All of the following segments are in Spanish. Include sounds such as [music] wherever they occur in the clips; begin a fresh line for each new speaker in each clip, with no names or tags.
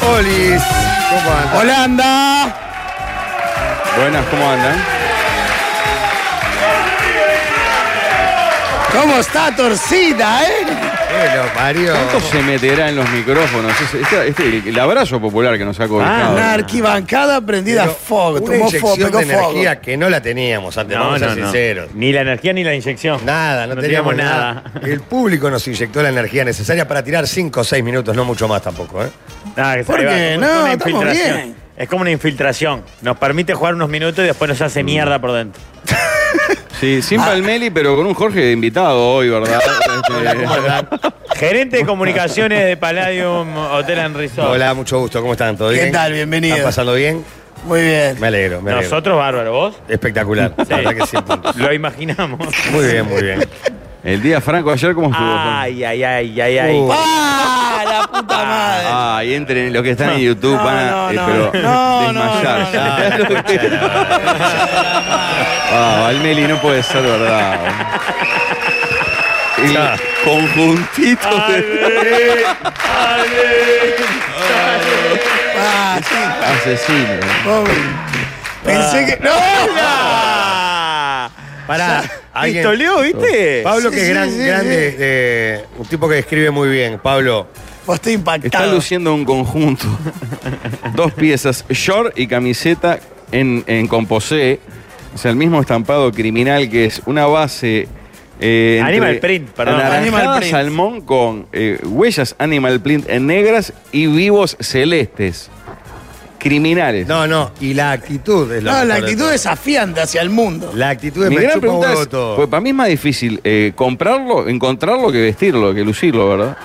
Carolis. ¿Cómo andan?
¡Holanda!
Buenas, ¿cómo andan?
¿Cómo está torcida, eh?
Que lo parió.
¿Cuánto se meterá en los micrófonos? Es- Este, este- el abrazo popular que nos sacó.
Ah,
Una
Ricardo.
arquibancada prendida a
Pero
fuego.
Una
Tomó fuego,
inyección
pegó
de
fuego.
energía que no la teníamos antes, vamos a ser sinceros.
Ni la energía ni la inyección.
Nada, no, teníamos, nada. El público nos inyectó la energía necesaria para tirar 5 o 6 minutos, no mucho más tampoco. ¿eh?
Nada, Ah, que se
¿Por
le va,
qué? No,
como- como una
estamos
infiltración.
bien.
Es como una infiltración. Nos permite jugar unos minutos y después nos hace mierda por dentro.
Sí,
Ah.
sin Palmeli, pero con un Jorge de invitado hoy, ¿verdad?
[laughs]
Este,
Gerente de comunicaciones de Palladium Hotel and Resort.
Hola, mucho gusto, ¿cómo están? ¿Todo
¿Qué
bien?
tal? Bienvenido.
¿Están pasando bien?
Muy bien.
Me alegro, me alegro.
Nosotros, bárbaro, vos.
Espectacular, la verdad que sí. puntos.
Lo imaginamos.
Muy bien, muy bien.
Este, [laughs] el día Franco ayer, ¿cómo estuvo? Franco?
[laughs] Ay, ay, ay, ay, ay.
Uh.
¡Ah! La puta madre.
Ay, entren los que están en YouTube,
No,
van
no,
a eh,
no.
pero
No, no,
desmayar.
no, no,
Ya, lo que- Ah, Palmeli no puede ser verdad. El conjuntito de
Ah, sí,
asesino.
pobre. Pensé que. ¡No!
Ah, Pará.
alguien-
Pistoleo, ¿viste?
Pablo,
Sí,
que es
sí,
gran,
sí,
grande,
sí.
eh, un tipo que describe muy bien. Pablo,
Vos estoy
Está
impactado.
luciendo un conjunto. [laughs] Dos piezas, short y camiseta en, en composé. O sea, el mismo estampado criminal que es una base. eh, entre
Animal print, perdón.
anaranjada
Animal print.
salmón con eh, huellas animal print en negras y vivos celestes. Criminales.
no, no, y la actitud es lo
No,
mejor
la
de
actitud
todo.
desafiante hacia el mundo.
La actitud es
Mi
me
gran
chupa
pregunta
un
es,
huevo todo.
pues para mí es más difícil eh, comprarlo, encontrarlo que vestirlo, que lucirlo, ¿verdad?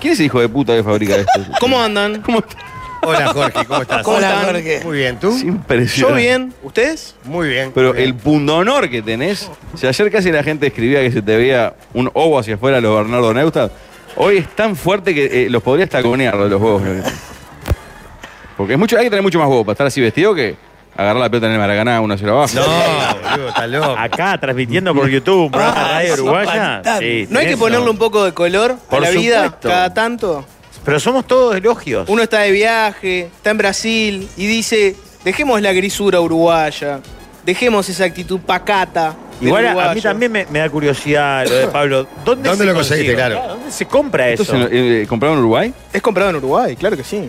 ¿Quién es el hijo de puta que fabrica esto?
¿Cómo andan?
¿Cómo está?
Hola, Jorge, ¿cómo estás?
¿Cómo
Hola,
están?
Jorge.
Muy bien, ¿tú?
Es impresionante.
Yo bien, ¿ustedes?
Muy bien.
Pero
muy bien.
el pundonor que tenés, si ayer casi la gente escribía que se te veía un ovo hacia afuera a los Bernardo Neustadt, hoy es tan fuerte que eh, los podrías taconear los huevos. ¿no? Porque es mucho, hay que tener mucho más huevo para estar así vestido que agarrar la pelota en el Maracaná uno hacia abajo.
No, boludo, está loco.
Acá, transmitiendo por YouTube, un programa de
Ah,
radio
sos
uruguaya.
fantasma.
¿No hay que ponerle un poco de color
Por
a la vida
supuesto.
cada tanto?
Pero somos todos elogios.
Uno está de viaje, está en Brasil y dice, dejemos la grisura uruguaya, dejemos esa actitud pacata. del
Igual a, a
uruguayo".
mí también me, me da curiosidad lo de Pablo. ¿Dónde,
¿Dónde
se
lo
consigue?
conseguiste, claro?
¿Dónde se compra eso?
Entonces, eh, ¿Compraron en Uruguay?
Es comprado en Uruguay, claro que sí.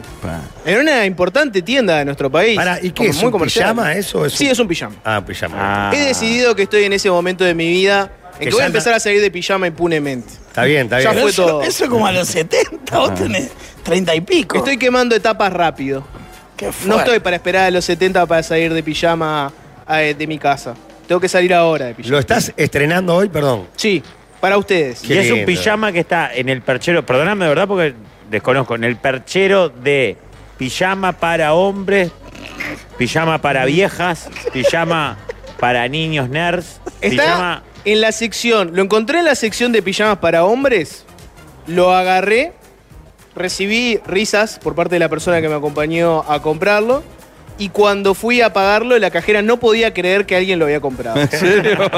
En una importante tienda de nuestro país.
Pará, ¿y
como
qué es, un pijama eso? Es
Sí,
un-
es un pijama.
[laughs] Ah, pijama.
Ah.
He decidido que estoy en ese momento de mi vida en
Que
que, voy
ya
a empezar
anda-
a salir de pijama impunemente.
Está bien, está
Ya
bien. Ah.
fue
eso,
todo.
eso como a los 70, vos tenés 30 y pico.
Estoy quemando etapas rápido.
Qué
No
fuerte.
estoy para esperar a los 70 para salir de pijama eh, de mi casa. Tengo que salir ahora de pijama.
¿Lo estás estrenando hoy? Perdón.
Sí, para ustedes.
Qué
y es un
lindo.
pijama que está en el perchero, perdóname de verdad porque desconozco, en el perchero de pijama para hombres, pijama para viejas, pijama para niños nerds,
Está
pijama...
en la sección, lo encontré en la sección de pijamas para hombres, lo agarré, recibí risas por parte de la persona que me acompañó a comprarlo. Y cuando fui a pagarlo, la cajera no podía creer que alguien lo había comprado.
[laughs]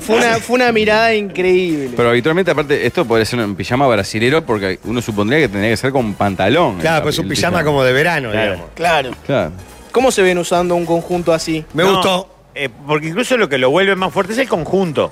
Fue una, fue una mirada increíble.
Pero habitualmente, aparte, esto podría ser un pijama brasilero porque uno supondría que tendría que ser con pantalón.
Claro,
el-
pues es un
el
pijama como de verano,
Claro.
digamos.
Claro.
Claro.
¿Cómo se ven usando un conjunto así?
Me
No,
gustó.
eh, porque incluso lo que lo vuelve más fuerte es el conjunto.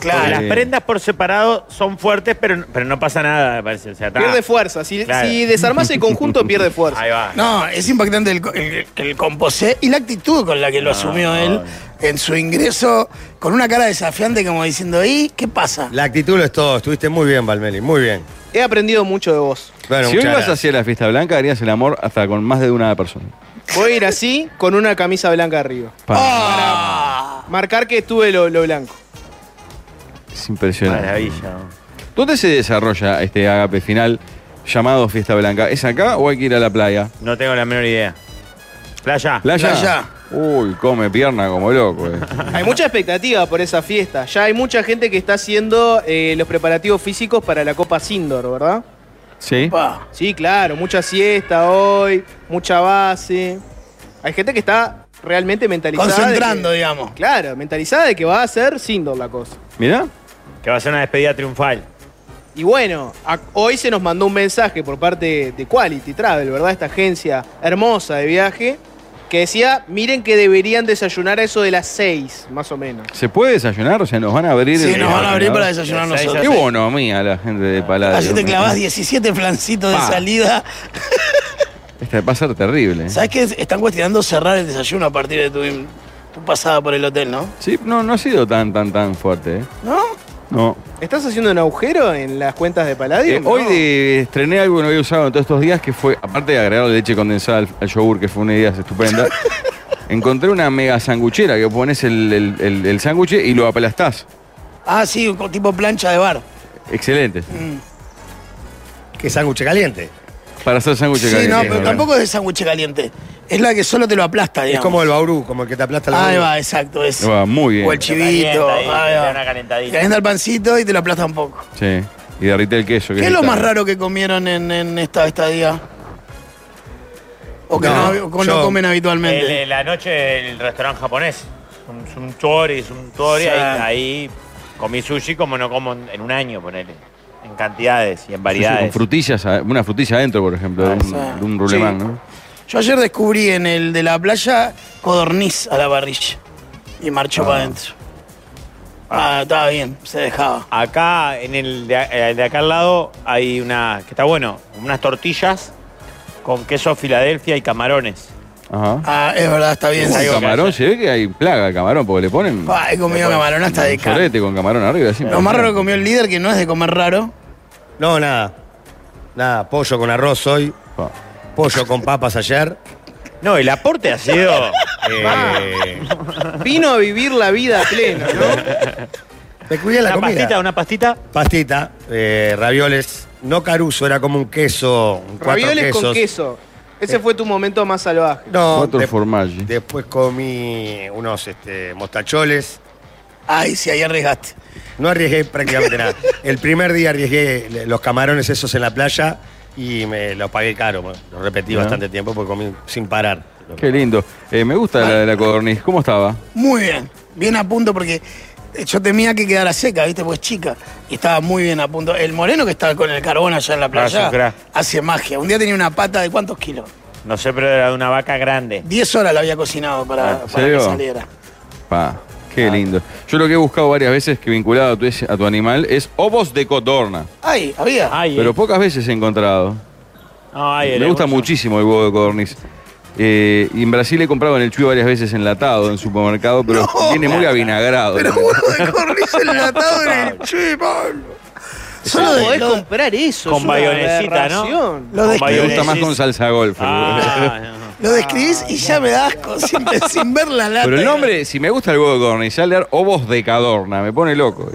Porque
Claro.
Las prendas por separado son fuertes, pero, pero no pasa nada, me parece. O sea, está-
Pierde fuerza. Si,
Claro.
si
[laughs]
desarmás el conjunto, pierde fuerza.
Ahí va.
No, es impactante el, co- el- el composé y la actitud con la que lo asumió él en su ingreso, con una cara desafiante como diciendo, ¿y qué pasa?
La actitud lo es todo. Estuviste muy bien, Balmeli. Muy bien.
He aprendido mucho de vos.
Bueno,
si hoy
muchas
vas
gracias.
hacia la fiesta blanca, harías el amor hasta con más de una persona.
Voy a ir así con una camisa blanca arriba.
Pa,
Marcar que estuve lo, lo blanco.
Es impresionante.
Maravilla. ¿no?
¿Dónde se desarrolla este agape final llamado Fiesta Blanca? ¿Es acá o hay que ir a la playa?
No tengo la menor idea.
Ah,
Playa.
¿Playa?
Playa.
Uy, come pierna como loco. eh.
Hay mucha expectativa por esa fiesta. Ya hay mucha gente que está haciendo eh, los preparativos físicos para la Copa Sindor, ¿verdad?
¿Sí?
Pa.
Sí, claro. Mucha siesta hoy, mucha base. Hay gente que está realmente mentalizada. de que-
Concentrando, digamos.
claro, mentalizada de que va a ser Sindor la cosa.
Mirá.
Que va a ser una despedida triunfal.
Y bueno, a- hoy se nos mandó un mensaje por parte de Quality Travel, ¿verdad? Esta agencia hermosa de viaje, que decía, miren que deberían desayunar a eso de las 6, más o menos.
¿Se puede desayunar? O sea, nos van a abrir.
Sí,
el
nos van a abrir para
desayunador?
desayunar
Seis a
nosotros.
Qué bonomía la gente de Palacio.
Ayer te clavás 17 flancitos de
Pa.
salida.
Esta Este, va a ser terrible. ¿eh?
¿Sabes qué? Están cuestionando cerrar el desayuno a partir de tu, tu pasada por el hotel, ¿no?
Sí, no, no ha sido tan, tan, tan fuerte. ¿eh?
¿No?
No.
¿Estás haciendo un agujero en las cuentas de
Eh,
Palladium?
hoy
No.
de- estrené algo que no había usado en todos estos días, que fue, aparte de agregar leche condensada al, al yogur, que fue una idea
[laughs]
estupenda, encontré una mega sanguchera que pones el, el, el- el sándwich y lo aplastás.
Ah, sí, un tipo plancha de bar. Mm.
Excelente.
Que sándwich caliente.
Para hacer sándwich eh,
Sí,
caliente.
no, pero tampoco es de sándwich caliente. Es la que solo te lo aplasta,
Es
digamos.
como el baurú, como el que te aplasta la
Ahí va, exacto. Es.
eh, Va, muy bien.
O el chivito.
Calienta ahí,
ahí
te
va.
da una calentadita.
Calienta el pancito y te lo aplasta un poco.
Sí. Y derrite el queso. que
ah, ¿Qué es lo
está-
más raro que comieron en, en esta estadía? O que no,
No,
o que no
yo-
comen habitualmente.
El- el- la noche del restaurante japonés. Un, un tori, es un tori.
Sí.
Ahí, ahí comí sushi como no como en, en un año, ponele. En cantidades y en
Sí, sí, con
variedades.
frutillas, a- una frutilla adentro, por ejemplo, de un,
Ah, sí.
de un rulemán,
Sí.
¿no?
Yo ayer descubrí en el de la playa codorniz a la parrilla. Y marchó para adentro. Ah, estaba bien, se dejaba.
Acá, en el de, el de acá al lado, hay una. que está bueno, unas tortillas con queso Filadelfia y camarones.
Ajá.
Ah, es verdad, está bien.
Uy,
sí.
camarón, se ve que hay plaga de camarón, porque le ponen
Ah, he comido camarón hasta de
un
carne.
sorete con camarón arriba. así.
Lo más raro que comió el líder, que no es de comer raro.
No, nada. Nada, pollo con arroz hoy,
Pa.
pollo con papas ayer.
No, el aporte ha sido.
Eh,
Vino a vivir la vida plena, ¿no?
te cuidé la
una
comida.
pastita, una pastita.
Pastita, eh, ravioles, no caruso, era como un queso, cuatro
Ravioles
quesos.
con queso.
Eh.
Ese fue tu momento más salvaje.
No,
Cuatro
de- [laughs]
formaggi.
después comí unos este, mostacholes.
Ay, sí, ahí arriesgaste.
No arriesgué prácticamente
[laughs]
nada. El primer día arriesgué le- los camarones esos en la playa y me los pagué caro. bueno, Los repetí
Ah.
Bien.
bastante tiempo porque comí sin parar.
Qué lindo. Eh, me gusta la de la codorniz. ¿Cómo estaba?
Muy bien, bien a punto porque eh, yo temía que quedara seca, ¿viste? Pues chica. Y estaba muy bien a punto. El moreno que estaba con el carbón allá en la
Ah, sí,
playa
cra.
hace magia. Un día tenía una pata de cuántos kilos.
No sé, pero era de una vaca grande.
Diez horas la había cocinado para,
Ah, ¿en
para que
serio?
saliera.
Pa, qué lindo. Yo lo que he buscado varias veces que vinculado a tu, a tu animal es ovos de codorna.
Ay, había.
Ay,
Pero
eh.
pocas veces he encontrado.
No, ay,
me
era
gusta
mucho.
muchísimo el huevo de codorniz. Eh, y en Brasil he comprado en el Chuy varias veces enlatado en supermercado, pero
No.
viene muy avinagrado.
Pero huevo de corniz enlatado en el che, Pablo. Solo
¿Cómo
de
podés
lo,
comprar eso?
con
Es una
bayonecita, ¿no?
aberración.
Lo de-
Con
me gusta más
mayonesis.
con salsa golf. eh.
Ah, no.
lo describís y ya me da asco
Ah.
sin, [laughs] sin ver la lata.
Pero el nombre, si me gusta el huevo de codorniz, sale a dar ovos de cadorna, me pone loco.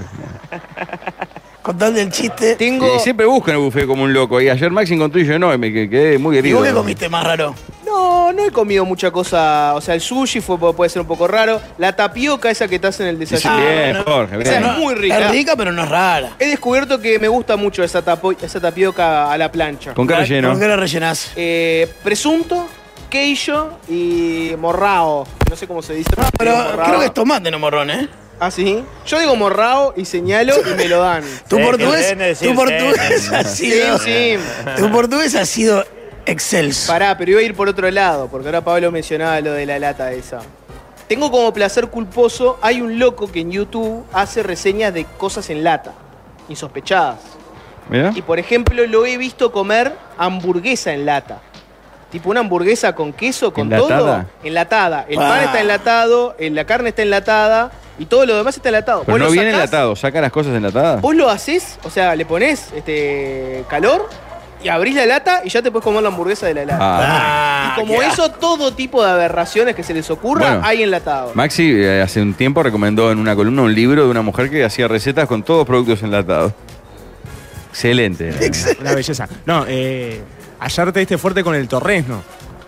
Con tal del chiste.
Tengo...
Y siempre busco en el buffet como un loco. Y ayer Max encontró y yo no, y me que- quedé muy
¿Y
herido.
vos qué comiste más raro?
No, no he comido mucha cosa. O sea, el sushi fue, puede ser un poco raro. La tapioca esa que te hacen en el
Sí, sí,
desayuno.
bien, Jorge,
Esa
bien.
es muy rica.
Es rica, pero no es rara.
He descubierto que me gusta mucho esa, tapo- esa tapioca a la plancha.
Con cara lleno.
¿Con qué la rellenás?
Eh, presunto, queijo y morrao. No sé cómo se dice.
Pero
morrao.
creo que es tomate, no morrón, ¿eh?
Ah, sí. Yo digo morrao y señalo y me lo dan.
Tu
Sí, que deben
portugués,
decir
tu portugués [laughs]
sí.
ha sido.
Sí, sí.
Tu portugués ha sido excelso.
Pará, pero iba a ir por otro lado, porque ahora Pablo mencionaba lo de la lata esa. Tengo como placer culposo, hay un loco que en YouTube hace reseñas de cosas en lata, insospechadas.
Mirá.
Y por ejemplo, lo he visto comer hamburguesa en lata. Tipo una hamburguesa con queso, con
¿Enlatada?
todo, enlatada. El
Ah.
pan está enlatado, eh, la carne está enlatada y todo lo demás está enlatado.
Pero no
lo
viene
sacás,
enlatado, saca las cosas enlatadas.
Vos lo haces, o sea, le pones este calor y abrís la lata y ya te puedes comer la hamburguesa de la lata.
Ah,
Ah.
Y como
qué
eso, todo tipo de aberraciones que se les ocurra
Bueno.
hay enlatado.
Maxi eh, hace un tiempo recomendó en una columna un libro de una mujer que hacía recetas con todos productos enlatados. Excelente.
[laughs]
Una belleza. No, eh, ayer te diste fuerte con el torresno.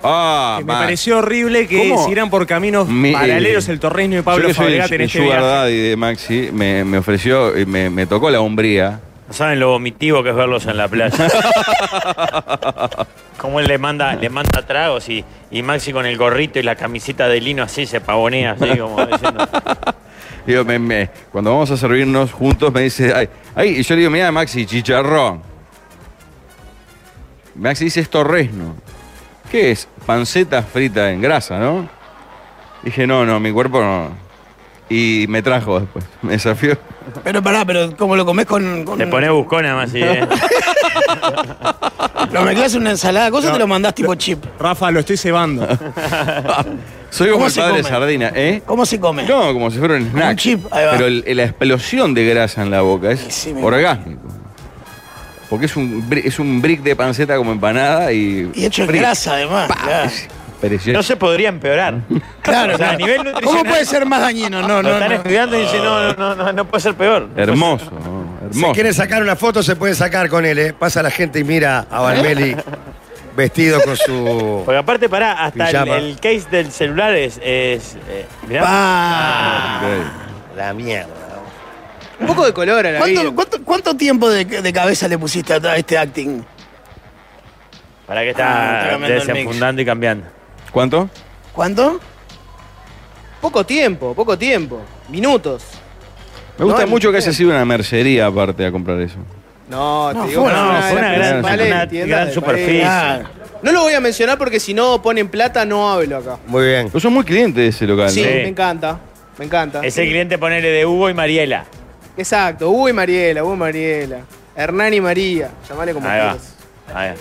Ah,
Que me
Max.
pareció horrible que
¿Cómo?
siguieran por caminos
Me-
paralelos el torresno y
Yo
Pablo
que soy
Fabregat
el,
en
el
este
sugar
viaje.
daddy de Maxi me, me ofreció, y me, me tocó la hombría.
No saben lo vomitivo que es verlos en
[laughs]
la playa. Como él le manda, le manda tragos y, y Maxi con el gorrito y la camiseta de lino así se pavonea, así como diciendo.
Digo, me- me- cuando vamos a servirnos juntos, me dice, ay, ay, y yo le digo, mira, Maxi, chicharrón. Maxi dice, es torresno. ¿Qué es? Panceta frita en grasa, ¿no? Dije, no, no, mi cuerpo no. Y me trajo después, me desafió.
Pero pará, pero como lo comés con. con
Te pones buscona más y eh.
¿Lo mezclas en una ensalada? ¿Cosa o te lo mandás tipo chip?
Rafa, lo estoy
[laughs]
cebando.
Soy como
¿Cómo
el
se
padre
come?
sardina, ¿eh?
¿Cómo se come?
No, como si fuera un snack.
un chip, ahí va.
Pero el- la explosión de grasa en la boca es
Sí, me
orgásmico. Porque es un, bri- es un brick de panceta como empanada y.
Y hecho de
frita.
grasa, además. claro.
Precioso.
No se
[laughs]
podría empeorar.
[laughs] Claro,
O sea, a
no.
nivel
¿Cómo
nutricional-
puede ser más dañino? No,
Lo
no,
están
no.
estudiando y dicen, no, no, no, no, no puede ser peor.
Hermoso, ¿no? hermoso.
Si quiere sacar una foto, se puede sacar con él, ¿eh? Pasa la gente y mira a Barmeli vestido con su.
[laughs] Porque aparte, pará, hasta el,
Pijama.
el case del celular es. es eh, mirá.
Pa.
Ok.
La mierda.
Un poco de color a la vida.
¿Cuánto, cuánto, cuánto tiempo de, de cabeza le pusiste a, a este acting?
Ah, Pará que
Ah,
está
tremendo el mix.
desenfundando y cambiando.
¿Cuánto?
¿Cuánto?
Poco tiempo, poco tiempo. Minutos.
Me gusta
No,
mucho que haya
mujer.
sido una mercería aparte a comprar eso.
No,
[laughs] No,
te digo
fue
que
una-
es
fue una
de las
gran-
principales
una
tiendas
gran
del
superficie.
país.
Claro.
No lo voy a mencionar porque si no ponen plata no hablo acá.
Muy bien.
Yo soy muy cliente de ese local.
Sí,
¿no?
me encanta. Me encanta.
Es el cliente ponele de Hugo y Mariela.
Exacto. Hugo y Mariela, Hugo y Mariela. Hernán y María. Llamale como
Ahí va.
quieras.
Ahí va.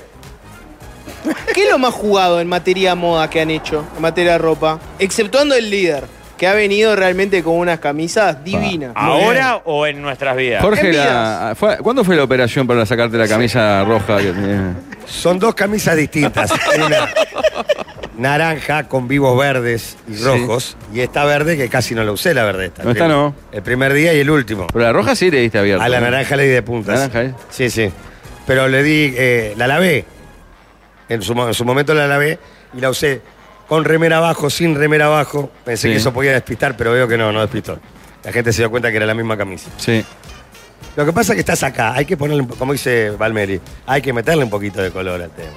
¿Qué es lo más jugado en materia moda que han hecho? En materia de ropa. Exceptuando el líder, que ha venido realmente con unas
Ah.
camisas divinas.
¿Ahora o en nuestras vidas?
Jorge,
En
la- fue- ¿cuándo fue la operación para sacarte la camisa roja? que tenía?
Son dos camisas distintas. Una naranja con vivos verdes y
Sí.
rojos. Y esta verde que casi no la usé, la verde. Esta,
No, esta no.
El primer día y el último.
Pero la roja sí le diste abierta.
A la naranja le di de puntas.
Naranja, ¿eh?
Sí, sí. Pero le di, eh, la lavé. En su, mo- en su momento la lavé y la usé con remera abajo, sin remera abajo. Pensé
Sí.
que eso podía despistar, pero veo que no, no despistó. La gente se dio cuenta que era la misma camisa.
Sí.
Lo que pasa es que estás acá, hay que ponerle, un po- como dice Valmeri, hay que meterle un poquito de color al tema.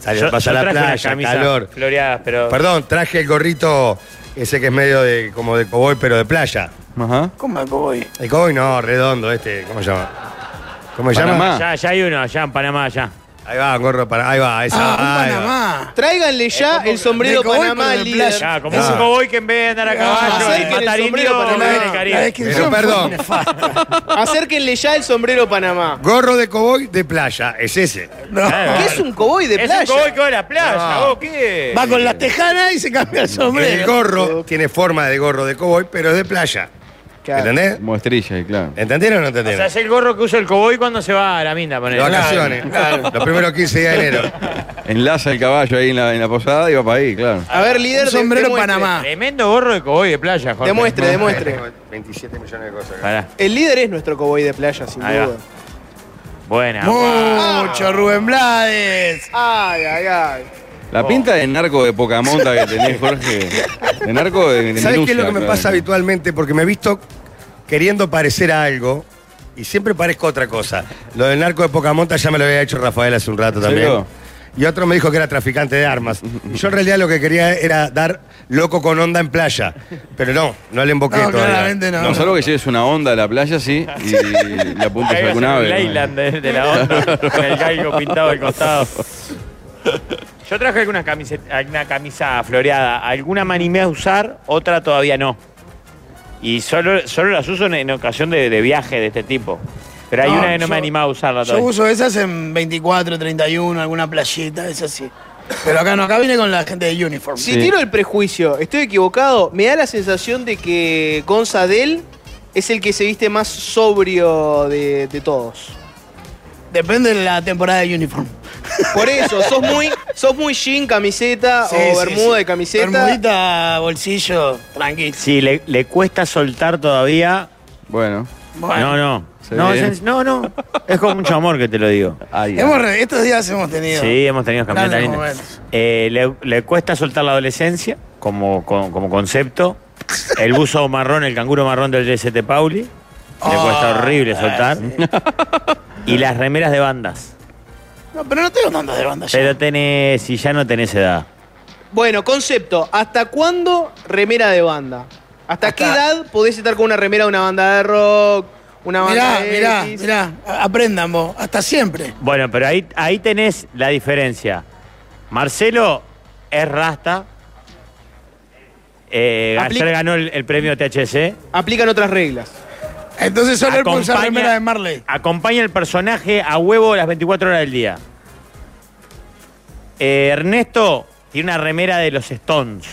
Sale,
Yo-
vas a
yo
la
traje unas
playa,
camisas
calor.
Floreadas, pero.
Perdón, traje el gorrito ese que es medio de, como de cowboy, pero de playa.
Ajá.
¿Cómo me voy?
El cowboy no, redondo, este, ¿cómo se llama? ¿Cómo se
Panamá.
llama?
Ya, ya hay uno, allá en Panamá, allá.
Ahí va, gorro para. Ahí va, esa.
Ah, un
ahí va.
Panamá.
Tráiganle ya el sombrero
de cowboy,
Panamá
pero
al
de
líder. Ah.
playa.
Ya, como
Ah.
un cowboy que en vez de andar a caballo
acerquen
y
el
matar
sombrero
indios,
para
vive en
la-
el
la
Caribe.
descripción
Pero
fue
perdón.
nefasta.
Acérquenle ya el sombrero Panamá.
Gorro de cowboy de playa, es ese.
No.
Claro.
¿Qué es un cowboy de
Es
playa?
un cowboy que va a la playa,
No.
vos, ¿qué?
Va con las tejanas y se cambia el
El
sombrero.
gorro tiene forma de gorro de cowboy, pero es de playa.
Claro.
¿Entendés?
Como estrella, y claro.
¿Entendieron o no
O sea,
entendieron?
es el gorro que usa el cowboy cuando se va a la mina,
De
ponele.
vacaciones, los primeros 15 días de enero.
[laughs] Enlaza el caballo ahí en la, en la posada y va para ahí, claro.
Ah,
A ver, líder.
Un
de-
sombrero
demuestre.
Panamá.
Tremendo gorro de cowboy de playa, Jorge.
Demuestre, demuestre.
27 millones de cosas. acá.
Pará.
El líder es nuestro cowboy de playa, sin
Ahí va.
duda. Ah.
Buena.
Mucho, Rubén Blades.
Ay, ay, ay.
La
Oh.
pinta de narco de poca monta que tenés, Jorge. De narco de, de
¿Sabes qué
Medusa,
es lo que me
claro.
pasa habitualmente? Porque me he visto queriendo parecer a algo y siempre parezco otra cosa. Lo del narco de Pocamonta ya me lo había hecho Rafael hace un rato
¿En
también.
serio?
Y otro me dijo que era traficante de armas. Y yo en realidad lo que quería era dar loco con onda en playa. Pero no, no le invoqué
No,
todavía.
claramente no.
No, salvo que lleves una onda a la playa, sí,
[laughs]
y le apuntes a
Caigas en
alguna
el
ave. ¿no?
Leyland de, de la
[laughs]
onda, con el galgo pintado al costado. Yo traje alguna camiseta, alguna camisa floreada. Alguna me animé a usar, otra todavía no. Y solo, solo las uso en, en ocasión de, de viaje de este tipo. Pero hay
No,
una que no me
yo-
animaba a usarla
Yo
todavía.
uso esas en 24, 31, alguna playita, esas sí. Pero acá no, acá vine con la gente de uniform.
Si
Sí.
tiro el prejuicio, estoy equivocado, me da la sensación de que Gonza Del es el que se viste más sobrio de, de todos.
Depende de la temporada de uniform.
Por eso, sos muy, sos muy jean, camiseta
Sí,
o
sí,
bermuda
sí.
de camiseta.
Bermudita, bolsillo, tranquilo.
Si le, le cuesta soltar todavía.
Bueno.
No,
Bueno,
no.
Se
No,
ve.
es, en- no, no. Es con mucho amor que te lo digo.
[laughs]
Ahí,
hemos re- estos días hemos tenido.
Sí, hemos tenido camionetas
Grandes
lindas.
momentos.
Eh, le, le cuesta soltar la adolescencia como, como, como concepto. El buzo marrón, el canguro marrón del DST Pauli. Le cuesta
Ah, eh,
horrible soltar. Y las remeras de bandas.
No, pero no tengo tantas de banda ya.
Pero tenés, y ya no tenés edad.
Bueno, concepto, ¿hasta cuándo remera de banda? ¿Hasta, qué
Hasta-
edad podés estar con una remera de una banda de rock, una
Mirá,
banda de
mirá,
Elvis?
mirá. A- Aprendan vos. Hasta siempre.
Bueno, pero ahí, ahí tenés la diferencia. Marcelo es rasta. Eh,
Aplica-
ayer ganó el, el premio THC.
Aplican otras reglas.
Entonces solo él puede usar
Acompaña-
remera de Marley.
Acompaña el personaje a huevo las 24 horas del día. Eh, Ernesto tiene una remera de los Stones.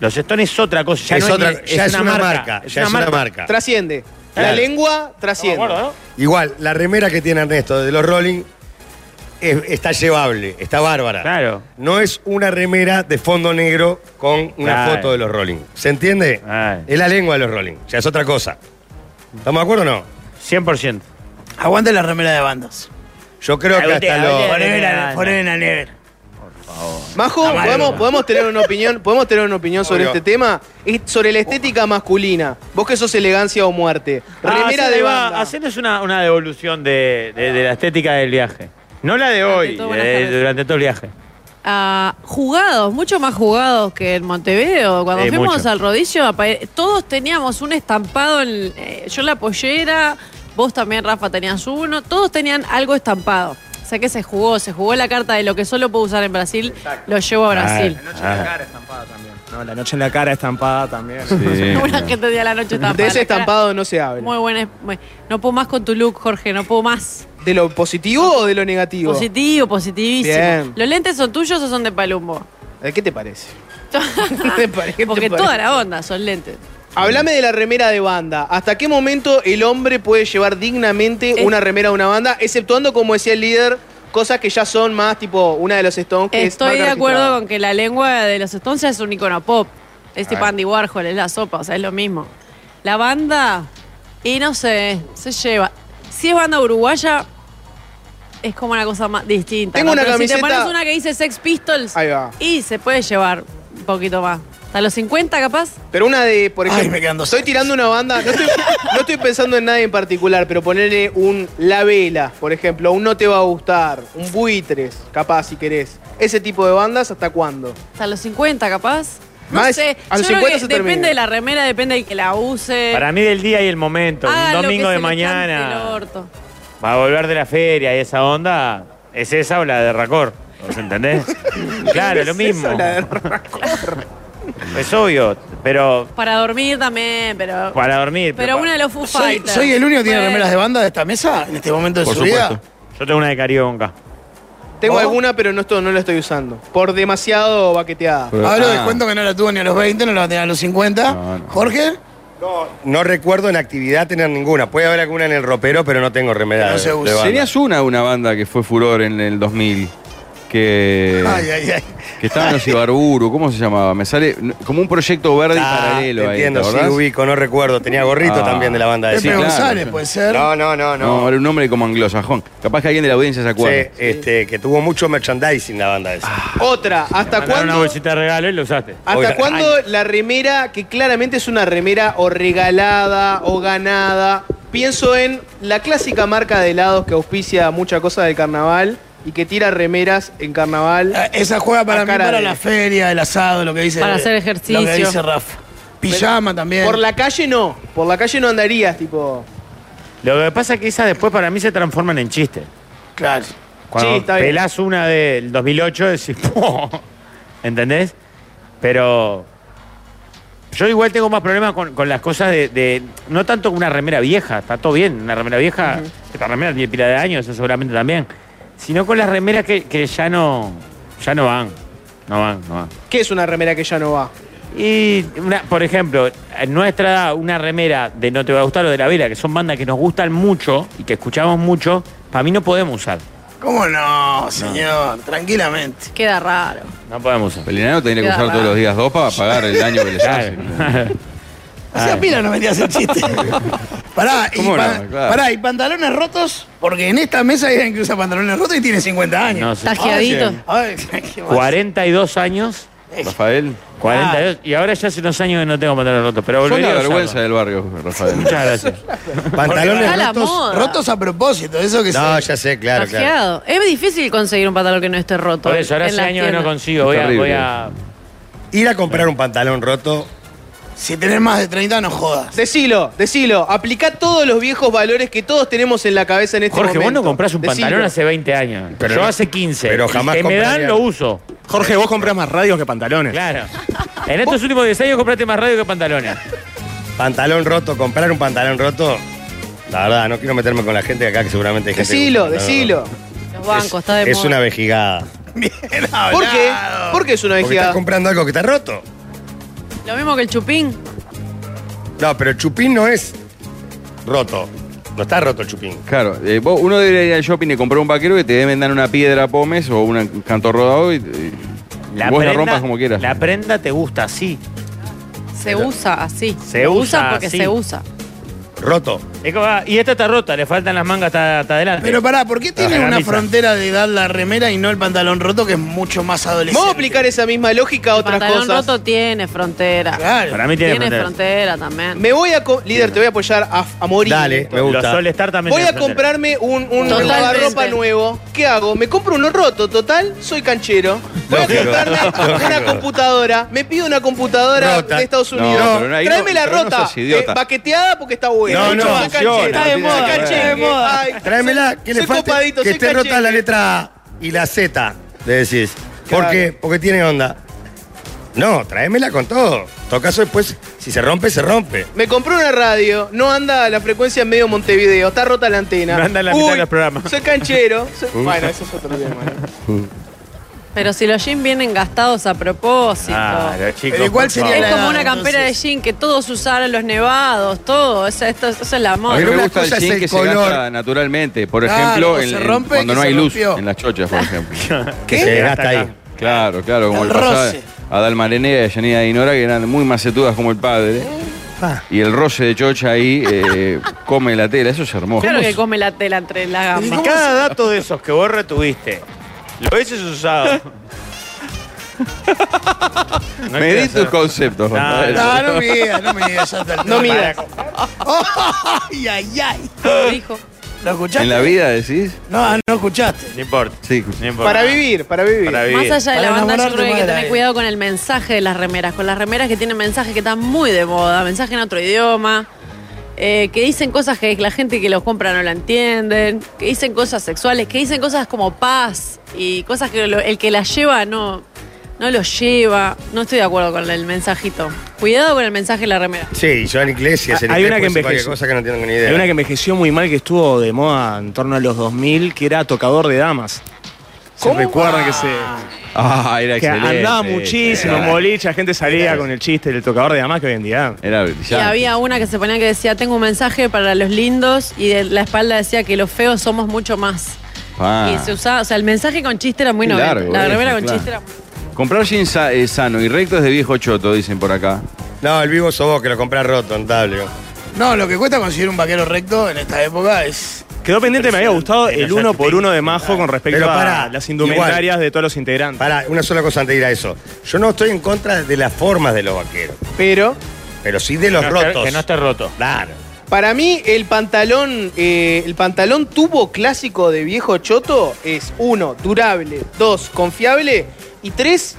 Los Stones es otra cosa. Ya
Es
no
otra-
ni-
ya es una marca, ya es una marca.
Trasciende. La
Claro.
lengua
Estamos
trasciende.
de acuerdo, ¿no?
Igual, la remera que tiene Ernesto de los Rolling es- está llevable, está bárbara.
Claro.
No es una remera de fondo negro con una
Claro.
foto de los Rolling. ¿Se entiende?
Claro.
Es la lengua de los Rolling, ya es otra cosa. ¿Estamos de acuerdo o no?
100%.
Aguante la remera de bandas.
Yo creo que
Aguante,
hasta
aguante.
los...
Forever, and- forever and ever.
Majo,
Amargo.
podemos, podemos tener una opinión, podemos tener una opinión sobre
Obvio.
este tema, Es sobre la estética masculina. Vos que sos elegancia o muerte.
Ah,
Ah,
Remera de banda.
Hacernos una, una devolución de, de- de la estética del viaje. No la de hoy,
todo, buenas
de-
tardes.
durante todo el viaje.
Ah, jugados, mucho más jugados que en Montevideo. Cuando
Eh,
fuimos
mucho.
al rodillo, apa- eh, todos teníamos un estampado. En, eh, yo la pollera, vos también, Rafa, tenías uno. Todos tenían algo estampado. O sea que se jugó, se jugó la carta de lo que solo puedo usar en Brasil, lo llevo a Brasil.
Ah, La noche en
Ah.
Ah.
la cara estampada también. No, la noche en la cara estampada también. [laughs]
Una gente de la noche estampada.
De ese
la cara-
estampado no se habla.
Muy buena. muy- No puedo más con tu look, Jorge, no puedo más.
¿De lo positivo o de lo negativo?
Positivo, positivísimo.
Bien.
¿Los lentes son tuyos o son de Palumbo?
Eh, ¿Qué te
[laughs]
parece? ¿Qué te parece? ¿Qué te
Porque
parece?
toda la onda son lentes.
Hablame de la remera de banda. ¿Hasta qué momento el hombre puede llevar dignamente
Es-
una remera de una banda, exceptuando, como decía el líder, cosas que ya son más tipo una de los Stones? que es
Estoy
marca
de acuerdo
registrada?
con que la lengua de los Stones es un icono pop. Es tipo Andy Warhol, es la sopa, o sea, es lo mismo. La banda, y no sé, se lleva. Si es banda uruguaya, es como una cosa más distinta.
Tengo
¿no?
una
Pero
camiseta-
Si te pones una que dice Sex Pistols,
Ahí va.
y se puede llevar un poquito más. Hasta los 50 capaz.
Pero una de, por
Ay,
ejemplo,
me quedan dos
estoy
años.
tirando una banda, no estoy, no estoy pensando en nadie en particular, pero ponerle un La Vela, por ejemplo, un No Te Va a Gustar, un Buitres, capaz si querés. Ese tipo de bandas, ¿hasta cuándo?
Hasta los 50 capaz. No
Más,
sé.
a los
Yo creo
50
que
se termina.
depende de la remera, depende del que la use.
[laughs] Para mí del día y el momento,
Hagan Ah, lo
un
que
domingo
se
de
les cante el
mañana,
orto.
va a volver de la feria y esa onda, ¿es esa o la de Racor?
[laughs]
¿Os entendés? claro, lo mismo. es obvio, pero
Para dormir también, pero.
para dormir.
Pero una de los Foo
Soy,
Fighters.
soy el único que tiene
Bueno.
remeras de banda de esta mesa en este momento de
Por
su
supuesto.
vida.
Yo tengo una de Carioca.
Tengo
¿Vos?
alguna, pero no, esto, no la estoy usando. Por demasiado baqueteada.
Pero-
Hablo
ah,
de cuento que no la tuvo ni a los 20, no la va a tener a los 50.
No, no.
Jorge,
No recuerdo en actividad tener ninguna. Puede haber alguna en el ropero, pero no tengo remera
No
de,
se
de
usa.
banda.
Tenías una, una banda que fue furor en el 2000, que,
ay, ay, ay.
que estaba en los Ibarburu, ¿cómo se llamaba? Me sale n- como un proyecto verde
Ah,
y paralelo
te
ahí,
entiendo,
¿te
sí,
acordás?
ubico, no recuerdo. Tenía gorrito
Ah.
también de la banda ¿eh? de
Pepe
sí, claro,
González
sí.
puede ser.
No, no, no,
No,
no.
era un nombre como anglosajón. Capaz que alguien de la audiencia se acuerda.
Sí, este, que tuvo mucho merchandising la banda esa.
Ah.
Otra, ¿hasta
Mandaron una
cuándo?
bolsita de regalo y la usaste.
¿Hasta
Oiga,
cuándo la remera, que claramente es una remera o regalada o ganada? Pienso en la clásica marca de helados que auspicia mucha cosa del carnaval y que tira remeras en
Ah,
carnaval.
Esa juega para
A
mí,
cara
para
de-
la feria, el asado, lo que dice.
Para hacer ejercicio.
Lo que dice Rafa. Pijama también.
Por la calle no, por la calle no andarías, tipo.
Lo que pasa es que esas después para mí se transforman en chistes.
Claro.
Cuando
Sí, está bien.
pelás una del 2008, decís, [laughs] "Po". ¿entendés? Pero yo igual tengo más problemas con, con las cosas de, de- No tanto con una remera vieja, está todo bien, una remera vieja, esta remera tiene pila de años, eso seguramente también. Sino con las remeras que, que ya no ya no van, no van, no van.
¿Qué es una remera que ya no va?
Y, una- por ejemplo, en nuestra edad, una remera de No Te Va a Gustar o de La Vela, que son bandas que nos gustan mucho y que escuchamos mucho, para mí no podemos usar.
¿Cómo no, señor? Tranquilamente.
Queda raro.
No podemos usar.
Pelinano tenía que
Queda
usar todos
raro.
los días dos para pagar el daño que les hace.
Claro.
Hacía pila no vendías el chiste. pará, y
¿Cómo
pa-
no? Claro.
pará, ¿y pantalones rotos? Porque en esta mesa hay alguien que usa pantalones rotos y tiene 50 años.
No sé.
Tajeadito.
Ay, qué mal.
42 años.
Rafael,
42, y ahora ya hace unos años que no tengo pantalones rotos, pero
son la
volvería a usarlo.
vergüenza del barrio,
[laughs]
Rafael.
Muchas gracias.
Está
Pantalones
la
rotos.
moda.
Rotos a propósito, eso que
No,
se-
ya sé, claro, claro.
Tajeado. Es difícil conseguir un pantalón que no esté roto.
Por eso, ahora
en
hace
las
años que no
tiendas.
consigo. Voy a,
Terrible.
voy a-
Ir a comprar un pantalón roto
Si [laughs] tenés más de 30, no jodas.
Decilo, decilo. Aplicá todos los viejos valores que todos tenemos en la cabeza en este
Jorge,
momento.
vos no comprás un
Decilo.
pantalón hace 20 años.
Pero
Yo
no-
hace 15.
pero
El
jamás
que me dan
compraría.
lo uso.
Jorge, vos compras más radios que pantalones.
Claro. En estos últimos 10 años compraste más radio que pantalones.
Pantalón roto, comprar un pantalón roto. La verdad, no quiero meterme con la gente de acá que seguramente hay gente. que
Decilo,
usa, no, no.
decilo.
Los bancos, está de
Es
moda.
una vejigada.
¿Por qué? ¿Por qué es una
Porque estás
vejigada?
comprando algo que está roto.
Lo mismo que el chupín.
No, pero el chupín no es roto. No está roto el chupín.
Claro, eh, vos- uno debería ir al shopping y comprar un vaquero que te deben dar una piedra pómez o una- un canto rodado y, y vos la rompas como quieras.
La prenda te gusta así.
Se usa así.
Se
Lo
usa
porque
así.
se usa.
Roto.
Es como, ah, y esta está rota, le faltan las mangas hasta, hasta adelante.
Pero
[laughs]
pará, ¿por qué tiene
la
una
camisa.
frontera de edad la remera y no el pantalón roto que es mucho más adolescente?
Vamos a aplicar esa misma lógica a
El
otras
pantalón
cosas.
roto tiene frontera.
Claro.
Para mí tiene,
Tiene,
frontera.
frontera también.
Me voy a. co- Líder, te voy a apoyar a, a morir.
Dale, me
Los
gusta.
Sol Star también
Voy a
tienen frontera.
comprarme un, un
Totalmente.
lavarropa nuevo. ¿Qué hago? Me compro uno roto, total, soy canchero. Voy a
Lógico.
comprarme una computadora. Me pido una computadora
Rota.
de Estados
No,
Unidos.
pero ahí no-
Tráeme la
pero no
rota,
seas idiota.
eh, baqueteada porque está buena.
No,
Soy
no,
más
funciona,
canchero.
Está de
Soy
moda,
más
está de
canchero.
moda.
Ay,
Tráemela, que le
soy
falte
copadito,
que
soy
esté rota
canchero.
la letra A y la Z, le decís.
Claro.
¿Por qué? Porque tiene onda. No, tráemela con todo. En todo caso, después, si se rompe, se rompe.
Me compré una radio, no anda a la frecuencia en medio Montevideo, está rota la antena.
No anda en la mitad de los programas.
Soy
[laughs]
canchero. soy- Bueno, eso es otro tema. ¿eh? ¿no?
Pero si los jeans vienen gastados a propósito.
Claro, chicos.
Pero igual
por
sería
favor.
la-
Es como una
Claro,
campera de
entonces.
jean que todos usaron los nevados, todo. Esa, esto, esa es la
A
moda.
mí
Pero
me
una
gusta el
cosa es
jean
el
que se
color.
gasta naturalmente. Por
Claro,
ejemplo,
o
en-
se
en-
rompe
cuando
que
no
se
hay luz
rompió.
en las chochas, por ejemplo.
Que se
Hasta
gasta
acá.
ahí.
Claro, claro, como
El
le pasaba
roce.
a Dalmarenea y a Yanina Dinora, que eran muy macetudas como el padre. Y el roce de chocha ahí eh, come la tela, eso es hermoso.
Claro que come la tela entre las
Si
gambas.
cada dato de esos que vos retuviste lo hubieses usado. No
Me di
quieras
tus
hacer-
conceptos.
No,
compadre.
No, no me digas, Eh, no me digas. ya está.
[laughs] No midas.
[laughs] Ay, ay, ay.
Dijo.
¿Lo escuchaste?
¿En la vida decís?
No, no escuchaste.
No importa.
Sí.
no importa.
Para vivir, para vivir.
Para vivir.
Más allá de
Para
la banda, yo
enamorarte
creo que hay
más
que
de la
tener
vida.
cuidado con el mensaje de las remeras. Con las remeras que tienen mensajes que están muy de moda, mensajes en otro idioma, eh, que dicen cosas que la gente que los compra no la entienden, que dicen cosas sexuales, que dicen cosas como paz y cosas que lo- el que las lleva no, no los lleva. No estoy de acuerdo con el mensajito. Cuidado con el mensaje de la remera.
Sí, Joan Iglesias, en
Ah, Hay
inglés
una que
puede decir cualquier
envejeció.
cosa que no tengo ni idea.
Hay una que envejeció muy mal que estuvo de moda en torno a los 2000, que era tocador de damas. Se
¿Cómo?
recuerda que se
Ah, era
que
excelente.
andaba muchísimo en
Era-
boliche, la gente salía con el chiste del tocador de damas que hoy en día.
Era
Y
brillante.
había una que se ponía que decía, tengo un mensaje para los lindos y de la espalda decía que los feos somos mucho más.
Ah.
Y se usaba, o sea, el mensaje con chiste era muy
Qué
novela.
largo
La
eso,
remera con
claro.
chiste era
Comprar jeans sa- eh, sano y recto es de viejo choto, dicen por acá.
No, el vivo sos vos que lo comprás roto, entable.
No, lo que cuesta conseguir un vaquero recto en esta época es.
Quedó pendiente, me había gustado
Pero
el
ya
uno
te
por
tengo
uno
que
de Majo con respecto
Pero
a
pará,
las indumentarias de todos los integrantes.
Pará, una sola cosa antes de ir a eso. Yo no estoy en contra de las formas de los vaqueros,
Pero
pero sí de los
Que no esté-
rotos.
Que no esté roto.
Claro.
para mí el pantalón, eh, el pantalón tubo clásico de viejo choto es uno, durable, dos, confiable y tres,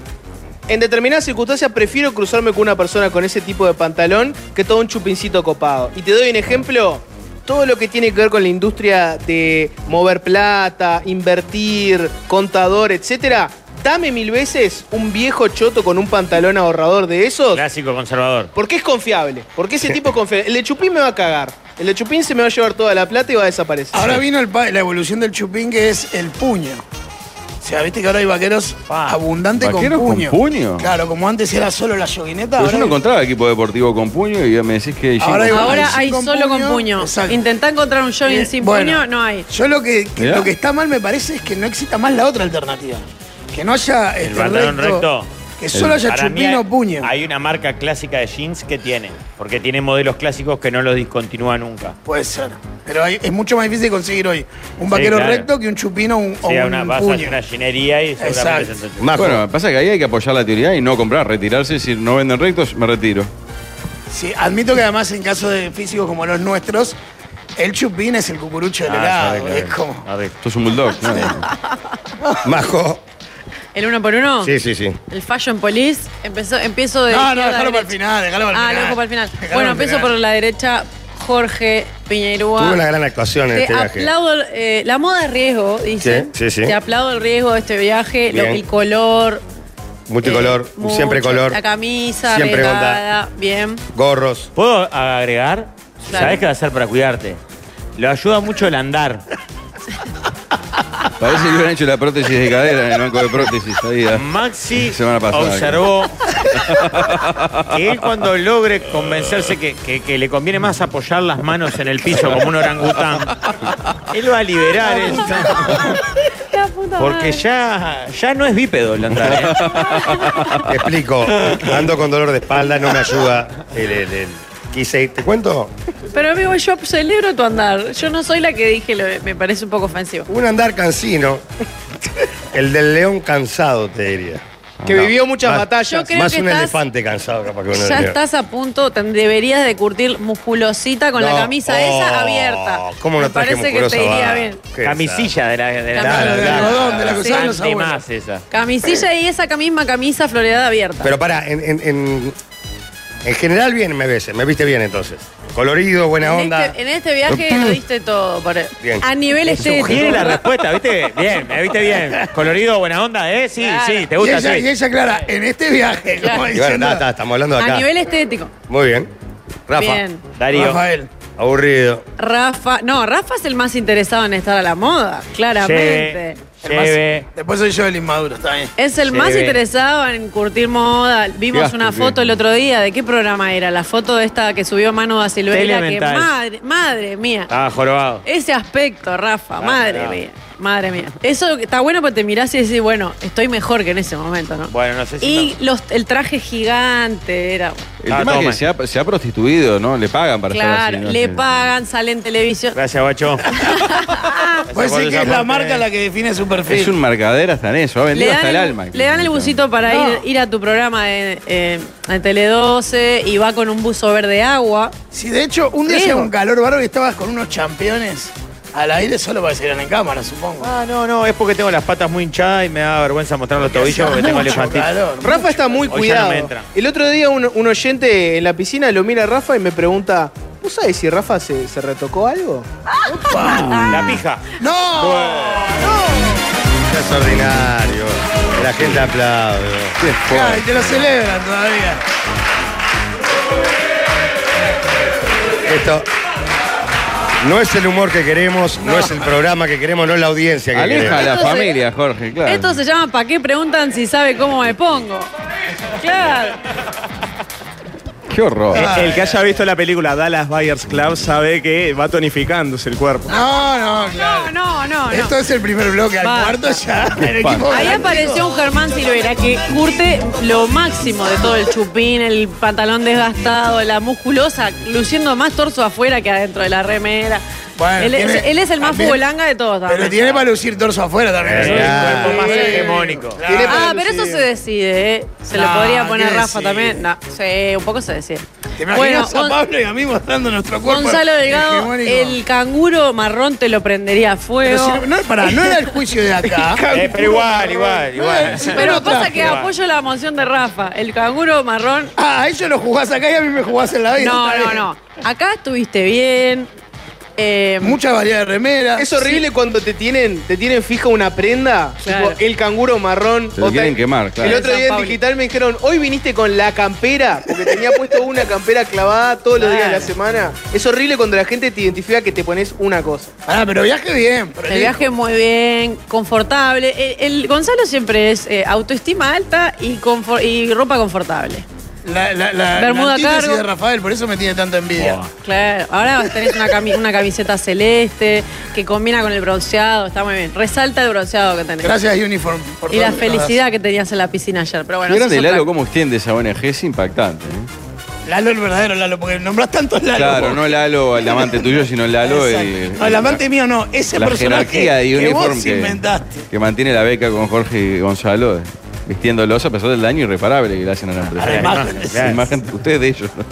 en determinadas circunstancias prefiero cruzarme con una persona con ese tipo de pantalón que todo un chupincito copado. Y te doy un ejemplo. Todo lo que tiene que ver con la industria de mover plata, invertir, contador, etcétera, dame mil veces un viejo choto con un pantalón ahorrador de esos
Clásico conservador.
Porque es confiable. Porque ese tipo es confiable. El de Chupín me va a cagar. El de Chupín se me va a llevar toda la plata y va a desaparecer.
Ahora vino el pa- la evolución del chupín que es el puño. O sea, viste que ahora hay vaqueros
Pa.
abundantes
¿Vaqueros
con
con
puño.
puño?
Claro, como antes era solo la yoguineta.
Pero yo
ahora
no
hay-
encontraba equipo deportivo con puño y ya me decís que jean
Ahora
con-
hay-
Ahora
sin
hay
con
solo
puño,
con puño.
exacto.
Intentá encontrar un jogging
Eh,
sin
bueno,
puño, no hay.
Yo lo que, que
Mirá.
lo que está mal me parece es que no exista más la otra alternativa. Que no haya este,
pantalón recto.
Que solo haya
Para mí
chupín
hay-
o puño.
Hay una marca clásica de jeans que tiene. Porque tiene modelos clásicos que no los discontinúa nunca.
Puede ser. Pero hay- es mucho más difícil conseguir hoy un vaquero
claro.
recto que un chupín o un, o
sea,
un
una, vas a
puño.
una ginería y seguramente
Exacto.
se te-
Majo,
Bueno, pasa que ahí hay que apoyar la teoría y no comprar, retirarse. Si no venden rectos, me retiro.
Ah,
Sí, admito que además en caso de físicos como los nuestros, el chupín es el cucurucho ¿eh? del
Ah,
helado.
sabe que-
[laughs]
es como.
a ver.
Esto es un bulldog. ¿no?
Majo,
¿El uno por
Ah.
uno?
Sí, sí, sí.
El Fashion Police. Empezó, empiezo de.
No, no,
izquierda a
dejalo para el
derecha.
final, dejalo para el
Ah,
final.
lo dejo para el final.
Dejalo
Bueno,
para el
empiezo
final.
por la derecha. Jorge Piñerúa.
Tuve una gran actuación en
Te
este viaje.
aplaudo eh, la moda es riesgo, dice.
Sí, sí, sí.
Te aplaudo el riesgo de este viaje, lo-
Bien.
el color.
Multicolor,
eh, mucho,
siempre color,
La camisa,
Siempre
regada, bien.
gorros.
¿Puedo agregar?
Claro.
¿Sabés qué hacer para cuidarte? Lo ayuda mucho el andar.
Parece que hubieran hecho la prótesis de cadera en el banco de prótesis. Ahí, ah.
Maxi
[laughs] Semana pasada.
observó que él cuando logre convencerse que, que- que le conviene más apoyar las manos en el piso como un orangután, él va a liberar esto.
La puta
Porque
madre.
ya, ya no es bípedo el andar. ¿eh?
Te explico. Ando con dolor de espalda, no me ayuda. El, el- el- Quise ir. ¿Te cuento?
Pero amigo, yo celebro tu andar. Yo no soy la que dije, lo- me parece un poco ofensivo.
Un andar cansino. El del león cansado, te diría.
Que vivió muchas
Más-
batallas.
Creo
Más
que
un
estás-
elefante cansado, capaz que uno
Ya
del león.
estás a punto, te- deberías de curtir musculosita con
No.
la camisa
Oh,
esa abierta.
¿Cómo no
Me
traje
parece que
musculosa,
te iría
va?
bien.
Qué
Camisilla de la... De la,
Claro, de algodón, de la que usaban
Anti
los abuelos.
más esa.
Camisilla y esa misma camisa floreada abierta.
Pero para, en, en, en, en general bien me ves, me viste bien entonces. Colorido, buena
en,
onda.
este, en este viaje lo diste todo. pare-
Bien.
A nivel estético.
Tiene la respuesta, ¿viste? Bien, me viste bien. Colorido, buena onda, ¿eh? Sí,
Claro.
sí, te
Y
gusta,
ella,
sí.
y ella, Clara, en este viaje,
Claro.
como
Y bueno,
diciendo,
nada, está, estamos hablando de acá.
A nivel estético.
Muy bien. Rafa,
Bien.
Darío.
Rafael,
aburrido.
Rafa. No, Rafa es el más interesado en estar a la moda, claramente.
Lleve, lleve.
después soy yo el inmaduro, está bien.
Es el más
Lleve.
interesado en curtir moda. Vimos
Llegaste,
una
sí.
foto el otro día. ¿De qué programa era? La foto de esta que subió Manu da Silveira. Que
Telemental.
madre, madre mía.
Estaba jorobado.
Ese aspecto,
Ah,
Rafa, madre
no.
mía, madre mía. Eso está bueno porque te mirás y decís, bueno, estoy mejor que en ese momento, ¿no?
Bueno, no sé si...
Y los, el traje gigante era.
El
Ah,
tema es
toma.
que se ha, se ha prostituido, ¿no? Le pagan para estar
Claro,
así. ¿no?
le
Sí.
pagan, sale en televisión. Ah,
Gracias, guacho.
Puede
Esa
ser que es la
parte-
marca la que define su perfil.
Es un marcadero hasta en eso, ha
Le
vendido
dan,
hasta el,
el,
alma.
le dan el busito para ir, ir a tu programa de, eh, en Tele 12 y va con un buzo verde agua.
Si de hecho un día
Creo.
hacía un calor bárbaro y estabas con unos campeones al aire solo para que se vieran en cámara, supongo.
Ah, no, no, es porque tengo las patas muy hinchadas y me da vergüenza mostrar los tobillos porque
Hacía
tengo
mucho
elefantitis.
calor.
Rafa está muy
Hoy ya no
cuidado.
me entra.
El otro día un, un oyente en la piscina lo mira a Rafa y me pregunta, ¿vos sabés si Rafa se, se retocó algo?
La pija.
¡No!
Es ordinario. La gente aplaude.
Qué
Ay,
fuerte.
te lo celebran todavía.
Esto no es el humor que queremos, no, es el programa que queremos, no es la audiencia que
Aleja a
queremos.
la
Esto se-
familia, Jorge, claro.
Esto se llama ¿Para qué preguntan si sabe cómo me pongo? Claro.
Qué
Eh,
horror.
El que haya visto la película Dallas Buyers Club sabe que va tonificándose el cuerpo.
No, no, claro.
No, no, no. no.
Esto es el primer bloque, al
Basta.
cuarto ya. El
Basta.
equipo
Ahí
galáctico.
apareció un Germán Silvera que curte lo máximo de todo el chupín, el pantalón desgastado, la musculosa, luciendo más torso afuera que adentro de la remera.
Bueno,
él, es,
tiene-
él es el más
también-
futbolanga de todos.
Pero
también.
tiene para lucir torso afuera también.
Eh,
Sí.
claro.
El cuerpo más hegemónico.
Tiene para
Ah, pero eso
lucir.
se decide, ¿eh? Se lo
No,
podría poner
¿qué
Rafa
decide?
también. No, sí, un poco se decide.
¿Te imaginas
Gon-
a Pablo y a mí mostrando nuestro cuerpo?
Gonzalo Delgado,
hegemónico?
el canguro marrón te lo prendería a
Pero
fuego.
si no- no, pará, no era el juicio de
[laughs] Ah.
acá.
Eh, pero igual, igual, igual.
Eh, Pero pasa que
Igual.
apoyo la moción de Rafa. El canguro marrón
Ah, a ellos lo jugás acá y a mí me jugás en la vida.
No,
está
no,
bien.
no. Acá estuviste bien. Eh,
Mucha variedad de remeras.
Es horrible cuando te tienen, te tienen fija una prenda,
Claro.
tipo el canguro marrón.
Se lo
o te-
quieren quemar, claro.
El otro
San
día en
Pauli.
digital me dijeron, hoy viniste con la campera, porque tenía puesto una campera clavada todos los días de la semana. Es horrible cuando la gente te identifica que te pones una cosa.
Pará, pero viaje bien. pero
el viaje muy bien, confortable. El, el Gonzalo siempre es eh, autoestima alta y, confo- y ropa confortable.
La, la, la,
Bermuda
la antítesis
cargo.
de Rafael, por eso me tiene tanta envidia.
Claro. Ahora tenés una, cami- una camiseta celeste que combina con el bronceado. Está muy bien. Resalta el bronceado que tenés.
Gracias, Uniform. Por
Y
todo
la
lo que nos
felicidad que tenías en la piscina ayer. Pero bueno,
Qué
eso es
grande
otra-
Lalo, cómo extiende esa ONG, es impactante. ¿eh?
das. Lalo el verdadero Lalo, porque nombrás tantos Lalo.
Claro, no Lalo, el amante tuyo, sino Lalo, el,
Exacto. No, el amante mío no, ese
la
personaje
jerarquía de
que
uniforme
vos inventaste.
que mantiene la beca con Jorge y Gonzalo, eh, vistiéndolos a pesar del daño irreparable que le hacen a la empresa.
A la imagen.
La imagen de ustedes de ellos. ¿no?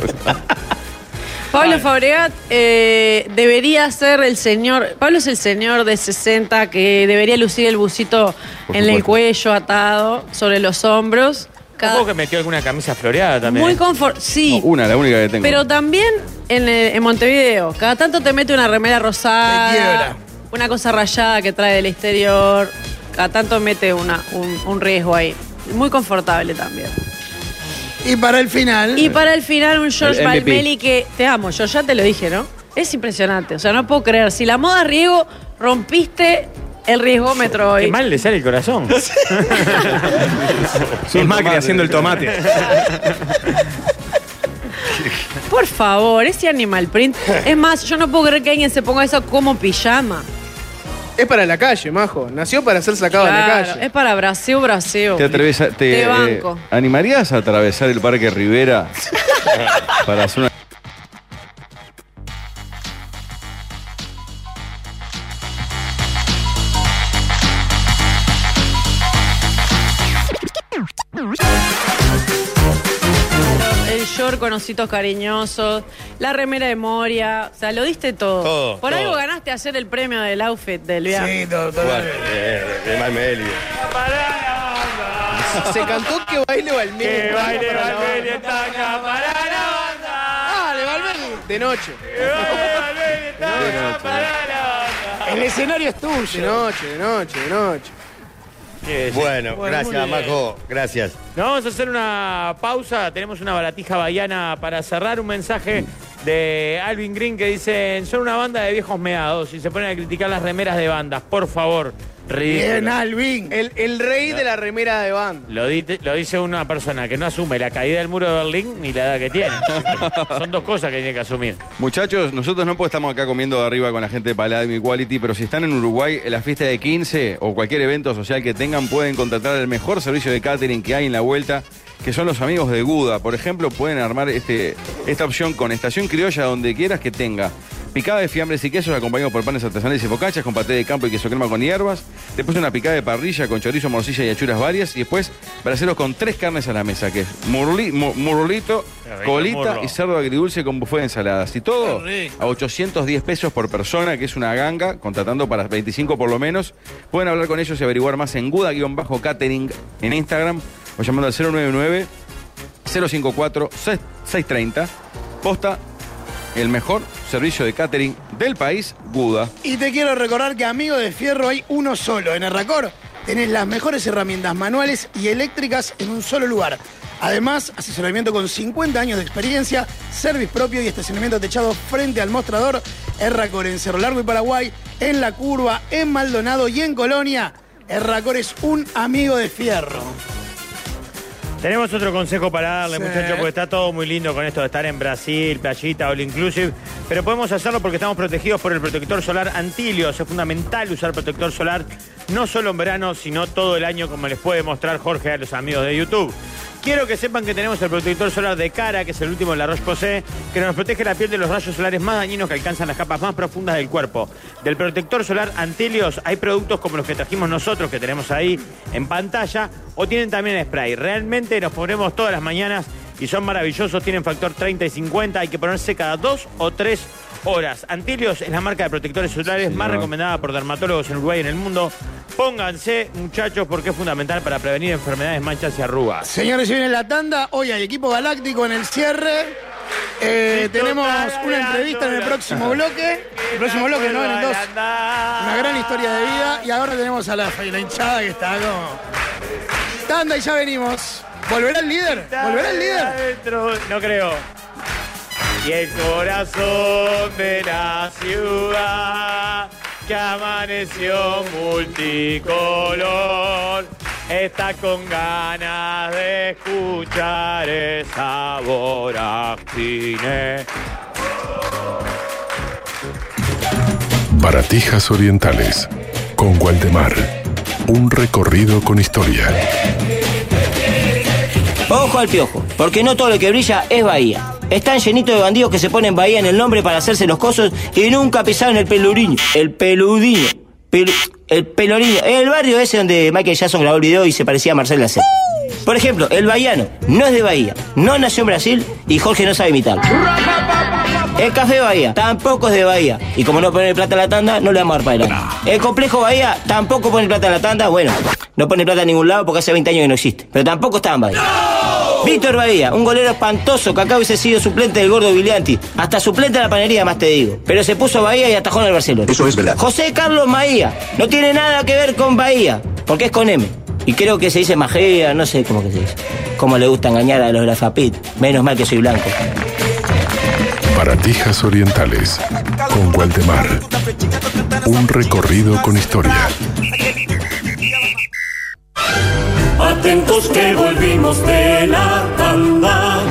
Pablo Fabregat eh, debería ser el señor. Pablo es el señor de 60 que debería lucir el bucito
Por
en el
supuesto.
cuello atado, sobre los hombros. Cada-
Supongo que metió alguna camisa floreada también.
muy confort. Sí.
No, una, la única que tengo.
Pero también en, el- en Montevideo, cada tanto te mete una remera
Te quiebra.
rosada, una cosa rayada que trae del exterior, cada tanto mete una, un, un riesgo ahí. Muy confortable también.
Y para el final.
Y para el final, un George
El MVP.
Palmelli que te amo, yo ya te lo dije, ¿no? Es impresionante, o sea, no puedo creer. Si la moda es riesgo, rompiste el riesgómetro
Qué
hoy.
mal le sale el
[laughs]
corazón.
Es Macri haciendo el tomate.
Por favor, ese animal
[laughs]
print. Es más, yo no puedo creer que alguien se ponga eso como pijama.
Es para la calle, majo. Nació para ser sacado a la
Claro,
calle.
es para Brasil, Brasil.
¿Te, atreves a- te,
Te
eh,
banco.
¿Animarías a atravesar el Parque Rivera para hacer una...
El short con ositos cariñosos, la remera de Moria, o sea, lo diste todo.
Todo,
Por
todo.
algo ganaste ayer el premio del outfit del viaje.
Sí, todo, todo.
Bueno, eh, de Malmeli.
Se cantó que baile Valmeri.
Que baile Valverde, taca, para la banda.
Ah, de Valmeri. De noche.
Que baile Valverde, taca, para la banda.
El escenario es
De
tuyo.
noche, de noche, de noche.
Qué
Bueno, gracias,
muy bien.
Majo. Gracias.
No, vamos a hacer una pausa. Tenemos una baratija bahiana para cerrar. Un mensaje de Alvin Green que dice: Son una banda de viejos meados y se ponen a criticar las remeras de bandas. Por favor, ridículo".
Bien, Alvin.
El, el rey de la remera de banda.
Lo, dite- lo dice una persona que no asume la caída del muro de Berlín ni la edad que [laughs] tiene. Son dos cosas que tiene que asumir.
Muchachos, nosotros no estamos acá comiendo de arriba con la gente de Palladium Equality, pero si están en Uruguay en la fiesta de 15 o cualquier evento social que tengan, pueden contratar el mejor servicio de catering que hay en la vuelta, que son los amigos de Guda. Por ejemplo, pueden armar este, esta opción con estación criolla donde quieras que tenga. Picada de fiambres y quesos acompañados por panes artesanales y focachas con paté de campo y queso crema con hierbas. Después una picada de parrilla con chorizo, morcilla y achuras varias. Y después braseros con tres carnes a la mesa, que es murli- mu- murulito,
Qué rico
colita
murlo.
y cerdo agridulce con buffet de ensaladas. Y todo a 810 pesos por persona, que es una ganga, contratando para 25 por lo menos. Pueden hablar con ellos y averiguar más en guda-catering en Instagram o llamando al 099 054 630. Posta, el mejor servicio de catering del país, Guda.
Y te quiero recordar que amigo de fierro hay uno solo. En Herracor tenés las mejores herramientas manuales y eléctricas en un solo lugar. Además, asesoramiento con 50 años de experiencia, service propio y estacionamiento techado frente al mostrador. Herracor en Cerro Largo y Paraguay, en La Curva, en Maldonado y en Colonia. Herracor es un amigo de fierro.
Tenemos otro consejo para darle,
Sí.
muchachos, porque está todo muy lindo con esto de estar en Brasil, playita, all inclusive, pero podemos hacerlo porque estamos protegidos por el protector solar Antilios. Es fundamental usar protector solar no solo en verano, sino todo el año, como les puede mostrar Jorge a los amigos de YouTube. Quiero que sepan que tenemos el protector solar de cara, que es el último de la Roche-Posay, que nos protege la piel de los rayos solares más dañinos que alcanzan las capas más profundas del cuerpo. Del protector solar Antelios hay productos como los que trajimos nosotros, que tenemos ahí en pantalla, o tienen también spray. Realmente nos ponemos todas las mañanas y son maravillosos, tienen factor 30 y 50, hay que ponerse cada dos o tres horas. Antilios es la marca de protectores solares
Sí,
más
señor.
recomendada por dermatólogos en Uruguay y en el mundo. Pónganse, muchachos, porque es fundamental para prevenir enfermedades, manchas y arrugas.
Señores, se viene la tanda. Hoy hay equipo galáctico en el cierre. Eh, tenemos una entrevista en el próximo bloque. El próximo bloque, ¿no? En el dos. Una gran historia de vida. Y ahora tenemos a la, la hinchada que está como. Tanda y ya venimos. ¿Volverá el líder? ¿Volverá el líder?
Adentro, No creo. Y el corazón de la ciudad que amaneció multicolor está con ganas de escuchar esa voracine.
Baratijas Orientales con Waldemar. Un recorrido con historia.
Ojo al piojo, porque no todo lo que brilla es Bahía. Están llenitos de bandidos que se ponen Bahía en el nombre para hacerse los cosos y nunca pisaron el peluriño. El peludiño. Pel- el peloriño. El barrio ese donde Michael Jackson grabó el video y se parecía a Marcel Lacé. Por ejemplo, el bahiano no es de Bahía, no nació en Brasil y Jorge no sabe imitarlo. El café Bahía tampoco es de Bahía. Y como no pone plata en la tanda, no le vamos a dar para adelante. El complejo Bahía tampoco pone plata en la tanda. Bueno, no pone plata en ningún lado porque hace 20 años que no existe. Pero tampoco está en Bahía. Víctor Bahía, un golero espantoso que acá hubiese sido suplente del gordo Vilianti. Hasta suplente de la panería, más te digo. Pero se puso Bahía y atajó en el Barcelona. Eso es verdad. José Carlos Bahía. No tiene nada que ver con Bahía, porque es con M. Y creo que se dice Majea, no sé cómo que se dice. Cómo le gusta engañar a los de la FAPIT. Menos mal que soy blanco.
Baratijas Orientales con Gualdemar. Un recorrido con historia.
Atentos que volvimos de la tanda.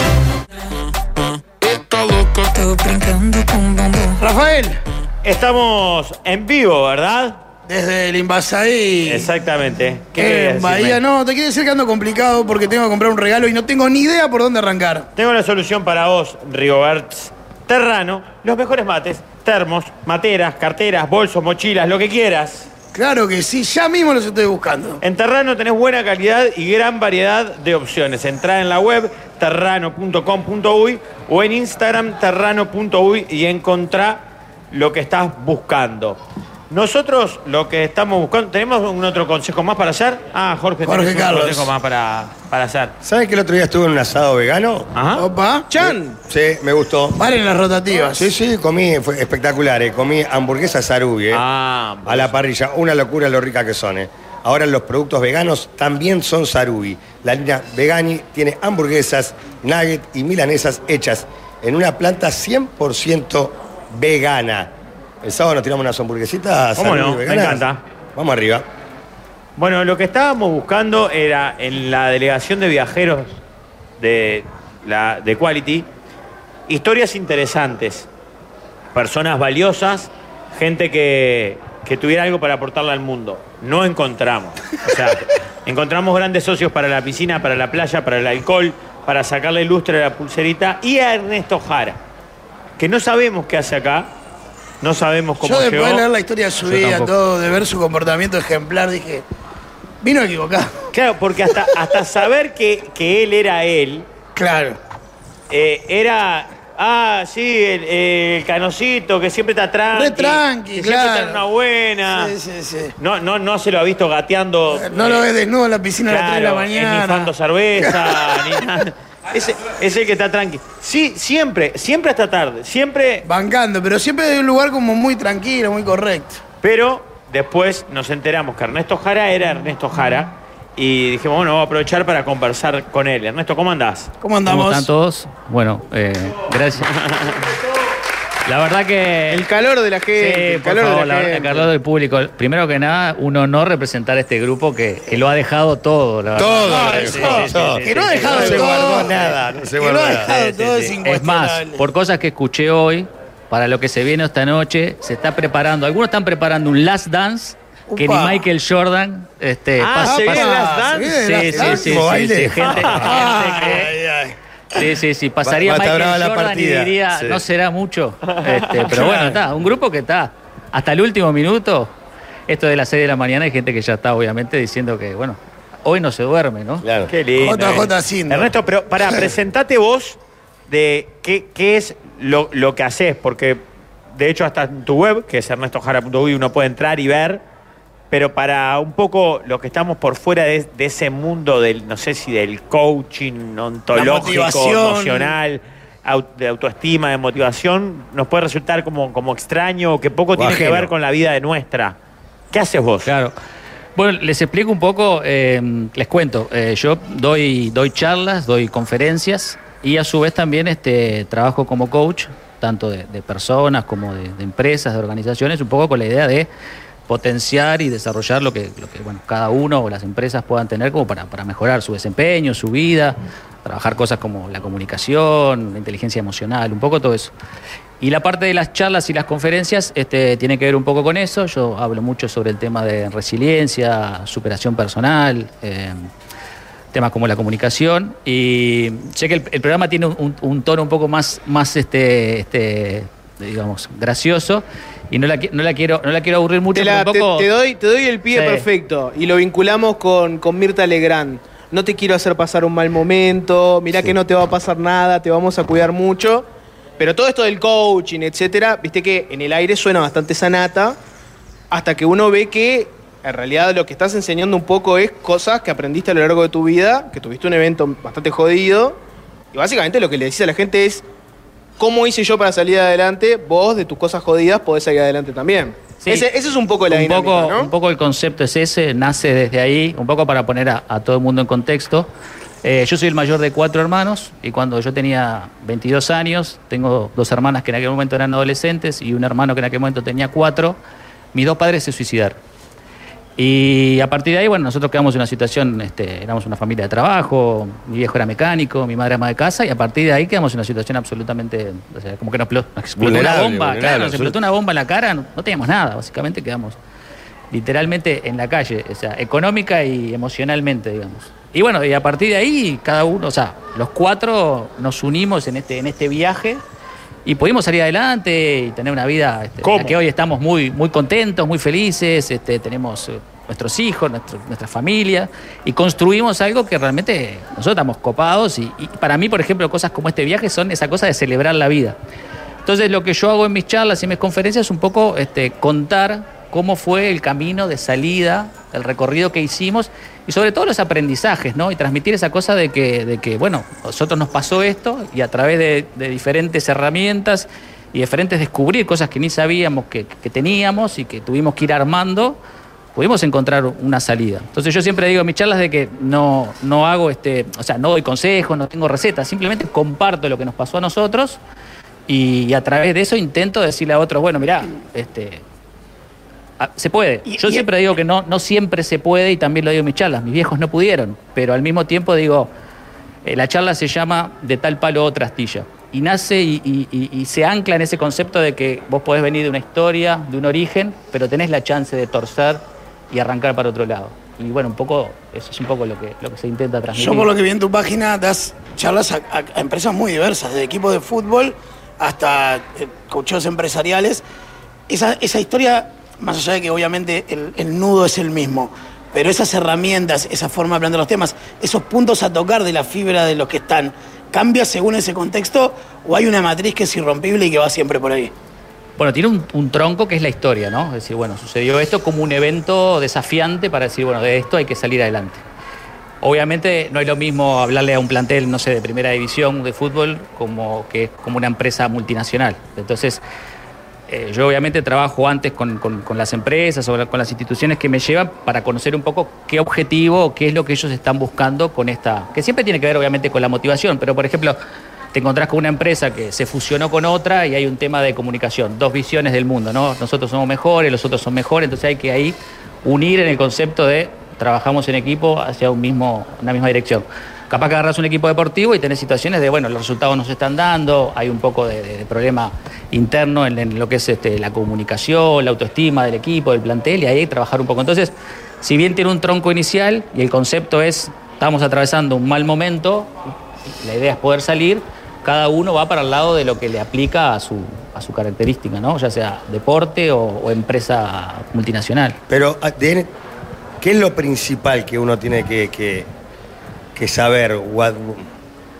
Rafael,
Estamos en vivo, ¿verdad?
desde el Invasaí.
Exactamente. ¿Qué
Eh,
querías decirme?
Bahía, no, te quiero decir que ando complicado porque tengo que comprar un regalo y no tengo ni idea por dónde arrancar.
Tengo la solución para vos, Rigobert Terrano. Los mejores mates, termos, materas, carteras, bolsos, mochilas, lo que quieras.
Claro que sí, ya mismo los estoy buscando.
En Terrano tenés buena calidad y gran variedad de opciones. Entrá en la web terrano.com.uy o en Instagram terrano.uy y encontrá lo que estás buscando. Nosotros lo que estamos buscando, ¿tenemos un otro consejo más para hacer? Ah, Jorge,
Jorge
tenés un
Carlos.
consejo más para, para hacer.
¿Sabes que el otro día estuve en un asado vegano? Eh,
Ajá.
Opa.
Chan,
Sí, me gustó.
Valen las rotativas.
Sí, sí, comí, fue espectacular, eh. comí hamburguesas Sarubi, eh.
Ah,
a la parrilla, una locura lo rica que son. eh. Ahora los productos veganos también son Sarubi. La línea Vegani tiene hamburguesas, nuggets y milanesas hechas en una planta 100% vegana. El sábado nos tiramos unas hamburguesitas.
¿Cómo
Sarubi
no? Me
veganas.
encanta.
Vamos arriba.
Bueno, lo que estábamos buscando era en la delegación de viajeros de, la, de Quality, historias interesantes, personas valiosas, gente que, que tuviera algo para aportarle al mundo. No encontramos. O
[laughs]
sea, encontramos grandes socios para la piscina, para la playa, para el alcohol, para sacarle lustre a la pulserita y a Ernesto Jara, que no sabemos qué hace acá, no sabemos cómo
Yo después
llegó.
de leer la historia de su
Yo
vida,
tampoco.
todo, de ver su comportamiento ejemplar, dije, vino equivocado.
Claro, porque hasta, hasta saber que, que él era él,
Claro.
eh, era. Ah, sí, el, el canocito que siempre está tranqui.
Re tranqui,
que
claro.
Siempre está en una buena.
Sí, sí, sí.
No, no, no se lo ha visto gateando. eh,
No lo ves desnudo en la piscina a las 3 de la
Claro,
mañana. [laughs]
esnifando cerveza, ni nada. Ese- es el que está tranqui. Sí, siempre, siempre hasta tarde. Siempre
Bancando, pero siempre de un lugar como muy tranquilo, muy correcto.
Pero después nos enteramos que Ernesto Jara era Ernesto Jara y dijimos, bueno, vamos a aprovechar para conversar con él. Ernesto, ¿cómo andás?
¿Cómo andamos?
todos? Bueno, eh, gracias. La verdad que
el calor de la gente,
Sí,
el
por
calor
favor,
de la,
la verdad,
gente.
Carlos del público. Primero que nada, un honor representar a este grupo que, que lo ha dejado todo, la verdad.
Todo. todo.
Que no ha dejado
no se
todo.
guardó nada, no se
que no
guardó
ha
nada.
dejado todo es
Es más,
incuestionable.
por cosas que escuché hoy, para lo que se viene esta noche, se está preparando, algunos están preparando un last dance que ni
Upa.
Michael Jordan este,
Ah,
pasa-
se
pasa-
viene
papá,
las
se
danzas.
viene
Sí,
las
sí,
danzas.
sí, sí,
baile.
sí, gente- gente que-
Ay, ay.
Sí, sí, sí. Pasaría
Va- va a estar
Michael
brava la
Jordan
partida,
y diría,
sí.
no será mucho.
[laughs]
Este, pero bueno, está. Un grupo que está hasta el último minuto. Esto de las 6 de la mañana hay gente que ya está, obviamente, diciendo que, bueno, hoy no se duerme, ¿no?
Claro.
Qué lindo. eh.
JJ Sindo.
Ernesto, pero para presentate vos de qué, qué es lo, lo que haces, porque de hecho hasta en tu web, que es ernestojara.uy, uno puede entrar y ver, pero para un poco los que estamos por fuera de, de ese mundo del, no sé si del coaching ontológico,
motivación.
emocional, au- de autoestima, de motivación, nos puede resultar como, como extraño o que poco tiene que
ajeno.
ver con la vida de nuestra. ¿Qué haces vos?
Claro. Bueno, les explico un poco, eh, les cuento. Eh, yo doy, doy charlas, doy conferencias y a su vez también este, trabajo como coach, tanto de, de personas como de, de empresas, de organizaciones, un poco con la idea de potenciar y desarrollar lo que, lo que, bueno, cada uno o las empresas puedan tener como para, para mejorar su desempeño, su vida, trabajar cosas como la comunicación, la inteligencia emocional, un poco todo eso. Y la parte de las charlas y las conferencias este, tiene que ver un poco con eso. Yo hablo mucho sobre el tema de resiliencia, superación personal, eh, temas como la comunicación. Y sé que el, el programa tiene un, un tono un poco más, más este, este, digamos, gracioso. Y no la, qui- no la quiero, no la quiero aburrir mucho.
Te, la-
pero un
te-
poco-
te doy, te doy el pie
Sí.
perfecto y lo vinculamos con, con Mirta Legrand. No te quiero hacer pasar un mal momento, mirá que no te va a pasar nada, te vamos a cuidar mucho. Pero todo esto del coaching, etcétera, viste que en el aire suena bastante sanata, hasta que uno ve que en realidad lo que estás enseñando un poco es cosas que aprendiste a lo largo de tu vida, que tuviste un evento bastante jodido, y básicamente lo que le decís a la gente es, ¿cómo hice yo para salir adelante? Vos de tus cosas jodidas podés salir adelante también.
Sí.
Ese, ese es un poco la
un
dinámica,
poco,
¿no?
un poco el concepto es ese, nace desde ahí, un poco para poner a, a todo el mundo en contexto. Eh, yo soy el mayor de cuatro hermanos y cuando yo tenía 22 años, tengo dos hermanas que en aquel momento eran adolescentes y un hermano que en aquel momento tenía cuatro, mis dos padres se suicidaron. Y a partir de ahí, bueno, nosotros quedamos en una situación, este, éramos una familia de trabajo, mi viejo era mecánico, mi madre ama de casa, y a partir de ahí quedamos en una situación absolutamente, o sea, como que nos plo- nos explotó una
Vulnerable,
bomba,
vulnerable,
claro, nos
absoluto.
explotó una bomba en la cara, no, no teníamos nada, básicamente quedamos literalmente en la calle, o sea, económica y emocionalmente, digamos. Y bueno, y a partir de ahí, cada uno, o sea, los cuatro nos unimos en este, en este viaje y pudimos salir adelante y tener una vida este, en la que hoy estamos muy, muy contentos, muy felices, este, tenemos eh, nuestros hijos, nuestro- nuestra familia, y construimos algo que realmente nosotros estamos copados y, y para mí, por ejemplo, cosas como este viaje son esa cosa de celebrar la vida. Entonces, lo que yo hago en mis charlas y en mis conferencias es un poco este, contar cómo fue el camino de salida, el recorrido que hicimos y sobre todo los aprendizajes, ¿no? Y transmitir esa cosa de que, de que bueno, a nosotros nos pasó esto y a través de, de diferentes herramientas y diferentes descubrir cosas que ni sabíamos que, que teníamos y que tuvimos que ir armando, pudimos encontrar una salida. Entonces yo siempre digo en mis charlas de que no, no hago este, o sea, no doy consejos, no tengo recetas, simplemente comparto lo que nos pasó a nosotros y, a través de eso intento decirle a otros, bueno, mirá, este, ah, se puede. Yo siempre digo que no, no siempre se puede y también lo digo en mis charlas, mis viejos no pudieron, pero al mismo tiempo digo, eh, la charla se llama De tal palo otra astilla. Y nace y, y- y- y se ancla en ese concepto de que vos podés venir de una historia, de un origen, pero tenés la chance de torcer y arrancar para otro lado. Y bueno, un poco, eso es un poco lo que, lo que se intenta transmitir.
Yo por lo que vi en tu página das charlas a, a- a empresas muy diversas, desde equipos de fútbol hasta eh, coacheos empresariales. Esa, esa historia, más allá de que obviamente el, el nudo es el mismo, pero esas herramientas, esa forma de plantear los temas, esos puntos a tocar de la fibra de los que están, ¿cambia según ese contexto o hay una matriz que es irrompible y que va siempre por ahí?
Bueno, tiene un, un tronco que es la historia, ¿no? Es decir, bueno, sucedió esto como un evento desafiante para decir, bueno, de esto hay que salir adelante. Obviamente no es lo mismo hablarle a un plantel, no sé, de primera división de fútbol, como que es como una empresa multinacional. Entonces, eh, yo obviamente trabajo antes con, con- con las empresas o la- con las instituciones que me llevan para conocer un poco qué objetivo, o qué es lo que ellos están buscando con esta, que siempre tiene que ver obviamente con la motivación, pero por ejemplo, te encontrás con una empresa que se fusionó con otra y hay un tema de comunicación, dos visiones del mundo, ¿no? Nosotros somos mejores, los otros son mejores, entonces hay que ahí unir en el concepto de trabajamos en equipo hacia un mismo, una misma dirección. Capaz que agarras un equipo deportivo y tenés situaciones de, bueno, los resultados no se están dando, hay un poco de, de- de problema interno en, en lo que es este, la comunicación, la autoestima del equipo, del plantel, y ahí hay que trabajar un poco. Entonces, si bien tiene un tronco inicial y el concepto es, estamos atravesando un mal momento, la idea es poder salir, cada uno va para el lado de lo que le aplica a su, a su característica, ¿no? Ya sea deporte o- o empresa multinacional.
Pero, ah, tiene- ¿qué es lo principal que uno tiene que, que- que saber o, ad-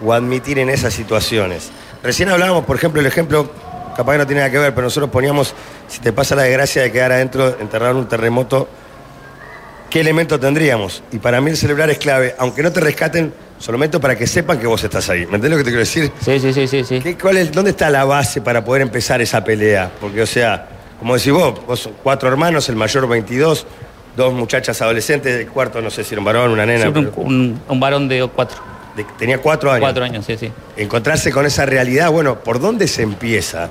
o admitir en esas situaciones? Recién hablábamos, por ejemplo, el ejemplo, capaz que no tiene nada que ver, pero nosotros poníamos, si te pasa la desgracia de quedar adentro, enterrado en un terremoto, ¿qué elemento tendríamos? Y para mí el celular es clave, aunque no te rescaten, solamente para que sepan que vos estás ahí. ¿Me entendés lo que te quiero decir?
Sí, sí, sí, sí.
¿Qué- cuál es- ¿Dónde está la base para poder empezar esa pelea? Porque, o sea, como decís vos, vos son cuatro hermanos, el mayor 22, dos muchachas adolescentes, el cuarto no sé si era un varón, una nena.
Siempre un- un, un varón de cuatro.
De- tenía cuatro años.
Cuatro años, sí, sí.
Encontrarse con esa realidad, bueno, ¿por dónde se empieza?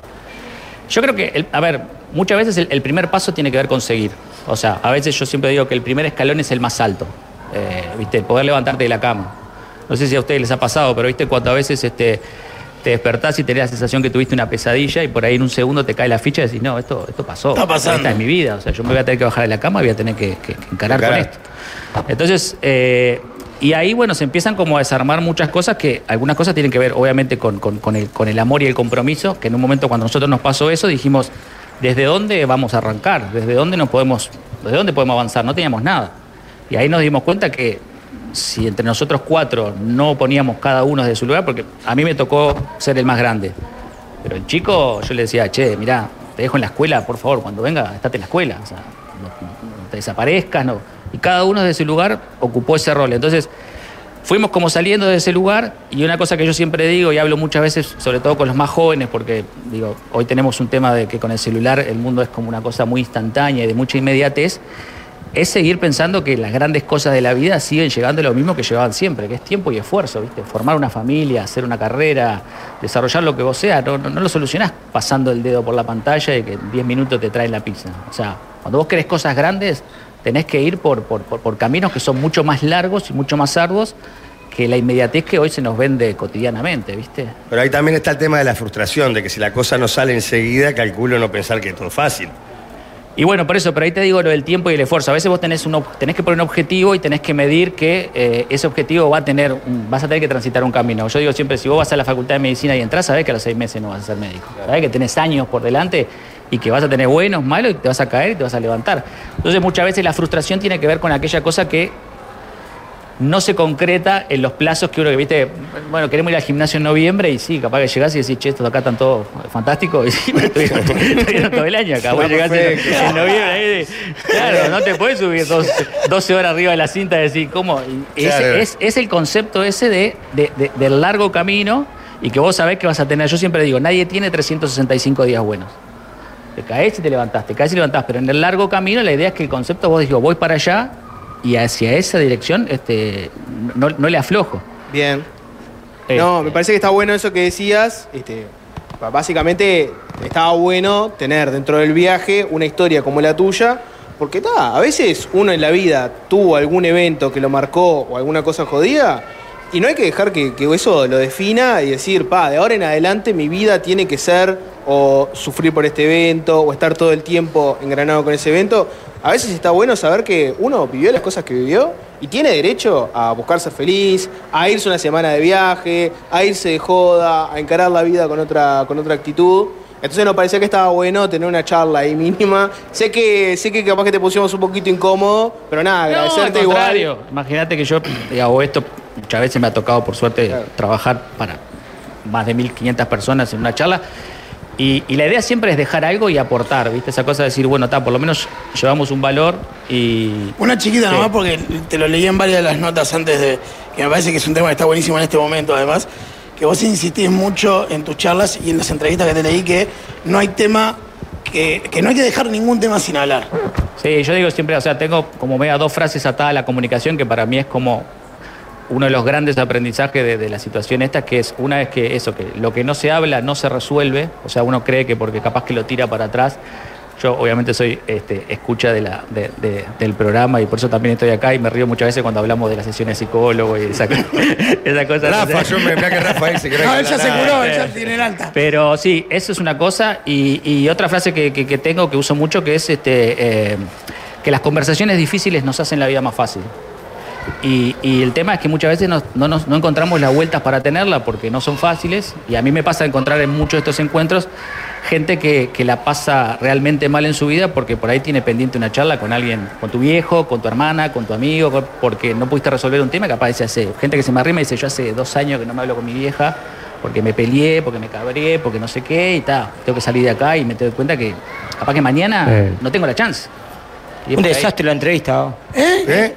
Yo creo que, el- a ver, muchas veces el, el primer paso tiene que ver con seguir. O sea, a veces yo siempre digo que el primer escalón es el más alto. Eh, ¿Viste? Poder levantarte de la cama. No sé si a ustedes les ha pasado, pero ¿viste? Cuando a veces este, te despertás y tenés la sensación que tuviste una pesadilla y por ahí en un segundo te cae la ficha y decís, no, esto, esto pasó.
Está pasando.
Esta es mi vida. O sea, yo me voy a tener que bajar de la cama y voy a tener que, que- que encarar con
Encarar.
esto. Entonces, eh, y ahí, bueno, se empiezan como a desarmar muchas cosas que algunas cosas tienen que ver, obviamente, con, con- con el, con el amor y el compromiso, que en un momento cuando a nosotros nos pasó eso, dijimos, ¿desde dónde vamos a arrancar? ¿Desde dónde nos podemos, desde dónde podemos avanzar? No teníamos nada. Y ahí nos dimos cuenta que si entre nosotros cuatro no poníamos cada uno de su lugar, porque a mí me tocó ser el más grande. Pero el chico, yo le decía, che, mirá, te dejo en la escuela, por favor, cuando venga, estate en la escuela. O sea, no, no te desaparezcas, no. Y cada uno de ese lugar ocupó ese rol. Entonces, fuimos como saliendo de ese lugar y una cosa que yo siempre digo y hablo muchas veces, sobre todo con los más jóvenes, porque digo, hoy tenemos un tema de que con el celular el mundo es como una cosa muy instantánea y de mucha inmediatez, es seguir pensando que las grandes cosas de la vida siguen llegando a lo mismo que llegaban siempre, que es tiempo y esfuerzo, ¿viste? Formar una familia, hacer una carrera, desarrollar lo que vos sea, no, no- no lo solucionás pasando el dedo por la pantalla y que en 10 minutos te traen la pizza. O sea, cuando vos querés cosas grandes, tenés que ir por, por- por- por caminos que son mucho más largos y mucho más arduos que la inmediatez que hoy se nos vende cotidianamente, ¿viste?
Pero ahí también está el tema de la frustración, de que si la cosa no sale enseguida, calculo no pensar que es todo fácil.
Y bueno, por eso, pero ahí te digo lo del tiempo y el esfuerzo. A veces vos tenés, un, ob- tenés que poner un objetivo y tenés que medir que eh, ese objetivo va a tener, un- vas a tener que transitar un camino. Yo digo siempre, si vos vas a la facultad de medicina y entras, sabés que a los seis meses no vas a ser médico. Sabés que tenés años por delante y que vas a tener buenos, malos, y te vas a caer y te vas a levantar. Entonces muchas veces la frustración tiene que ver con aquella cosa que no se concreta en los plazos que uno que viste, bueno, queremos ir al gimnasio en noviembre y sí, capaz que llegás y decís, che, estos de acá están todos fantásticos y [laughs] sí, estuvieron,
[laughs]
estuvieron [laughs] todo el año acá. Vos
Está
llegás en,
perfecto.
en noviembre ahí de- claro, no te puedes subir dos- 12, horas arriba de la cinta y decir, ¿cómo? Y ese-
Claro.
es, es el concepto ese de, de- de- del largo camino y que vos sabés que vas a tener, yo siempre digo, nadie tiene 365 días buenos. Te caes y te levantás, te caes y levantás, pero en el largo camino la idea es que el concepto vos digo, voy para allá y hacia esa dirección este, no, no le aflojo.
Bien.
este.
No, me parece que está bueno eso que decías. Este, ba- básicamente estaba bueno tener dentro del viaje una historia como la tuya. Porque ta, a veces uno en la vida tuvo algún evento que lo marcó o alguna cosa jodida. Y no hay que dejar que, que eso lo defina y decir, pa, de ahora en adelante mi vida tiene que ser o sufrir por este evento o estar todo el tiempo engranado con ese evento. A veces está bueno saber que uno vivió las cosas que vivió y tiene derecho a buscar ser feliz, a irse una semana de viaje, a irse de joda, a encarar la vida con otra, con otra actitud. Entonces nos parecía que estaba bueno tener una charla ahí mínima. Sé que, sé que capaz que te pusimos un poquito incómodo, pero nada, agradecerte igual.
Imagínate que yo hago esto, muchas veces me ha tocado, por suerte, trabajar para más de 1.500 personas en una charla. Y, y la idea siempre es dejar algo y aportar, ¿viste? Esa cosa de decir, bueno, está, por lo menos llevamos un valor y.
Una chiquita
Sí.
nomás, porque te lo leí en varias de las notas antes de. que me parece que es un tema que está buenísimo en este momento, además. Que vos insistís mucho en tus charlas y en las entrevistas que te leí que no hay tema. que, que no hay que dejar ningún tema sin hablar.
Sí, yo digo siempre, o sea, tengo como media dos frases atadas a la comunicación que para mí es como uno de los grandes aprendizajes de, de la situación esta, que es una es que eso, que lo que no se habla no se resuelve, o sea, uno cree que porque capaz que lo tira para atrás. Yo obviamente soy este, escucha de la, de- de- del programa y por eso también estoy acá y me río muchas veces cuando hablamos de las sesiones de psicólogo y esa, [laughs] esa cosa.
Rafa, yo me- mirá que Rafa dice que no hay No, que él ya hablar se nada. curó, él ya
tiene el alta.
Pero sí, eso es una cosa. Y, y otra frase que, que- que tengo que uso mucho que es este, eh, que las conversaciones difíciles nos hacen la vida más fácil. Y, y el tema es que muchas veces nos- no, nos- no encontramos las vueltas para tenerla porque no son fáciles. Y a mí me pasa encontrar en muchos de estos encuentros gente que, que la pasa realmente mal en su vida porque por ahí tiene pendiente una charla con alguien, con tu viejo, con tu hermana, con tu amigo, con- porque no pudiste resolver un tema. Capaz dice, hace gente que se me arrima y dice, yo hace dos años que no me hablo con mi vieja porque me peleé, porque me cabré, porque no sé qué y tal. Tengo que salir de acá y me doy cuenta que capaz que mañana
Eh.
no tengo la chance. Y
Un
es por ahí.
desastre la entrevista. ¿o?
¿Eh?
¿Eh?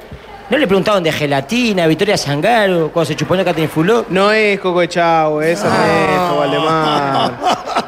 ¿No le preguntaban de gelatina, Victoria Zangaro, cuando se chupó en Catherine Fuló?
No es Coco de Chavo, es
Ah.
Ernesto, Valdemar.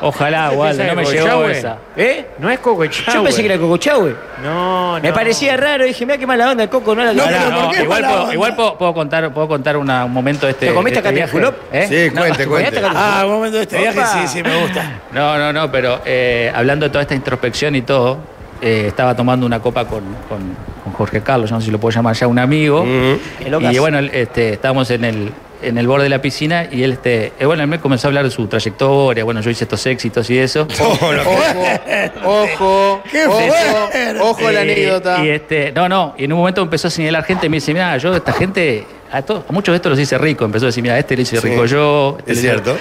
Ojalá, Waldo, no me llegó esa.
¿Eh?
No es Coco Echagüe.
Yo pensé que era Coco Chahue.
No, no.
Me parecía raro, dije, mira qué mala onda el Coco, no la
No, no, igual puedo, igual puedo- puedo contar, puedo contar una- un momento de este.
¿Te comiste acá
de este
en
viaje.
Fulop?
¿Eh?
Sí,
No,
cuente, cuente.
¿te comiste acá en
Ah, un momento de este
Opa.
viaje, sí, sí, me gusta.
No, no, no, pero eh, hablando de toda esta introspección y todo, eh, estaba tomando una copa con, con- con Jorge Carlos, yo no sé si lo puedo llamar ya un amigo.
Qué locas.
Y bueno, el- este, estábamos en el, en el borde de la piscina y él, este, eh, bueno, él me comenzó a hablar de su trayectoria, bueno, yo hice estos éxitos y eso. [laughs]
[laughs] Ojo,
Qué
ojo, ojo a la
Eh,
anécdota.
Y este, no, no, y en un momento empezó a señalar gente, me dice, mira, yo esta gente, a, todos- a muchos de estos los hice rico, empezó a decir, mira, este le hice
Sí.
rico yo. este
Es
le hice-".
cierto.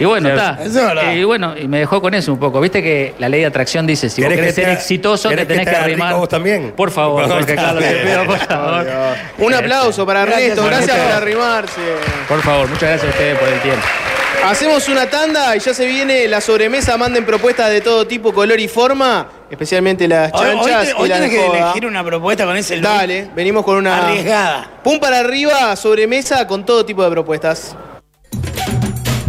Y bueno, está.
Eso es verdad.
Y bueno, y me dejó con eso un poco. Viste que la ley de atracción dice, si vos
¿Querés
querés
que
ser
te-
exitoso, te
querés que
tenés
te
que
haga rico
arrimar.
vos también?
Por favor,
Por
Jorge
favor.
Carlos, te pido, por favor.
Un aplauso para
Gracias,
Ernesto, gracias
Ernesto.
por arrimarse.
Por favor, muchas gracias a ustedes por el tiempo.
Hacemos una tanda y ya se viene la sobremesa. Manden propuestas de todo tipo, color y forma, especialmente las
Hoy, hoy te-
chanchas.
hoy
y las
tenés
de
que
joda.
elegir una propuesta con ese look.
Dale, venimos con una.
Arriesgada.
Pum para arriba, sobremesa con todo tipo de propuestas.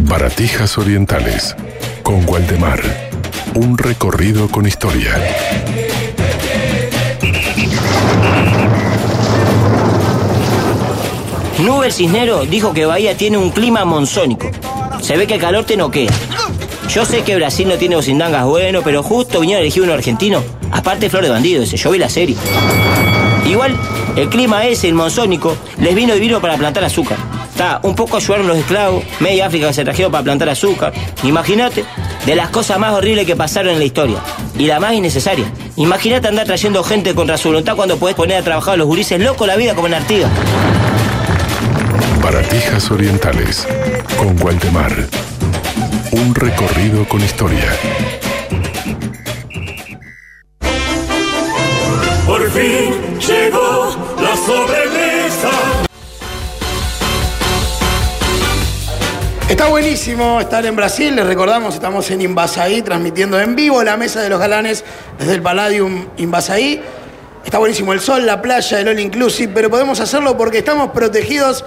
Baratijas Orientales con Gualdemar. Un recorrido con historia.
Nubel Cisnero dijo que Bahía tiene un clima monzónico. Se ve que el calor te noquea. Yo sé que Brasil no tiene bocindangas bueno, pero justo vinieron a elegir uno argentino. Aparte, Flor de Bandido, ese. Yo vi la serie. Igual, el clima ese, el monzónico, les vino divino para plantar azúcar. Está, un poco ayudaron los esclavos, media África que se trajeron para plantar azúcar. Imagínate, de las cosas más horribles que pasaron en la historia. Y la más innecesaria. Imagínate andar trayendo gente contra su voluntad cuando podés poner a trabajar a los gurises locos la vida como en Artigas.
Baratijas Orientales con Gualdemar. Un recorrido con historia.
Por fin llegó la sobremesa.
Está buenísimo estar en Brasil, les recordamos, estamos en Invasaí transmitiendo en vivo la mesa de los galanes desde el Palladium Invasaí. Está buenísimo el sol, la playa, el All Inclusive, pero podemos hacerlo porque estamos protegidos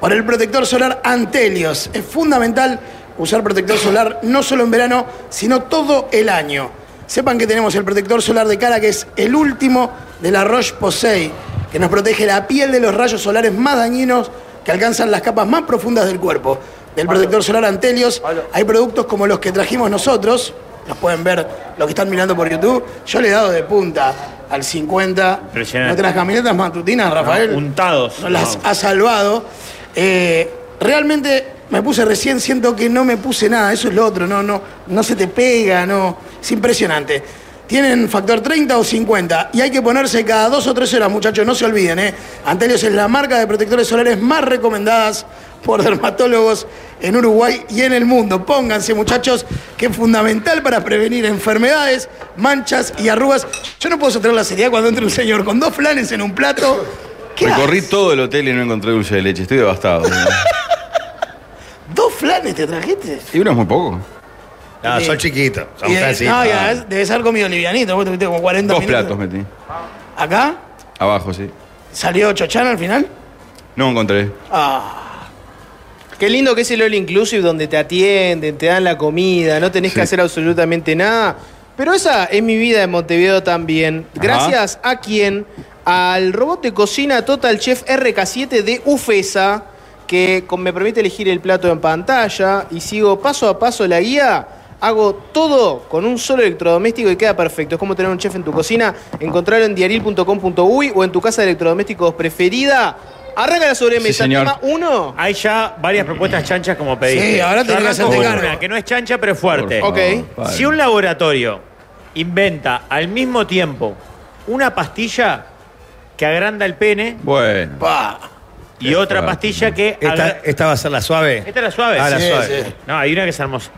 por el protector solar Antelios. Es fundamental usar protector solar no solo en verano, sino todo el año. Sepan que tenemos el protector solar de cara, que es el último de la Roche-Posay, que nos protege la piel de los rayos solares más dañinos que alcanzan las capas más profundas del cuerpo. Del protector solar Antelios hay productos como los que trajimos nosotros, los pueden ver los que están mirando por YouTube. Yo le he dado de punta al 50.
Impresionante.
Nuestras camionetas matutinas, Rafael.
Untados.
Nos las
No.
ha salvado. Eh, realmente me puse recién, siento que no me puse nada, eso es lo otro, no, no, no se te pega, no. Es impresionante. Tienen factor 30 o 50 y hay que ponerse cada dos o tres horas, muchachos, no se olviden, ¿eh? Antelios es la marca de protectores solares más recomendadas por dermatólogos en Uruguay y en el mundo. Pónganse, muchachos, que es fundamental para prevenir enfermedades, manchas y arrugas. Yo no puedo sostener la seriedad cuando entra un señor con dos flanes en un plato. ¿Qué
Recorrí todo el hotel y no encontré dulce de leche. Estoy devastado.
¿Dos flanes te trajiste?
y uno es muy poco.
[laughs] Ah, son chiquitos. Son
Y de-
casi.
no, y
Ah.
además debes haber comido livianito, vos tuviste como 40
Dos
minutos.
platos metí.
Acá
Abajo, sí.
salió Chochana al final.
No encontré.
Ah,
Qué lindo que es el All Inclusive donde te atienden, te dan la comida, no tenés que hacer absolutamente nada. Pero esa es mi vida en Montevideo también.
Ajá.
Gracias a quien, al robot de cocina Total Chef RK7 de UFESA, que con- me permite elegir el plato en pantalla y sigo paso a paso la guía. Hago todo con un solo electrodoméstico y queda perfecto. Es como tener un chef en tu cocina. Encontrarlo en diaril.com.uy o en tu casa de electrodomésticos preferida. Arranca la sobremesa.
señor.
Tema uno.
Hay ya varias propuestas chanchas como pediste.
Sí, ahora tenés
Yo
que
arranco
hacerte
con
cargo.
una que no es chancha, pero es fuerte.
Por favor, Ok.
padre.
Si un laboratorio inventa al mismo tiempo una pastilla que agranda el pene
Bueno.
y otra pastilla que...
Esta,
agra-
esta va a ser la suave.
Esta era suave.
Ah, la
Sí,
suave.
sí. No, hay una que es hermosa.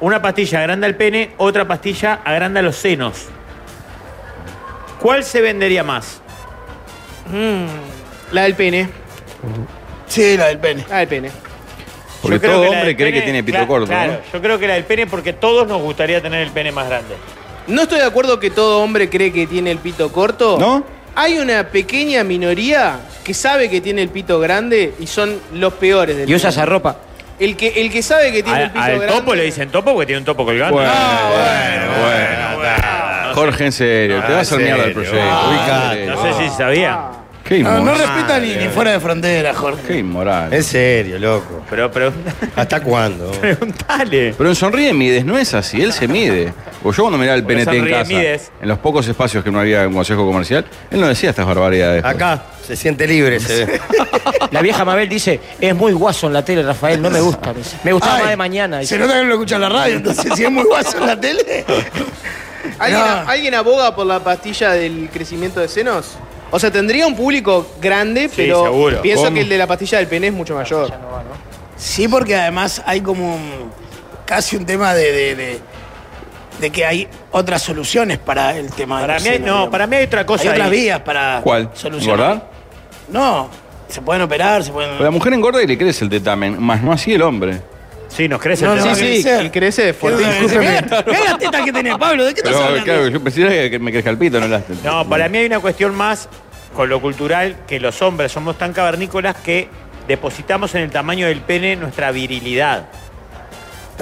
Una pastilla agranda el pene, otra pastilla agranda los senos. ¿Cuál se vendería más?
Mm. La del pene.
sí, la del pene.
La del pene.
Porque
Yo creo
todo
que la
hombre
del
cree que
pene-
tiene pito
cla-
corto,
Claro,
¿no?
yo creo que la del pene porque todos nos gustaría tener el pene más grande.
No estoy de acuerdo que todo hombre cree que tiene el pito corto.
¿No?
Hay una pequeña minoría que sabe que tiene el pito grande y son los peores del
Y usa esa
mundo.
ropa.
El que, el que sabe que tiene el
Al,
pito
al
grande.
topo le dicen topo porque tiene un topo Ah, colgando.
Bueno,
bueno,
bueno, Jorge, en serio, te vas a hacer
en
mierda el
serio.
proyecto.
Ah,
Ubicate.
No sé si sabía.
Qué
No,
inmoral.
no respeta ni,
eh.
ni fuera de frontera, Jorge.
Qué inmoral.
En serio, loco.
Pero, pero
¿Hasta cuándo?
[laughs] preguntale.
Pero en Sonríe Mides no es así, él se mide. O yo cuando miraba el
Porque
PNT en
Sonríe
casa,
Mides.
en los pocos espacios que no había un consejo comercial, él no decía estas barbaridades.
Acá se siente libre, se ve.
La vieja Mabel dice, es muy guaso en la tele, Rafael, no me gusta. Me dice. Me gustaba
Ay,
más de mañana. dice.
Se nota que no lo escucha en la radio, entonces si es muy guaso en la tele.
¿Alguien,
No.
alguien aboga por la pastilla del crecimiento de senos? O sea, tendría un público grande, pero
seguro.
pienso
¿Cómo?
que el de la pastilla del pene es mucho mayor.
Sí, porque además hay como un- casi un tema de, de, de- de que hay otras soluciones para el tema.
Para
del
mí hay,
seno,
no,
digamos.
para mí hay otra cosa.
Hay otras
ahí.
vías para
¿Cuál?
solucionar.
¿Engordar?
No, se pueden operar, se pueden...
Pero La mujer engorda y le crece el tetamen, más no así el hombre.
Sí, nos crece
No,
el
no,
tema.
sí, sí, y crece fuertísimo.
Mira la teta que tenés, Pablo, ¿de qué estás
Pero,
hablando?
claro, yo pensé que me crezca el pito, no las
No, para mí hay una cuestión más con lo cultural, que los hombres somos tan cavernícolas que depositamos en el tamaño del pene nuestra virilidad.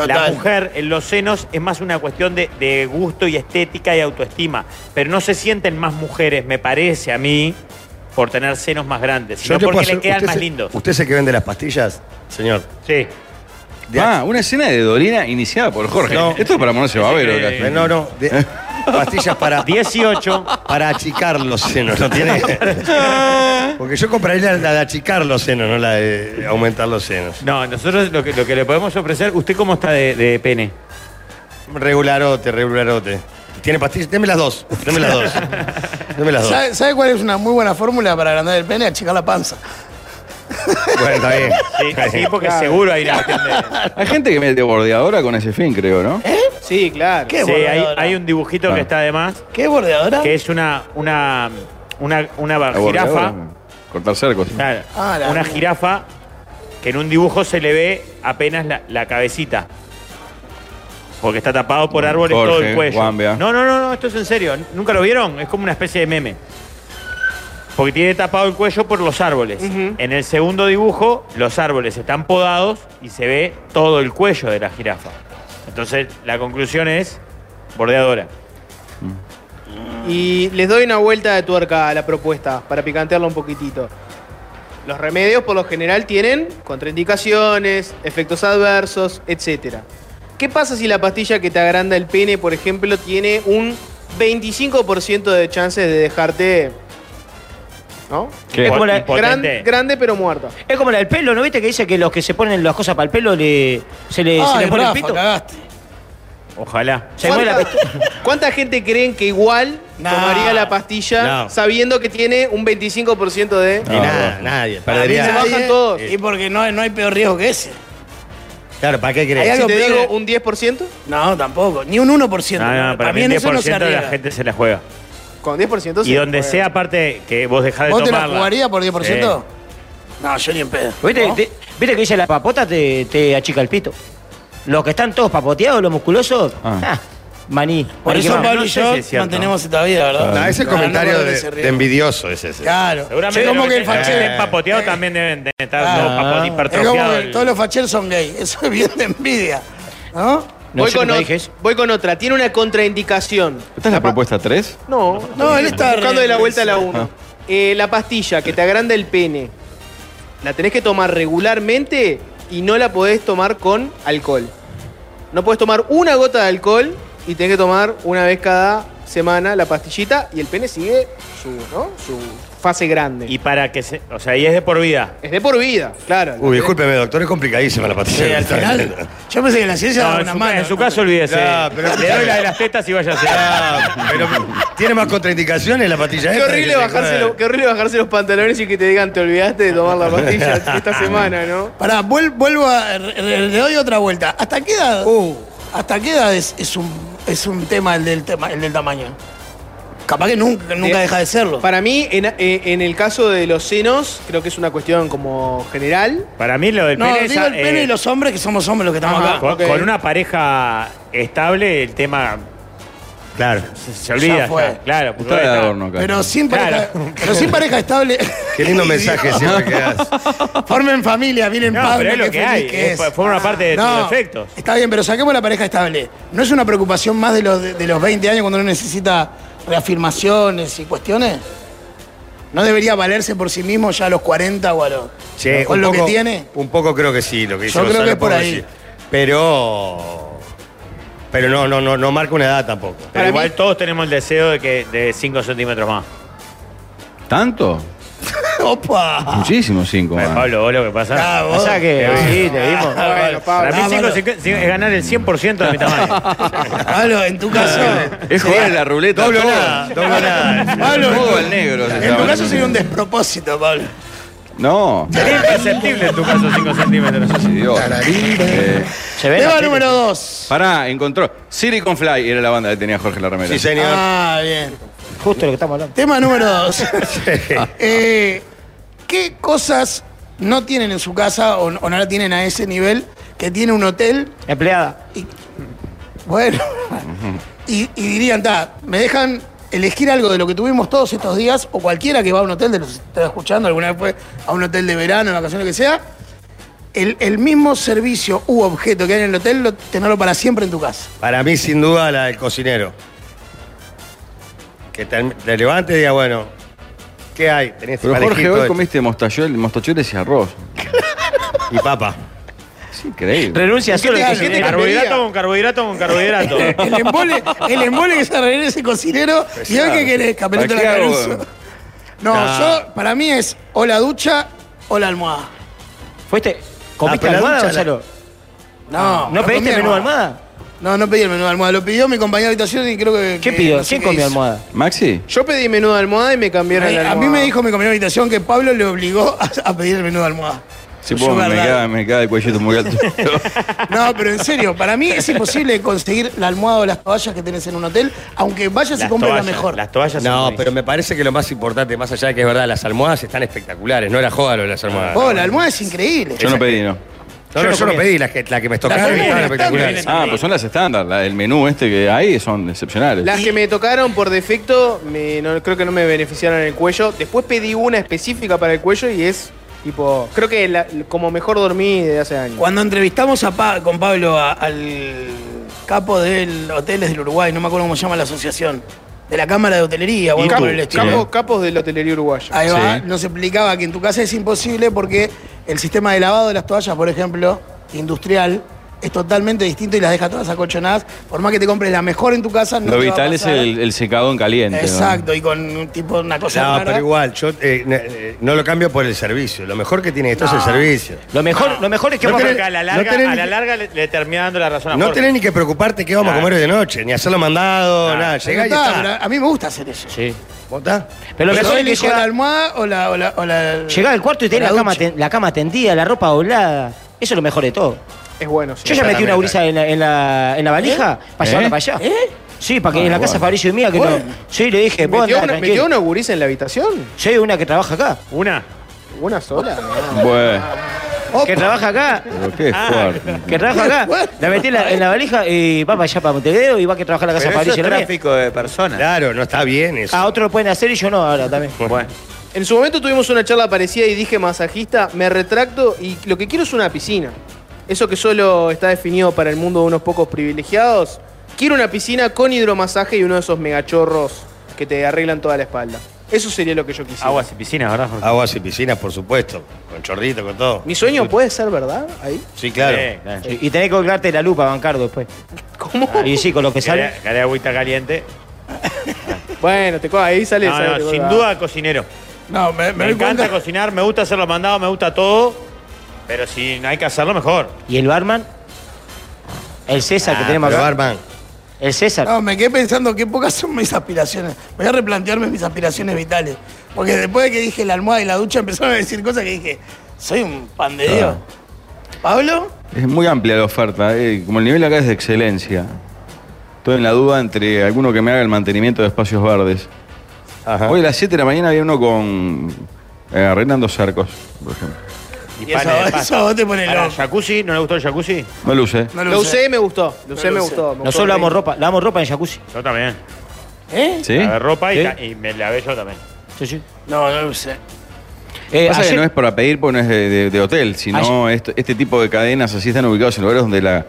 La mujer en los senos es más una cuestión de, de gusto y estética y autoestima, pero no se sienten más mujeres, me parece a mí, por tener senos más grandes,
Yo
sino
te puedo
porque
hacer-
le quedan
usted
más
se-
lindos.
¿Usted es el que vende las pastillas, señor?
Sí.
Ah, una escena de Dolina iniciada por Jorge.
No.
Esto es para ponerse babero.
Eh,
Castillo.
no, no.
[laughs]
de- pastillas para.
18.
Para achicar los senos, ¿no tiene?
[laughs]
Porque yo compraría la, la de achicar los senos, no la de aumentar los senos.
No, nosotros lo que, lo que le podemos ofrecer, ¿usted cómo está de, de pene?
Regularote, regularote. ¿Tiene pastillas? Deme las dos. Deme las dos. Deme las dos.
¿Sabe, sabe cuál es una muy buena fórmula para agrandar el pene? Achicar la panza.
Bueno, está bien.
Sí, sí, porque seguro [laughs] hay una cuestión de-
Hay gente que mete bordeadora con ese fin, creo, ¿no?
Eh,
Sí, claro.
Sí, hay, hay un dibujito
Claro.
que está además,
¿Qué bordeadora?
que es una, una, una, una
La
jirafa.
bordeadora, Cortar cercos.
Claro.
Ah, la-
una jirafa que en un dibujo se le ve apenas la, la cabecita. Porque está tapado por árboles
Jorge,
todo el cuello.
Juan, vea.
No, no, no, no, esto es en serio. ¿Nunca lo vieron? Es como una especie de meme. Porque tiene tapado el cuello por los árboles.
Ujú.
En el segundo dibujo, los árboles están podados y se ve todo el cuello de la jirafa. Entonces, la conclusión es bordeadora.
Y les doy una vuelta de tuerca a la propuesta para picantearla un poquitito. Los remedios por lo general tienen contraindicaciones, efectos adversos, etc. ¿Qué pasa si la pastilla que te agranda el pene, por ejemplo, tiene un 25% de chances de dejarte... ¿No?
Qué
Es como la- gran-
impotente.
grande pero muerta.
Es como la del pelo, ¿no viste que dice que los que se ponen las cosas para el pelo le, se le, se
Ay,
Eh, le pone
Rafa,
el pito?
cagaste.
Ojalá.
Se muere la
¿Cuánta, cuánta gente creen que igual
No.
tomaría la pastilla
No.
sabiendo que tiene un 25% de...
Y nada, nadie. Perdería.
se bajan todos.
Y porque no, no hay peor riesgo que ese.
Claro, ¿para qué
Si
crees?
algo
te
peor?
digo un 10%,
No, tampoco. Ni un 1%.
No, no, para, mí
en
el
eso
10%
no se
de
arriesga.
la gente se la juega.
con 10%
Y
se
donde
puede.
sea, aparte que vos dejás de
¿Vos te
tomarla.
la jugarías por 10%? No, yo ni en pedo.
¿Viste,
¿No?
Te- viste que dice la papota te, te achica el pito? Los que están todos papoteados, los musculosos,
Ah.
ah, maní.
Por
Maní
eso
que maní.
Pablo
no
y
sé
yo
si es cierto.
mantenemos esta vida, ¿verdad?
No, ese
No,
comentario
no podemos
de,
ser
de
riesgos.
envidioso es ese.
Claro.
Seguramente eh.
Es como
los
que el
estén-
fachero.
estén papoteados también deben de estar
Ah.
todos papo-
Es como
hipertrofiados.
que todos los facheros son gay. [laughs] Eso es bien de envidia. ¿No?
No,
voy,
yo
con
nunca
ot-
dije eso.
voy con otra, tiene una contraindicación.
¿Esta es la propuesta 3?
No,
No, él está
buscando de la vuelta a la 1.
Ah.
la pastilla que te agranda el pene, la tenés que tomar regularmente y no la podés tomar con alcohol. No podés tomar una gota de alcohol y tenés que tomar una vez cada semana la pastillita y el pene sigue su, ¿no? su fase grande.
Y para que se. O sea, y es de por vida.
es de por vida, claro.
Uy, discúlpeme, doctor, es complicadísima la
Sí,
pastilla.
al final. Yo pensé que la ciencia
No,
daba
en,
una
su,
mano.
en su caso, olvídese.
No, pero-
Le doy la de las tetas y vaya a ser.
Ah, pero tiene más contraindicaciones la pastilla.
Qué
esta que
horrible,
se
bajarse
come.
los, qué horrible bajarse los pantalones y que te digan te olvidaste de tomar la [laughs] pastilla esta semana, ¿no?
Pará, vuel- vuelvo a. re- re- Le doy otra vuelta. ¿Hasta qué edad?
Uh.
¿Hasta qué edad es, es un, es un tema el del, tema, el del tamaño? Capaz que nunca, nunca
Eh,
deja de serlo.
Para mí, en, eh, en el caso de los senos, creo que es una cuestión como general.
Para mí, lo del
no,
pene es,
digo el pene
eh,
y los hombres que somos hombres los que estamos
Ajá.
acá.
con,
Ok.
con una pareja estable, el tema
Claro.
se, se olvida.
Ya fue.
ya, Claro, porque
Está de
ahora está-
adorno acá.
Pero sin, pareja,
Claro.
pero sin pareja
[laughs]
estable.
Qué lindo mensaje siempre que das.
Formen familia, miren
No,
Pablo,
pero es lo
qué
que
feliz
hay,
que es.
es-
Ah,
forma parte de
No,
tus defectos.
Está bien, pero saquemos la pareja estable. ¿No es una preocupación más de los, de, de los 20 años cuando uno necesita reafirmaciones y cuestiones? ¿No debería valerse por sí mismo ya a los 40 o a los.
Che,
con
un
lo
poco-
que tiene?
Un poco creo que sí, lo que dice
Yo creo
Gonzalo,
que es por
poco
ahí.
sí. Pero. Pero no, no, no, no marca una edad tampoco.
Pero
Para
igual
mí-
todos tenemos el deseo de que de 5 centímetros más.
¿Tanto?
¡Opa!
Muchísimo ah. 5.
Bueno, Pablo, vos lo que pasa.
Ah, vos.
Pasa que
Te
sí,
vi.
te vimos.
Ah, bueno,
Para mí,
Ah,
cinco
Pablo.
cincu- es ganar el 100% de mi tamaño.
[laughs] Pablo, en tu caso.
Es jugar a la ruleta.
Doble o
todo.
nada, doble o nada.
Pablo, en
Todo
tu-
al negro. se
En
llama.
tu caso sería un despropósito, Pablo.
No.
Sería imperceptible en tu caso 5 centímetros.
Es idiota. Eh,
Se ve.
Tema número 2.
pará, encontró. Silicon Fly era la banda que tenía Jorge la remera.
Sí, señor.
Ah, bien.
Justo lo que estamos hablando.
Tema número
[laughs]
dos. Eh, ¿Qué cosas no tienen en su casa o, o no la tienen a ese nivel que tiene un hotel.
Empleada.
Bueno, y, y dirían, ta, me dejan elegir algo de lo que tuvimos todos estos días, o cualquiera que va a un hotel, de los que está escuchando, alguna vez fue a un hotel de verano, de vacaciones, lo que sea, el, el mismo servicio u objeto que hay en el hotel, lo, tenerlo para siempre en tu casa.
Para mí, sin duda, la del cocinero. Que te, te levantes y digas, bueno, ¿qué hay? Tenés
Pero
parejito
Jorge, hoy
esto.
comiste mostachol- mostacholes y arroz.
Y papa.
Es increíble.
¿Y qué te- qué te
eh, Carbohidrato
cambiaría?
con carbohidrato con carbohidrato.
el,
[laughs]
embole, el embole que se arregló ese cocinero, y hoy que querés, campeonato de la Caruso. No,
Nah.
yo, para mí es o la ducha o la almohada.
¿Fuiste?
Ah,
¿Comiste
pero la
almohada,
ducha, la-
Gonzalo?
No.
¿No pediste
comí
menú
No, no pedí el menú almohada. Lo pidió mi compañero de habitación y creo que.
¿Qué
que
pidió?
Eh, no sé
¿Quién
qué
comió
hizo.
almohada?
Maxi.
Yo pedí menudo de almohada y me cambiaron
Ay,
la
A
almohada.
mí me dijo mi compañero de habitación que Pablo le obligó a, a pedir el menú de almohada.
Sí,
Yo,
pues, me,
verdad.
queda, me queda el cuellito muy
[laughs]
alto.
No, pero en serio, para mí es imposible conseguir la almohada o las toallas que tenés en un hotel, aunque vayas y compres la mejor.
Las toallas No, pero me parece que lo más importante, más allá de que es verdad, las almohadas están espectaculares. No era joda lo de las almohadas.
Oh, la almohada es increíble.
Ah, Yo no pedí,
Ah,
no.
No, no, yo no pedí las que, las que me tocaron y estaban espectaculares.
Ah, pues son las estándar. la- el menú este que hay son excepcionales.
Las que me tocaron por defecto, me- no, creo que no me beneficiaron en el cuello. Después pedí una específica para el cuello y es tipo. Creo que la- como mejor dormí desde hace años.
Cuando entrevistamos a Pa- con Pablo a- al capo del Hoteles del Uruguay, no me acuerdo cómo se llama la asociación, de la Cámara de Hotelería o algo
Capo-
por el estilo.
capo- capos de la hotelería uruguaya.
Ahí va, nos explicaba que en tu casa es imposible porque el sistema de lavado de las toallas, por ejemplo, industrial, es totalmente distinto y las deja todas acolchonadas. Por más que te compres la mejor en tu casa, no
lo
te va a
vital es
pasar.
el, el secado en caliente. ¿no?
Exacto, y con un tipo una cosa
No,
rara.
pero igual, yo eh, no, eh, no lo cambio por el servicio. Lo mejor que tiene esto es el
No.
Ah.
servicio.
Lo mejor, lo mejor
No
Porque
tenés-
a la
no
larga,
tenés
a
ni-
la larga le, le termina dando la razón a
No
Jorge.
tenés ni que preocuparte qué vamos a
Claro.
comer hoy de noche, ni hacerlo mandado, nada. Llegá y
Pero
está.
está, pero a mí me gusta hacer eso.
Sí.
¿Vos está?
Pero lo
Yo
mejor es que
elijo
llega-
la almohada o la... O la, o la-
Llegás al cuarto y tenés
o
la, cama,
ducha.
ten- la cama tendida, la ropa doblada. Eso es lo mejor de todo.
Es bueno.
Yo ya metí una brisa en la, en la, en la valija para llevarla
¿Eh?
para allá. Sí, para que
Ah,
en la
bueno.
casa Fabricio y mía que
Bueno.
no. Sí, le dije, vos
¿Metió
andá,
una,
tranquilo.
¿Metió una gurisa en la habitación?
Sí, una que trabaja acá.
¿Una?
¿Una sola?
Bueno,
Que trabaja acá.
pero qué
Ah.
fuerte.
Que trabaja acá. La metí en la, en la valija y va para allá, para Montevideo y va que trabaja en la casa
Pero eso
Fabricio y
es
la mía.
tráfico de personas. Ah,
Claro, no está bien eso. [laughs]
A otros lo pueden hacer y yo no ahora también.
Bueno.
En su momento tuvimos una charla parecida y dije masajista, me retracto y lo que quiero es una piscina. Eso que solo está definido para el mundo de unos pocos privilegiados. Quiero una piscina con hidromasaje y uno de esos megachorros que te arreglan toda la espalda. Eso sería lo que yo quisiera.
Aguas y piscinas, ¿verdad? Jorge?
Aguas y piscinas, por supuesto. Con chorrito, con todo.
Mi sueño puede ser verdad ahí.
Sí, claro.
Sí,
Sí, Y tenés que colgarte la lupa, Bancardo, después.
¿Cómo?
Y sí, con lo que sale.
Calé- calé agüita caliente.
Bueno, te co- ahí sale.
No,
sale,
no,
te co-
sin
ah.
duda cocinero.
No, me, me
Me
doy
encanta
cuenta-
cocinar, me gusta hacerlo mandado, me gusta todo. Pero si hay que hacerlo mejor.
¿Y el barman? El César
Ah,
Ah,
que tenemos
Pero,
acá.
barman,
El César.
No, me quedé pensando qué pocas son mis aspiraciones. Voy a replantearme mis aspiraciones vitales. Porque después de que dije la almohada y la ducha, empezaron a decir cosas que dije, soy un pan de Dios. ¿Pablo?
Es muy amplia la oferta. eh, Como el nivel acá es de excelencia. Estoy en la duda entre alguno que me haga el mantenimiento de espacios verdes. Hoy a las 7 de la mañana había uno con eh, arreglando cercos, por ejemplo.
Y,
eso-
panes de pasta.
eso vos te pones
Ahora,
loco.
jacuzzi? ¿No le gustó el jacuzzi?
No luce.
No
Lo usé, me gustó. Lo usé,
lo
me
usé.
gustó. me gustó.
Nosotros lavamos ropa, lavamos ropa en jacuzzi.
Yo también.
¿Eh?
¿Sí?
Lavé ropa y,
Sí.
la- y me lavé yo también.
Sí, sí.
No, no lo usé.
Eh,
Pasa
ayer-
que no es para pedir porque no es de, de- de hotel, sino esto- este tipo de cadenas así están ubicados en lugares donde la,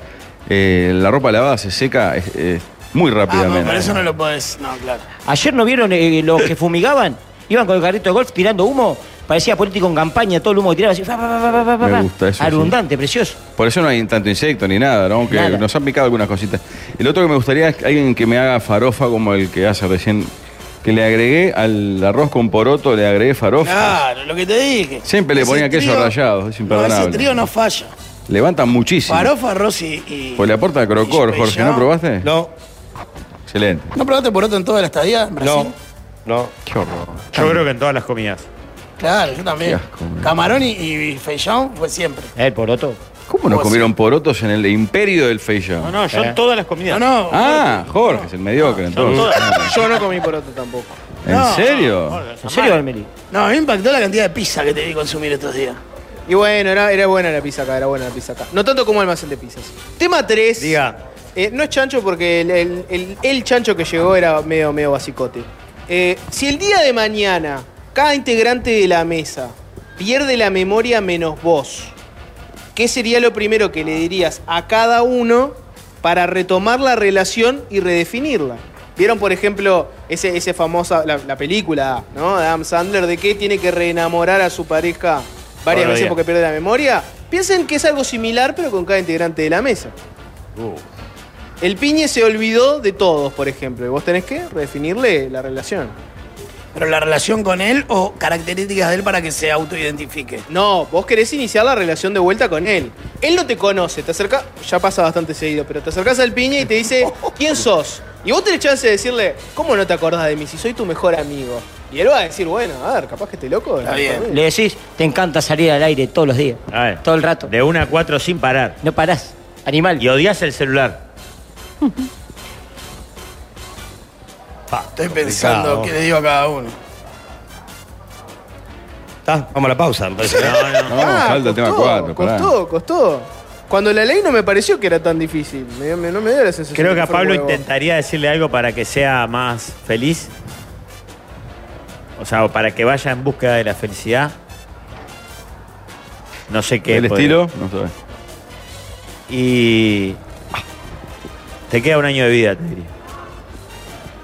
eh, la ropa lavada se seca eh, eh, muy
Ah, no,
rápidamente.
pero eso no lo podés. No, claro.
Ayer no vieron eh, los que fumigaban, iban con el carrito de golf tirando humo, parecía político en campaña, todo el humo que tiraba así, fa, fa, fa, fa, fa, fa,
Me
fa.
gusta eso, sí.
abundante, precioso.
Por eso no hay tanto insecto ni nada, ¿no? Aunque
Nada.
nos han picado algunas cositas. El otro que me gustaría es alguien que me haga farofa como el que hace recién, que le agregué al arroz con poroto, le agregué farofa.
Claro, lo que te dije.
Siempre le
Ese
ponía queso
trío-
rallado, es imperdonable.
No, ese trío no falla.
Levanta muchísimo.
Farofa, Rossi y.
Pues le aporta crocor,
Y
Jorge,
yo-
¿no probaste?
No,
Excelente.
¿No probaste poroto en toda la estadía en Brasil?
no, no.
Qué horror.
Yo creo que en todas las comidas.
Claro, yo también.
Qué asco, man.
Camarón y, y feijão fue siempre.
El poroto.
¿Cómo nos
Vos-
comieron porotos en el imperio del feijón?
No, no,
Eh.
yo
¿Eh?
en todas las comidas.
No, no.
Ah, Jorge, es el mediocre
Son
entonces.
todas.
Yo no comí poroto tampoco.
¿En serio?
¿En serio, Almeri?
No, a mí me impactó la cantidad de pizza que te vi consumir estos días.
Y bueno, era, era buena la pizza acá, era buena la pizza acá. No tanto como almacén de pizzas. Tema 3.
Diga.
no es chancho porque el, el- el- el chancho que llegó era medio, medio basicote. Eh, si el día de mañana cada integrante de la mesa pierde la memoria menos vos, ¿qué sería lo primero que le dirías a cada uno para retomar la relación y redefinirla? ¿Vieron, por ejemplo, ese, ese famosa, la, la película ¿no? de Adam Sandler de que tiene que reenamorar a su pareja varias
Todos los
veces
días.
porque pierde la memoria? Piensen que es algo similar, pero con cada integrante de la mesa. El piñe se olvidó de todos, por ejemplo, y vos tenés que redefinirle la relación.
Pero la relación con él o características de él para que se autoidentifique.
No, vos querés iniciar la relación de vuelta con él. Él no te conoce, te acerca, ya pasa bastante seguido, pero te acercás al piña y
[laughs]
te dice, ¿quién sos? Y vos tenés chance de decirle, ¿cómo no te acordás de mí si soy tu mejor amigo? Y él va a decir, bueno, a ver, capaz que esté loco. no, no, no".
Le decís, te encanta salir al aire todos los días. Todo el rato.
De una a cuatro sin parar.
No parás. Animal.
Y odias el celular.
Estoy pensando qué le digo a cada uno.
¿Está? Vamos a la pausa. entonces.
Ah,
falta el tema
costó,
4, pará.
Costó, costó. Cuando la ley no me pareció que era tan difícil. Me- me- no me dio la sensación.
Creo que a
fue
Pablo
huevo.
intentaría decirle algo para que sea más feliz. O sea, o para que vaya en búsqueda de la felicidad. No sé qué.
¿El
podría-
estilo? No sé.
Y. Ah. Te queda un año de vida, te diría.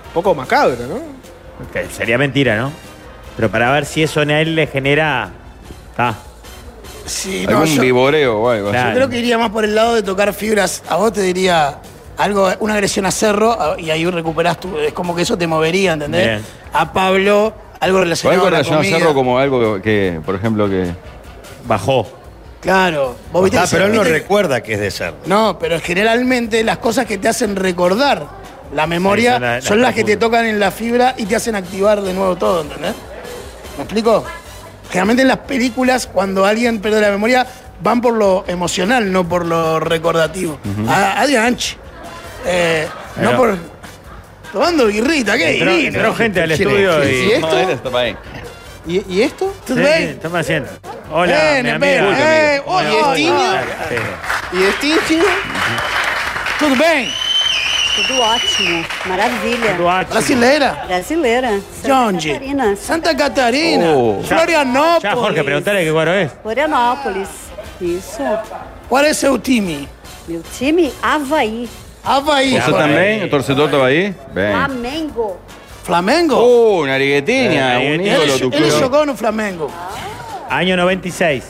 Un poco macabro, ¿no?
Que sería mentira, ¿no? Pero para ver si eso en él le genera. Ah,
Sí, no,
Algún
yo,
viboreo o algo. así.
yo creo que iría más por el lado de tocar fibras. A vos te diría algo, una agresión a cerro a- y ahí recuperás tu. Es como que eso te movería, ¿entendés?
Bien.
A Pablo, algo
O
relacionado
algo
a la
relacionado a
comida.
Cerro como algo que, por ejemplo, que.
Bajó.
Claro. ¿Vos viste
Ah,
que
pero él no
viste-
recuerda que es de cerdo.
No, pero generalmente las cosas que te hacen recordar la memoria son,
Sí, son las-
las
las
que te tocan en la fibra y te hacen activar de nuevo todo, ¿entendés? ¿Me explico? Generalmente en las películas, cuando alguien pierde la memoria, van por lo emocional, no por lo recordativo.
Ujú.
A- Adrián Anchi. Eh, no
Bueno.
por. Tomando birrita, qué
Entró-
divino.
entró gente al
¿Quién es?
estudio y-
¿Y esto?
¿Y, y esto?
¿Tú
Sí,
ves?
sí, toma asiento. Hola,
Eh,
mi
Nepera,
amigo.
eh,
Hola,
hola,
amigo.
hola.
Sí.
¿Y Stingy?
Ah, é. Uhum. Tudo bem?
Tudo ótimo, maravilha.
Tudo ótimo.
Brasileira?
Brasileira.
De onde?
Catarina.
Santa Catarina,
Oh.
Florianópolis.
Ya, Jorge, preguntale qué cuadro es.
Florianópolis. Isso.
Qual é seu time?
Meu time, Havaí.
Havaí.
¿Vos sos también? ¿El torcedor ahí? Ven.
Flamengo.
Flamengo?
¡Uh, nariguetinha!
Eh,
Un
nariguetinha.
ídolo
Él-
tu
él
club.
Jogou no Flamengo.
Año 96.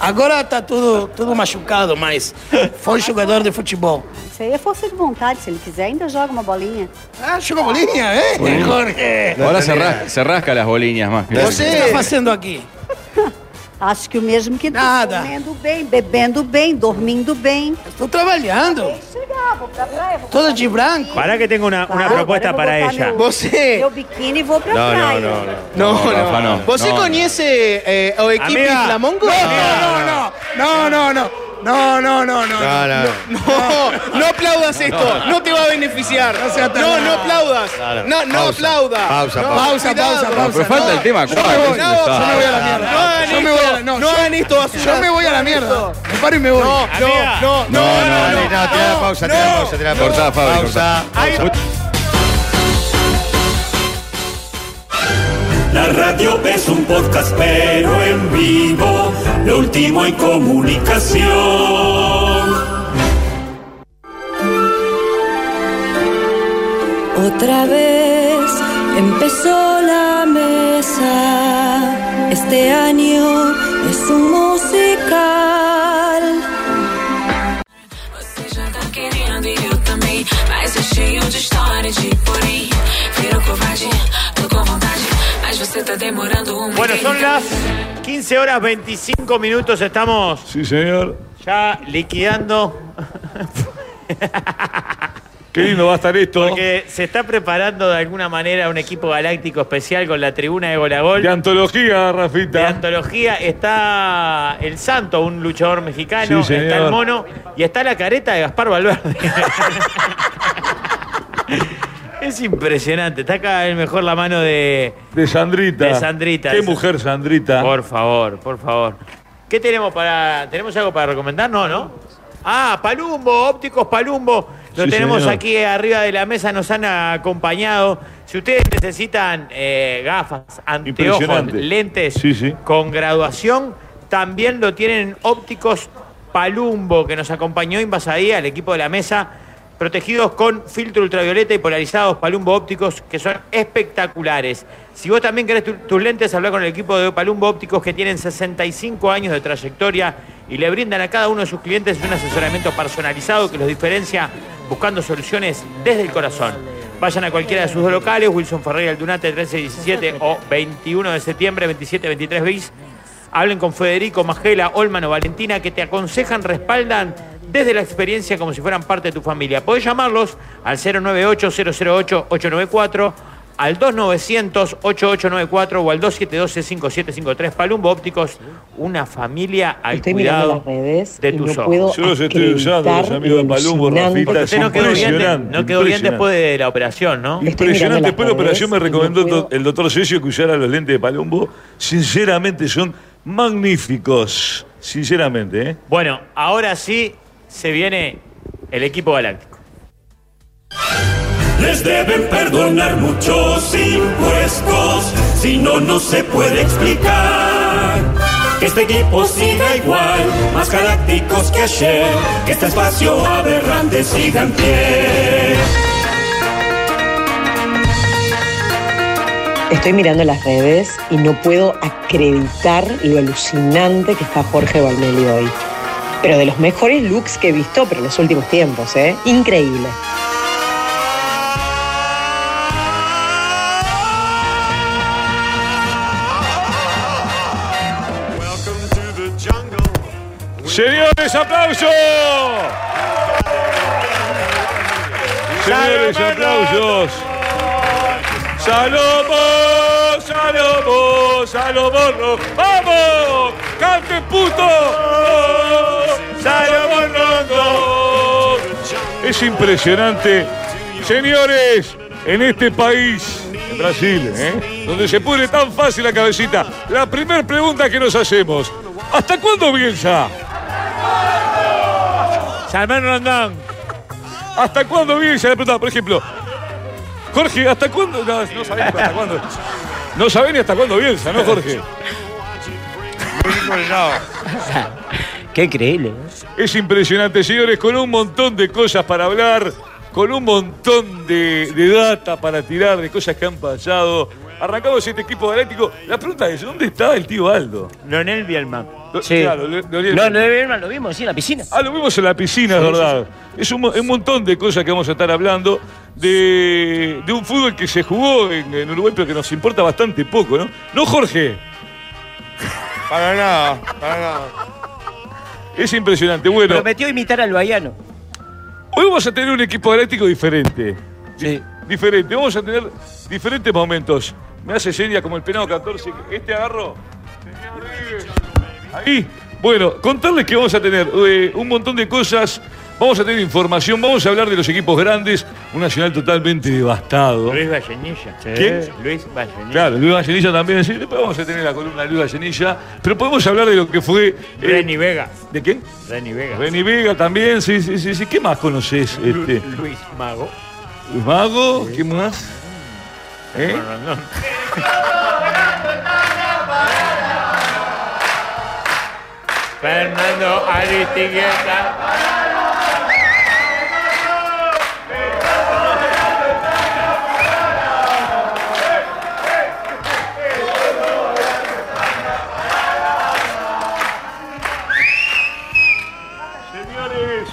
Agora tá tudo, tudo machucado, mas foi jogador de futebol.
Isso aí é força de vontade. Se ele quiser, ainda joga uma bolinha.
Ah, joga bolinha, é?
Bolinha.
Jorge.
Ahora se, ras- se rasca las boliñas más. que-
Você está fazendo aqui?
Acho que o mesmo que Nada. comendo bem, bebendo bem, dormindo bem.
Estou trabalhando.
Chegar, vou pra praia, vou
Todo de branco.
Pará que tengo una, una
Ah,
propuesta
agora
para
eu vou botar
ella.
Meu, meu biquíni e vou pra
No,
praia.
no, no, no.
No, no.
Rafa, no.
¿Vos sí
No, no.
conocés eh, o equipo
Amiga.
Flamongo?
No, no, no, no, no, no, no, no, no,
No, no, no.
No, [laughs] no aplaudas esto, no te va a beneficiar. No, no aplaudas.
No, no.
No, no
Pausa.
aplaudas.
Pausa,
No,
pausa.
cuidado.
Pausa,
No, pero falta el tema
Yo me voy,
4.
yo me voy a la mierda.
No hagan
Yo me voy a la-
esto,
no,
no
yo-
hagan esto, basura.
Yo me voy a la mierda. Me paro y me voy.
No, no, no,
No, no, no, no, tira la pausa, tira la pausa, tira la pausa.
Cortá, Fabri,
Pausa.
La radio es un podcast, pero en vivo, lo último en comunicación.
Otra vez empezó la mesa. Este año es un musical.
Você já tá querendo e eu também. Mas é cheio de história de porém. Virou covarde, tô com vontade. Mas você tá demorando um
Bueno, son las 15 horas 25 minutos. Estamos.
Sí, señor.
Ya liquidando.
Qué lindo va a estar esto.
Porque se está preparando de alguna manera un equipo galáctico especial con la tribuna de Golagol.
De antología, Rafita.
De antología está el Santo, un luchador
Sí,
mexicano,
señor.
está el mono y está la careta de Gaspar Valverde. es impresionante, está acá el mejor la mano de
De Sandrita.
De Sandrita,
Qué
esa.
mujer Sandrita.
Por favor, por favor. ¿Qué tenemos para. ¿Tenemos algo para recomendar? No, ¿no? Ah, Palumbo, ópticos Palumbo. Lo
Sí,
tenemos
señor.
aquí arriba de la mesa, nos han acompañado. Si ustedes necesitan eh, gafas, anteojos,
Impresionante.
lentes
Sí, sí.
con graduación, también lo tienen en ópticos Palumbo, que nos acompañó Invasadía, el equipo de la mesa, protegidos con filtro ultravioleta y polarizados Palumbo ópticos, que son espectaculares. Si vos también querés tu- tus lentes, hablar con el equipo de Palumbo ópticos, que tienen 65 años de trayectoria y le brindan a cada uno de sus clientes un asesoramiento personalizado que los diferencia buscando soluciones desde el corazón. Vayan a cualquiera de sus dos locales, Wilson Ferreira, el Dunate 1317 o 21 de septiembre, 27, 23 bis. Hablen con Federico, Magela, Olman o Valentina que te aconsejan, respaldan desde la experiencia como si fueran parte de tu familia. Podés llamarlos al 098-008-894, al 2900-8894 o al 272-5753. Palumbo Ópticos, una familia al
Estoy mirando
cuidado.
las redes
de
y
tus
no
ojos.
puedo
Yo los estoy
acreditar
usando, los amigos de Palumbo,
lo alucinante
Porque
que
usted
son.
no quedó bien, de-
impresionante,
no quedó bien
impresionante.
después de la operación, ¿no?
Impresionante. Después de la operación me recomendó to- el doctor Cesio que usara los lentes de Palumbo. Sinceramente son magníficos. Sinceramente, ¿eh?
Bueno, ahora sí se viene el equipo galáctico.
Les deben perdonar muchos impuestos, si no, no se puede explicar. Que este equipo siga igual, más galácticos que ayer, que este espacio aberrante siga en pie.
Estoy mirando las redes y no puedo acreditar lo alucinante que está Jorge Valmeli hoy. Pero de los mejores looks que he visto, pero en los últimos tiempos, ¿eh? Increíble.
Señores, aplauso. Señores, aplausos. Salomón, Salomón, Salomón, Ro- vamos, cante puto. Salomón Rondo. Es impresionante. Señores, en este país, en Brasil, ¿eh? donde se pudre tan fácil la cabecita, la primera pregunta que nos hacemos, ¿hasta cuándo Bielsa? Salmón Rondón. ¿Hasta cuándo Bielsa? Le preguntaba, por ejemplo, Jorge, ¿hasta cuándo? No, no sabés hasta cuándo. No sabés ni hasta cuándo Bielsa, ¿no, Jorge?
Qué increíble. ¿eh? ¿no?
Es impresionante, señores, con un montón de cosas para hablar, con un montón de, de data para tirar, de cosas que han pasado. Arrancamos este equipo galáctico. La pregunta es, ¿dónde está el tío Aldo?
Leonel Bielman.
Sí.
Claro, Le- Leonel
No, no Bielman lo vimos, sí, en la piscina.
Ah, lo vimos en la piscina, es
Sí,
verdad. Es un, mo- un montón de cosas que vamos a estar hablando. De, de un fútbol que se jugó en, en Uruguay, pero que nos importa bastante poco, ¿no? No, Jorge.
[laughs] Para nada, para nada.
Es impresionante. Bueno,
Prometió imitar al baiano.
hoy vamos a tener un equipo galáctico diferente. Di- Diferente. Vamos a tener diferentes momentos. Me hace seria como el penado 14. Este agarro. Ahí. Bueno, contarles que vamos a tener eh, un montón de cosas. Vamos a tener información. Vamos a hablar de los equipos grandes. Un nacional totalmente devastado.
Luis Vallenilla.
¿Quién?
Luis Vallenilla.
Claro, Luis Vallenilla también. Sí, después vamos a tener la columna de Luis Vallenilla. Pero podemos hablar de lo que fue. eh,
Renny Vega.
¿De quién?
Renny Vega.
Benny Vega también, sí, sí, sí, sí. ¿Qué más conoces?
Lu-
Este?
Luis Mago.
Luis Mago, ¿qué más? ¿Eh?
Fernando Aristigueta.
Señores,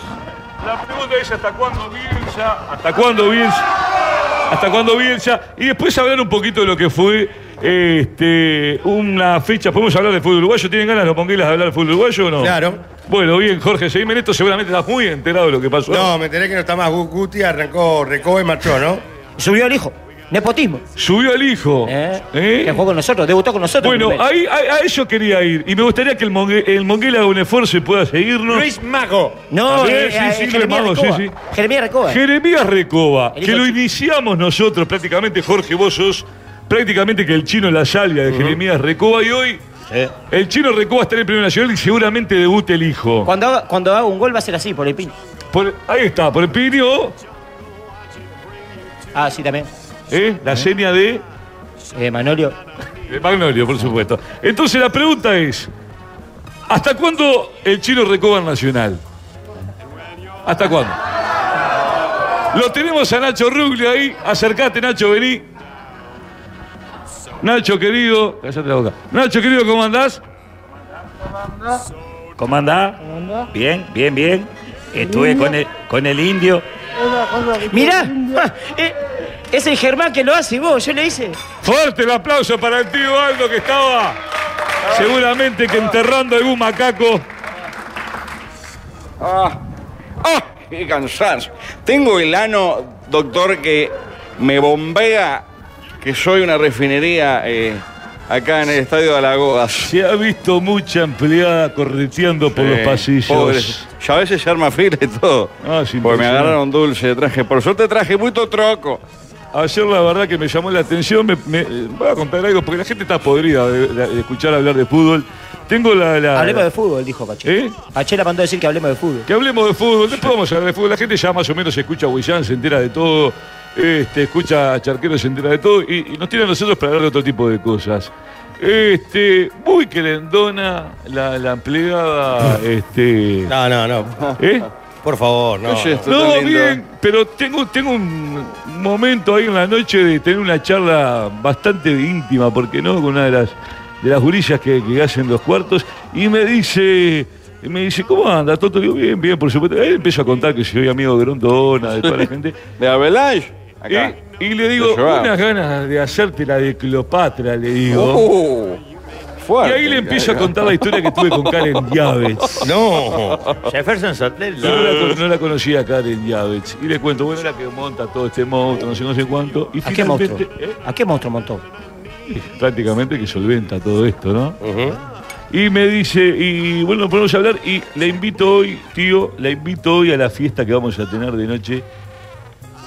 la pregunta es hasta cuándo Bielsa, hasta cuándo Bielsa, hasta cuándo Bielsa, y después hablar un poquito de lo que fue este, una fecha, podemos hablar de fútbol uruguayo, ¿tienen ganas los ponguelas de hablar de fútbol uruguayo o no?
Claro.
Bueno, bien, Jorge, seguime en esto, seguramente estás muy enterado de lo que pasó.
No, me enteré que no está más Gu- Guti, arrancó Recoba y marchó, ¿no?
Subió al hijo. Nepotismo.
Subió al hijo. ¿Eh?
Que jugó con nosotros, debutó con nosotros.
Bueno,
primero.
ahí, ahí- a eso quería ir. Y me gustaría que el, mongue- el Monguela haga un esfuerzo y pueda seguirnos.
Luis Mago.
No,
También,
eh,
sí,
eh,
sí, Luis
Jeremías
Mago, sí,
Recoba.
sí.
Jeremías Recoba.
Jeremías Recoba,
El
que
hijo
lo
de-
iniciamos nosotros prácticamente, Jorge, vos sos prácticamente que el chino en la salia de Jeremías Recoba y hoy El chino Recoba está en el primer nacional y seguramente debute el hijo.
Cuando haga, cuando haga un gol va a ser así, por el pin.
Por- ahí está, por el pirio.
Ah, sí, también.
¿eh? La seña de.
Manolio.
De Magnolio, por supuesto. Entonces la pregunta es: ¿hasta cuándo el chino recoba en Nacional? ¿Hasta cuándo? Lo tenemos a Nacho Rugli ahí. Acercate, Nacho, vení. Nacho, querido. Cállate la boca. Nacho, querido, ¿cómo andás?
¿Cómo andás? Bien, bien, bien. Estuve con el, con el indio.
Mirá, [laughs] ja, eh, es el Germán que lo hace vos, yo le hice.
Fuerte el aplauso para el tío Aldo que estaba seguramente que enterrando algún macaco.
Ah, ah, qué cansancio. Tengo el ano, doctor, que me bombea que soy una refinería eh, acá en el estadio de Alagoas.
Se ha visto mucha empleada correteando por los
Eh,
pasillos. Ah,
pobres. Ya a veces se arma fila y todo. Porque me
impresionante.
agarraron dulce, traje. Por suerte traje mucho troco.
Ayer la verdad que me llamó la atención, me, me- eh, voy a contar algo, porque la gente está podrida de, de- de escuchar hablar de fútbol. Tengo la... la-
Hablemos de fútbol, dijo Pachela.
¿Eh?
Pachela mandó decir que hablemos de fútbol.
Que hablemos de fútbol, después vamos a hablar de fútbol. La gente ya más o menos escucha a Huillán, se entera de todo, este, escucha a Charquero, se entera de todo, y, y nos tiene a nosotros para hablar de otro tipo de cosas. Este, muy querendona la, la empleada, este...
No,
Ah,
no, no.
¿Eh?
Por favor, no.
No, bien, pero tengo, tengo un momento ahí en la noche de tener una charla bastante íntima, porque no, con una de las de las gurillas que, que hacen los cuartos, y me dice, y me dice, ¿cómo anda, Toto? Digo, bien, bien, por supuesto. Ahí empiezo a contar que soy amigo de Grondona, de toda la gente.
[laughs] ¿De Abelage? Acá.
Y, y le digo,
Lo llevaba.
unas ganas de hacerte la de Cleopatra, le digo.
Uh, fuerte,
Oh. y ahí le empiezo a
carajo.
contar la historia que tuve con Karen
[laughs]
Diabets.
No.
Jefferson Sotler.
Yo no la, con- no la conocía a Karen Diabets. Y le cuento, bueno, era que monta todo este monstruo, no sé, no sé cuánto. Y
¿A qué monstruo?
finalmente, ¿eh?
¿A qué monstruo montó?
prácticamente que solventa todo esto, ¿no? Y me dice, y bueno, nos ponemos a hablar y la invito hoy, tío, la invito hoy a la fiesta que vamos a tener de noche,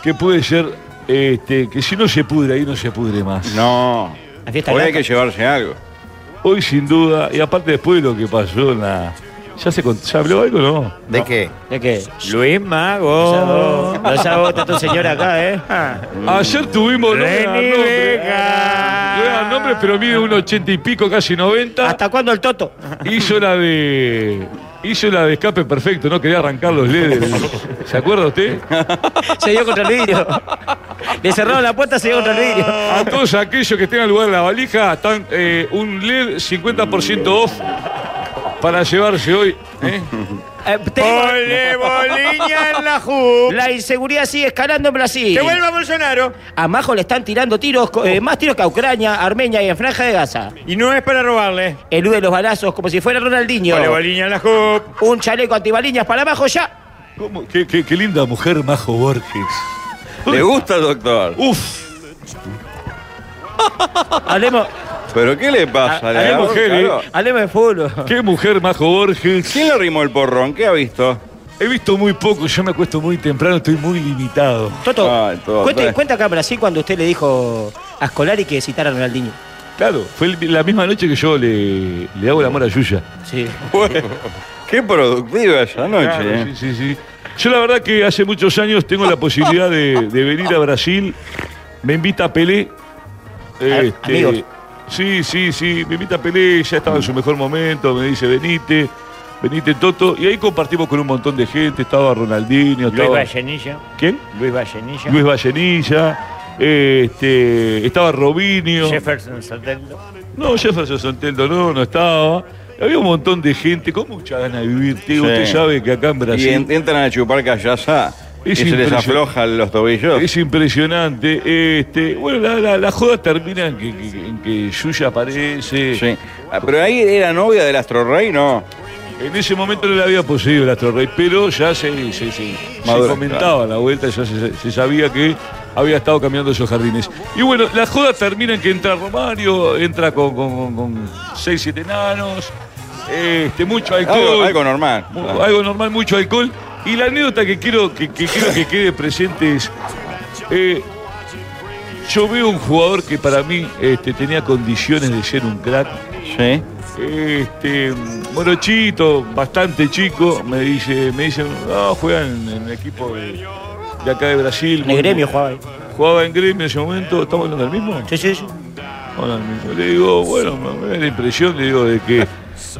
que puede ser, este, que si no se pudre ahí, no se pudre más.
No. Hoy hay que llevarse algo.
Hoy sin duda, y aparte después de lo que pasó en la... ¿Ya se, con- ¿se habló algo no?
¿De qué?
¿De qué?
Luis Mago.
No se agota tu señora acá, ¿eh?
Ayer tuvimos... no era
Lenny
nombre. No era nombre, pero mide un ochenta y pico, casi 90. ¿Hasta
cuándo el Toto?
Hizo la de... Hizo la de escape perfecto, no quería arrancar los LEDs. ¿Se acuerda usted?
Se dio contra el vidrio. Le cerraron la puerta, se dio contra el vidrio.
A todos aquellos que tengan lugar en la valija, están eh, un LED 50% off para llevarse hoy. ¿eh?
Ole, [laughs]
boliña
en la La inseguridad sigue escalando en Brasil.
Que vuelva
Bolsonaro! A Majo le están tirando tiros, co- eh, más tiros que a Ucrania, Armenia y en Franja de Gaza. Y no es para robarle. Elude los balazos como si fuera Ronaldinho.
Ole,
en la Un chaleco antibaliñas para Majo ya.
¿Cómo? Qué, qué- qué linda mujer, Majo Borges.
¿Le gusta, doctor?
Uf.
Hablemos.
¿Pero qué le pasa? ¿Le agarró calor?
Hablemos de fútbol.
Qué mujer, Majo Borges.
¿Quién le rimó el porrón? ¿Qué ha visto?
He visto muy poco, yo me acuesto muy temprano, estoy muy limitado.
Toto,
Ay, Toto.
cuente- cuenta acá en Brasil cuando usted le dijo a Scolari que citara a Ronaldinho.
Claro, fue el- la misma noche que yo le, le hago el amor a Yuya.
Sí.
[laughs] Bueno, qué productiva esa noche.
Claro,
eh.
sí, sí, sí. Yo la verdad que hace muchos años tengo la posibilidad de, de venir a Brasil. Me invita Pelé. Este,
amigos.
Sí, sí, sí. Me invita Pelé, ya estaba en su mejor momento. Me dice, venite, venite Toto. Y ahí compartimos con un montón de gente. Estaba Ronaldinho,
Luis
estaba...
Vallenilla.
¿Quién?
Luis Vallenilla.
Luis Vallenilla. Este, estaba Robinho.
Jefferson Soteldo.
No, Jefferson Santeldo no, no estaba. Había un montón de gente con mucha ganas de vivir. tío. Usted
Sí.
sabe que acá en Brasil...
Y en- entran a chupar callaza y
Es
se les
impresionante.
aflojan los tobillos.
Es impresionante. Este, bueno, la, la- la joda termina en que, que- en que Yuya aparece.
Sí. Ah, Pero ahí era novia del Astro Rey, ¿no?
En ese momento no la había poseído el Astro Rey, pero ya se, se- se- se
Madura,
comentaba la vuelta, ya se, se sabía que había estado caminando esos jardines. Y bueno, la joda termina en que entra Romario, entra con, con- con- con seis, siete enanos, este, mucho alcohol.
Algo, algo normal.
Mu- Algo normal, mucho alcohol. Y la anécdota que quiero que, que quiero que quede presente es. eh, yo veo un jugador que para mí este, tenía condiciones de ser un crack
Sí.
Este, morochito, bastante chico, me dice, me dicen, no, juegan en, en el equipo de, de acá de Brasil.
En el gremio jugaba ahí.
Jugaba en gremio en ese momento, ¿estamos hablando del mismo? Sí, sí, sí. Le digo, bueno, me da la impresión, le digo, de que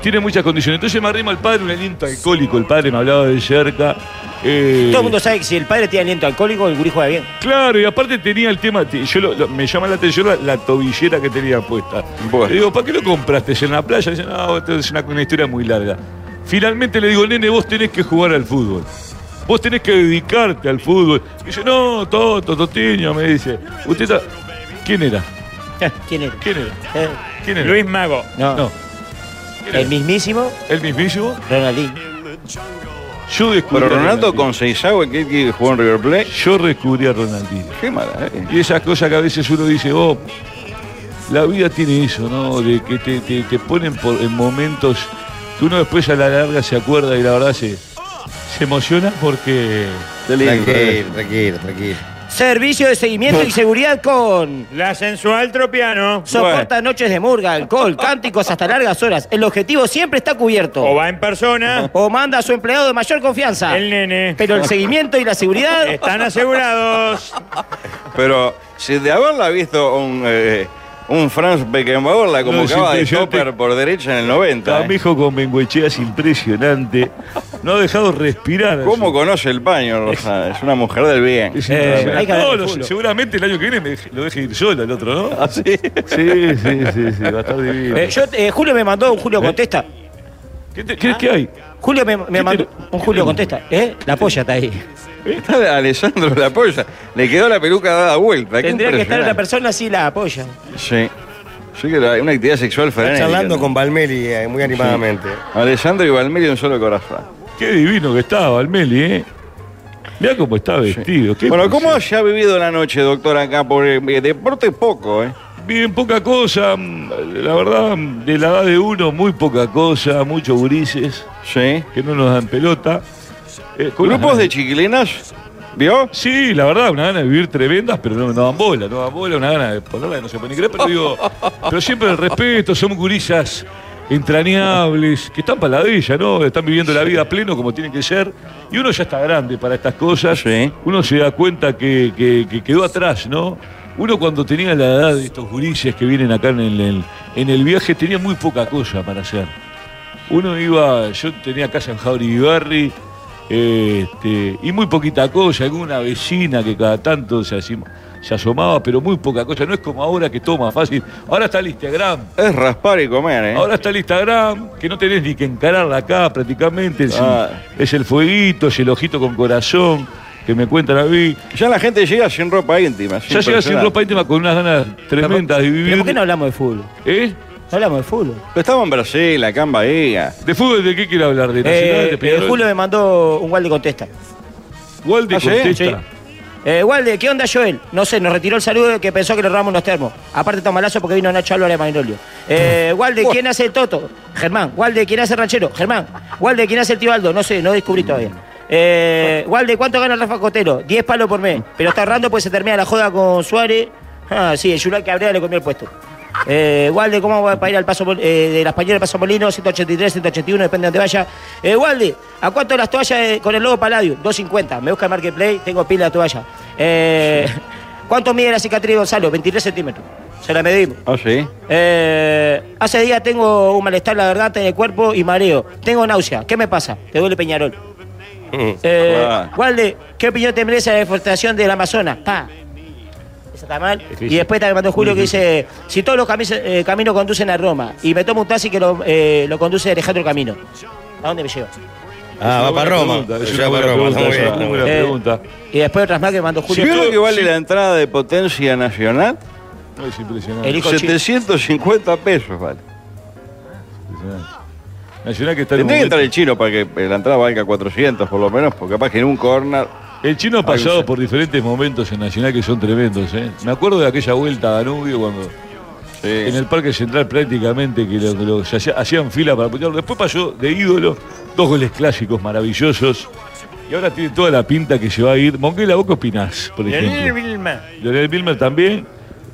tiene muchas condiciones. Entonces me arrima el padre, un aliento alcohólico, el padre me hablaba de cerca. eh,
Todo el mundo sabe que si el padre tiene aliento alcohólico, el gurí juega bien.
Claro, y aparte tenía el tema, te- yo lo- lo- me llama la atención la, la tobillera que tenía puesta. Le digo, ¿para qué lo compraste? ¿Es en la playa? Dice, no, esto es una, una historia muy larga. Finalmente le digo, nene, vos tenés que jugar al fútbol. Vos tenés que dedicarte al fútbol. Y dice, no, Toto, Totiño, me dice. ¿Usted está- ¿Quién era?
¿Quién era?
¿Quién era?
Eh.
¿Quién era?
Luis Mago.
No. ¿Quién era?
El mismísimo.
El mismísimo.
Ronaldinho.
Yo descubrí.
Pero
a
Ronaldo
Ronaldinho.
con Seisagua, que, que jugó en River Plate.
Yo descubrí a Ronaldinho.
Qué maravilla.
Y esas cosas que a veces uno dice, oh, la vida tiene eso, ¿no? De que te, te- te ponen por, en momentos que uno después a la larga se acuerda y la verdad se, se emociona porque...
eh.
Tranquilo, tranquilo, tranquilo.
Servicio de seguimiento y seguridad con.
La sensual tropiano.
Soporta noches de murga,
[laughs]
alcohol, cánticos hasta largas horas. El objetivo siempre está cubierto.
O va en persona.
O manda a su empleado de mayor confianza.
El nene.
Pero el seguimiento y la
[laughs]
seguridad.
Están asegurados.
Pero si de haberla visto un, eh, un Franz Beckenbauer la convocaba de
impresionante.
Topper por derecha en el 90.
Está
¿eh?
mijo con Benguechea es impresionante. No ha dejado respirar. a
¿Cómo
su-
conoce el paño, Rosana? Es una mujer del bien.
Es
Eh,
impresionante. No, lo- seguramente el año que viene me deje- lo deje ir solo el otro, ¿no?
¿Ah, sí?
Sí, sí, sí, sí, va a estar divino.
Eh, yo, eh, Julio me mandó un Julio Contesta.
¿Qué, hay?
Julio me, me mandó un Julio Contesta. ¿Eh? La polla está ahí.
Está Alessandro la polla. Le quedó la peluca dada vuelta. Qué
Tendría que estar
impresionante.
una persona así la apoya.
Sí. Sí que la- una actividad sexual
Está
frenética.
charlando con Balmeri eh, muy animadamente.
Alessandro y Valmeri de un solo corazón.
Qué divino que estaba el Meli, ¿eh? Mirá cómo está vestido. qué
Bueno, ¿cómo se ha vivido la noche, doctor, acá? Por eh, deporte poco, ¿eh?
Bien, poca cosa, mm, la verdad, de la edad de uno, muy poca cosa, muchos gurises que no nos dan pelota. Eh, con
¿Grupos
unas-
de chiquilinas? ¿Vio?
Sí, la verdad, una gana de vivir tremendas, pero no, no dan bola, no dan bola, una gana de ponerla que no se puede ni creer,
[laughs]
pero digo, pero siempre el respeto, somos gurisas entrañables, que están para la villa, ¿no? Están viviendo la vida a pleno como tiene que ser, y uno ya está grande para estas cosas, uno se da cuenta que, que- que quedó atrás, ¿no? Uno cuando tenía la edad de estos gurises que vienen acá en el- el- en el viaje tenía muy poca cosa para hacer. Uno iba, yo tenía casa en Jauregui Barri, este, y muy poquita cosa, alguna vecina que cada tanto se, asim- se asomaba, pero muy poca cosa. No es como ahora que toma fácil. Ahora está el Instagram.
Es raspar y comer, ¿eh?
Ahora está el Instagram, que no tenés ni que encararla acá prácticamente. Es,
Ah.
es el fueguito, es el ojito con corazón, que me cuentan a mí.
Ya la gente llega sin ropa íntima. es
Ya llega sin
impresionante.
ropa íntima con unas ganas tremendas de vivir.
¿Por qué no hablamos de fútbol?
¿Eh?
No hablamos de fútbol.
Pero estamos en Brasil, acá en Bahía.
¿De fútbol de qué quiere hablar? ¿De
Eh, eh, Julio me mandó un gol de contesta. Ah,
¿Gol
de contesta?
Eh, Walde, ¿qué onda Joel? No sé, nos retiró el saludo que pensó que le robamos unos termos. Aparte está malazo porque vino Nacho Álvarez Magnolio. Eh, Walde, ¿quién hace el Toto? Germán. Walde, ¿quién hace el ranchero? Germán. Walde, ¿quién hace el Tibaldo? No sé, no descubrí todavía. Eh, Walde, ¿cuánto gana Rafa Cotelo? 10 palos por mes. Pero está ahorrando pues se termina la joda con Suárez. Ah, sí, el Yulai Cabrera le comió el puesto. Eh, Walde, ¿cómo va para ir al paso Mol- eh, de las pañuelas Paso Molino? 183, 181, depende de donde vaya. Eh, Walde, ¿a cuánto las toallas eh, con el logo Paladio? 250. Me busca Marketplace, tengo pila de toalla. Eh, ¿Cuánto mide la cicatriz de Gonzalo? 23 centímetros. Se la medimos.
Ah, sí.
Eh, hace días tengo un malestar, la verdad, en el cuerpo y mareo. Tengo náusea. ¿Qué me pasa? Te duele Peñarol. Eh,
Claro.
Walde, ¿qué opinión te merece la deforestación del Amazonas? Pa. Esa está mal. Y después te mandó Julio que dice, si todos los camis- eh, caminos conducen a Roma y me tomo un taxi que lo, eh, lo conduce Alejandro Camino, ¿a dónde me lleva?
Ah, va para Roma.
pregunta, es
Ya
una
va
buena
para Roma, está
pregunta, es una
muy bien. Eh, está muy
buena
bien.
pregunta.
Y después otras más que mandó
¿Si
Julio.
vieron que vale la entrada de potencia nacional?
No, es impresionante.
El 750 pesos, vale.
Nacional que está en
Tendría que
un momento-
entrar el chino para que eh, la entrada valga 400 por lo menos, porque capaz que en un corner.
El chino ha pasado por diferentes momentos en Nacional que son tremendos. ¿eh? Me acuerdo de aquella vuelta a Danubio cuando en el Parque Central prácticamente que, lo- que lo- se hacía- hacían fila para apoyarlo. Después pasó de ídolo dos goles clásicos maravillosos y ahora tiene toda la pinta que se va a ir. Monguela, ¿vos qué opinás, por ejemplo?
Vilma.
Leonel Milmer también.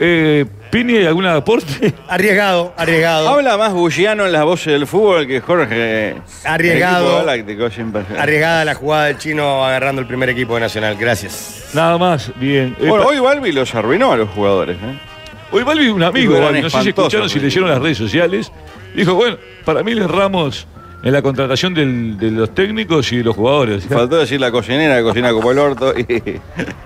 Eh, ¿Pini, algún aporte?
[laughs] Arriesgado, arriesgado.
Habla más bulliano en las voces del fútbol que Jorge. eh,
Arriesgado.
Equipo Galáctico, siempre.
Arriesgada la jugada del chino agarrando el primer equipo de Nacional. Gracias.
Nada más, bien.
Bueno, hoy Balbi los arruinó a los jugadores.
[laughs]
¿eh?
Hoy Balbi, un amigo,
Eran
Balbi, no sé si
espantosos,
escucharon, si
porque-
leyeron las redes sociales, dijo, bueno, para mí les ramos en la contratación del- de los técnicos y de los jugadores.
Faltó decir la cocinera que cocina como el orto y [laughs]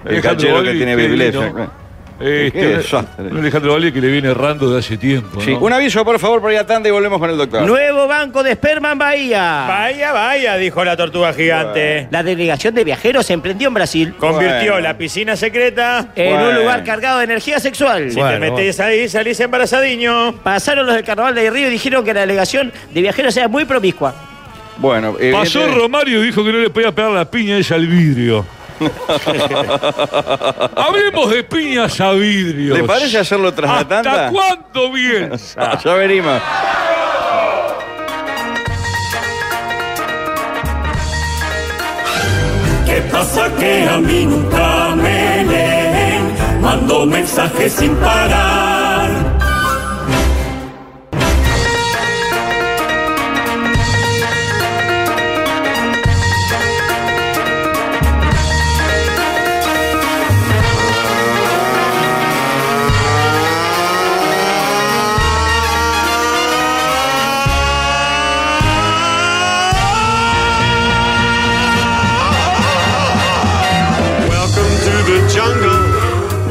el cachero que
Balbi,
tiene
qué
biblia.
divino. Este,
Qué desastre.
un Alejandro Valle que le viene errando de hace tiempo.
Sí,
¿no?
un aviso, por favor, por ir a tanda y volvemos con el doctor.
Nuevo banco de esperma en Bahía. Bahía, Bahía, dijo la tortuga gigante. La delegación de viajeros emprendió en Brasil.
Convirtió la piscina secreta
en un lugar cargado de energía sexual.
Si te Bueno, metés
ahí, salís embarazadiño. Pasaron los del carnaval de Río y dijeron que la delegación de viajeros era muy promiscua.
Bueno, eh,
Pasó
evidentemente-
Romario y dijo que no le podía pegar la piña esa al
[laughs]
vidrio. Hablemos de piñas a vidrio.
¿Le parece hacerlo tras la tanda?
¿Hasta cuándo bien?
Ah, ya venimos.
¿Qué pasa que a mí nunca me leen? Mando mensajes sin parar.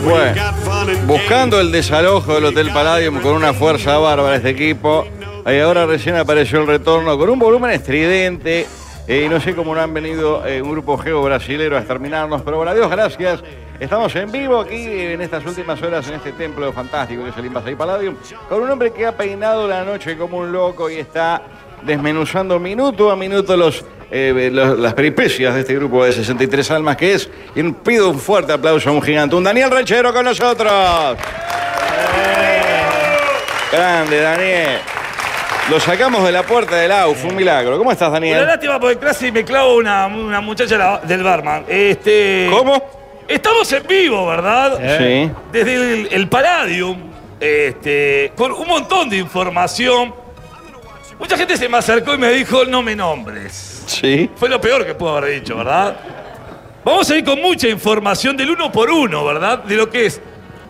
Bueno, buscando el desalojo del Hotel Palladium con una fuerza bárbara este equipo. Y ahora recién apareció el retorno con un volumen estridente. eh, y no sé cómo no han venido eh, un grupo geo brasilero a exterminarnos, pero bueno, a Dios gracias. Estamos en vivo aquí eh, en estas últimas horas en este templo fantástico que es el Invasai Palladium, con un hombre que ha peinado la noche como un loco y está desmenuzando minuto a minuto los, eh, los- las peripecias de este grupo de 63 almas que es. Y un- pido un fuerte aplauso a un gigante, un Daniel Ranchero con nosotros. Grande, Daniel. Lo sacamos de la puerta del AU, fue un milagro. ¿Cómo
[laughs]
estás,
Una
Daniel?
lástima porque casi me clavo una, una muchacha la- del barman. Este,
¿Cómo?
Estamos en vivo, ¿verdad?
Sí.
Desde el, el Palladium, este, con un montón de información. Mucha gente se me acercó y me dijo, no me nombres.
Sí.
Fue lo peor que puedo haber dicho, ¿verdad? Vamos a ir con mucha información del uno por uno, ¿verdad? De lo que es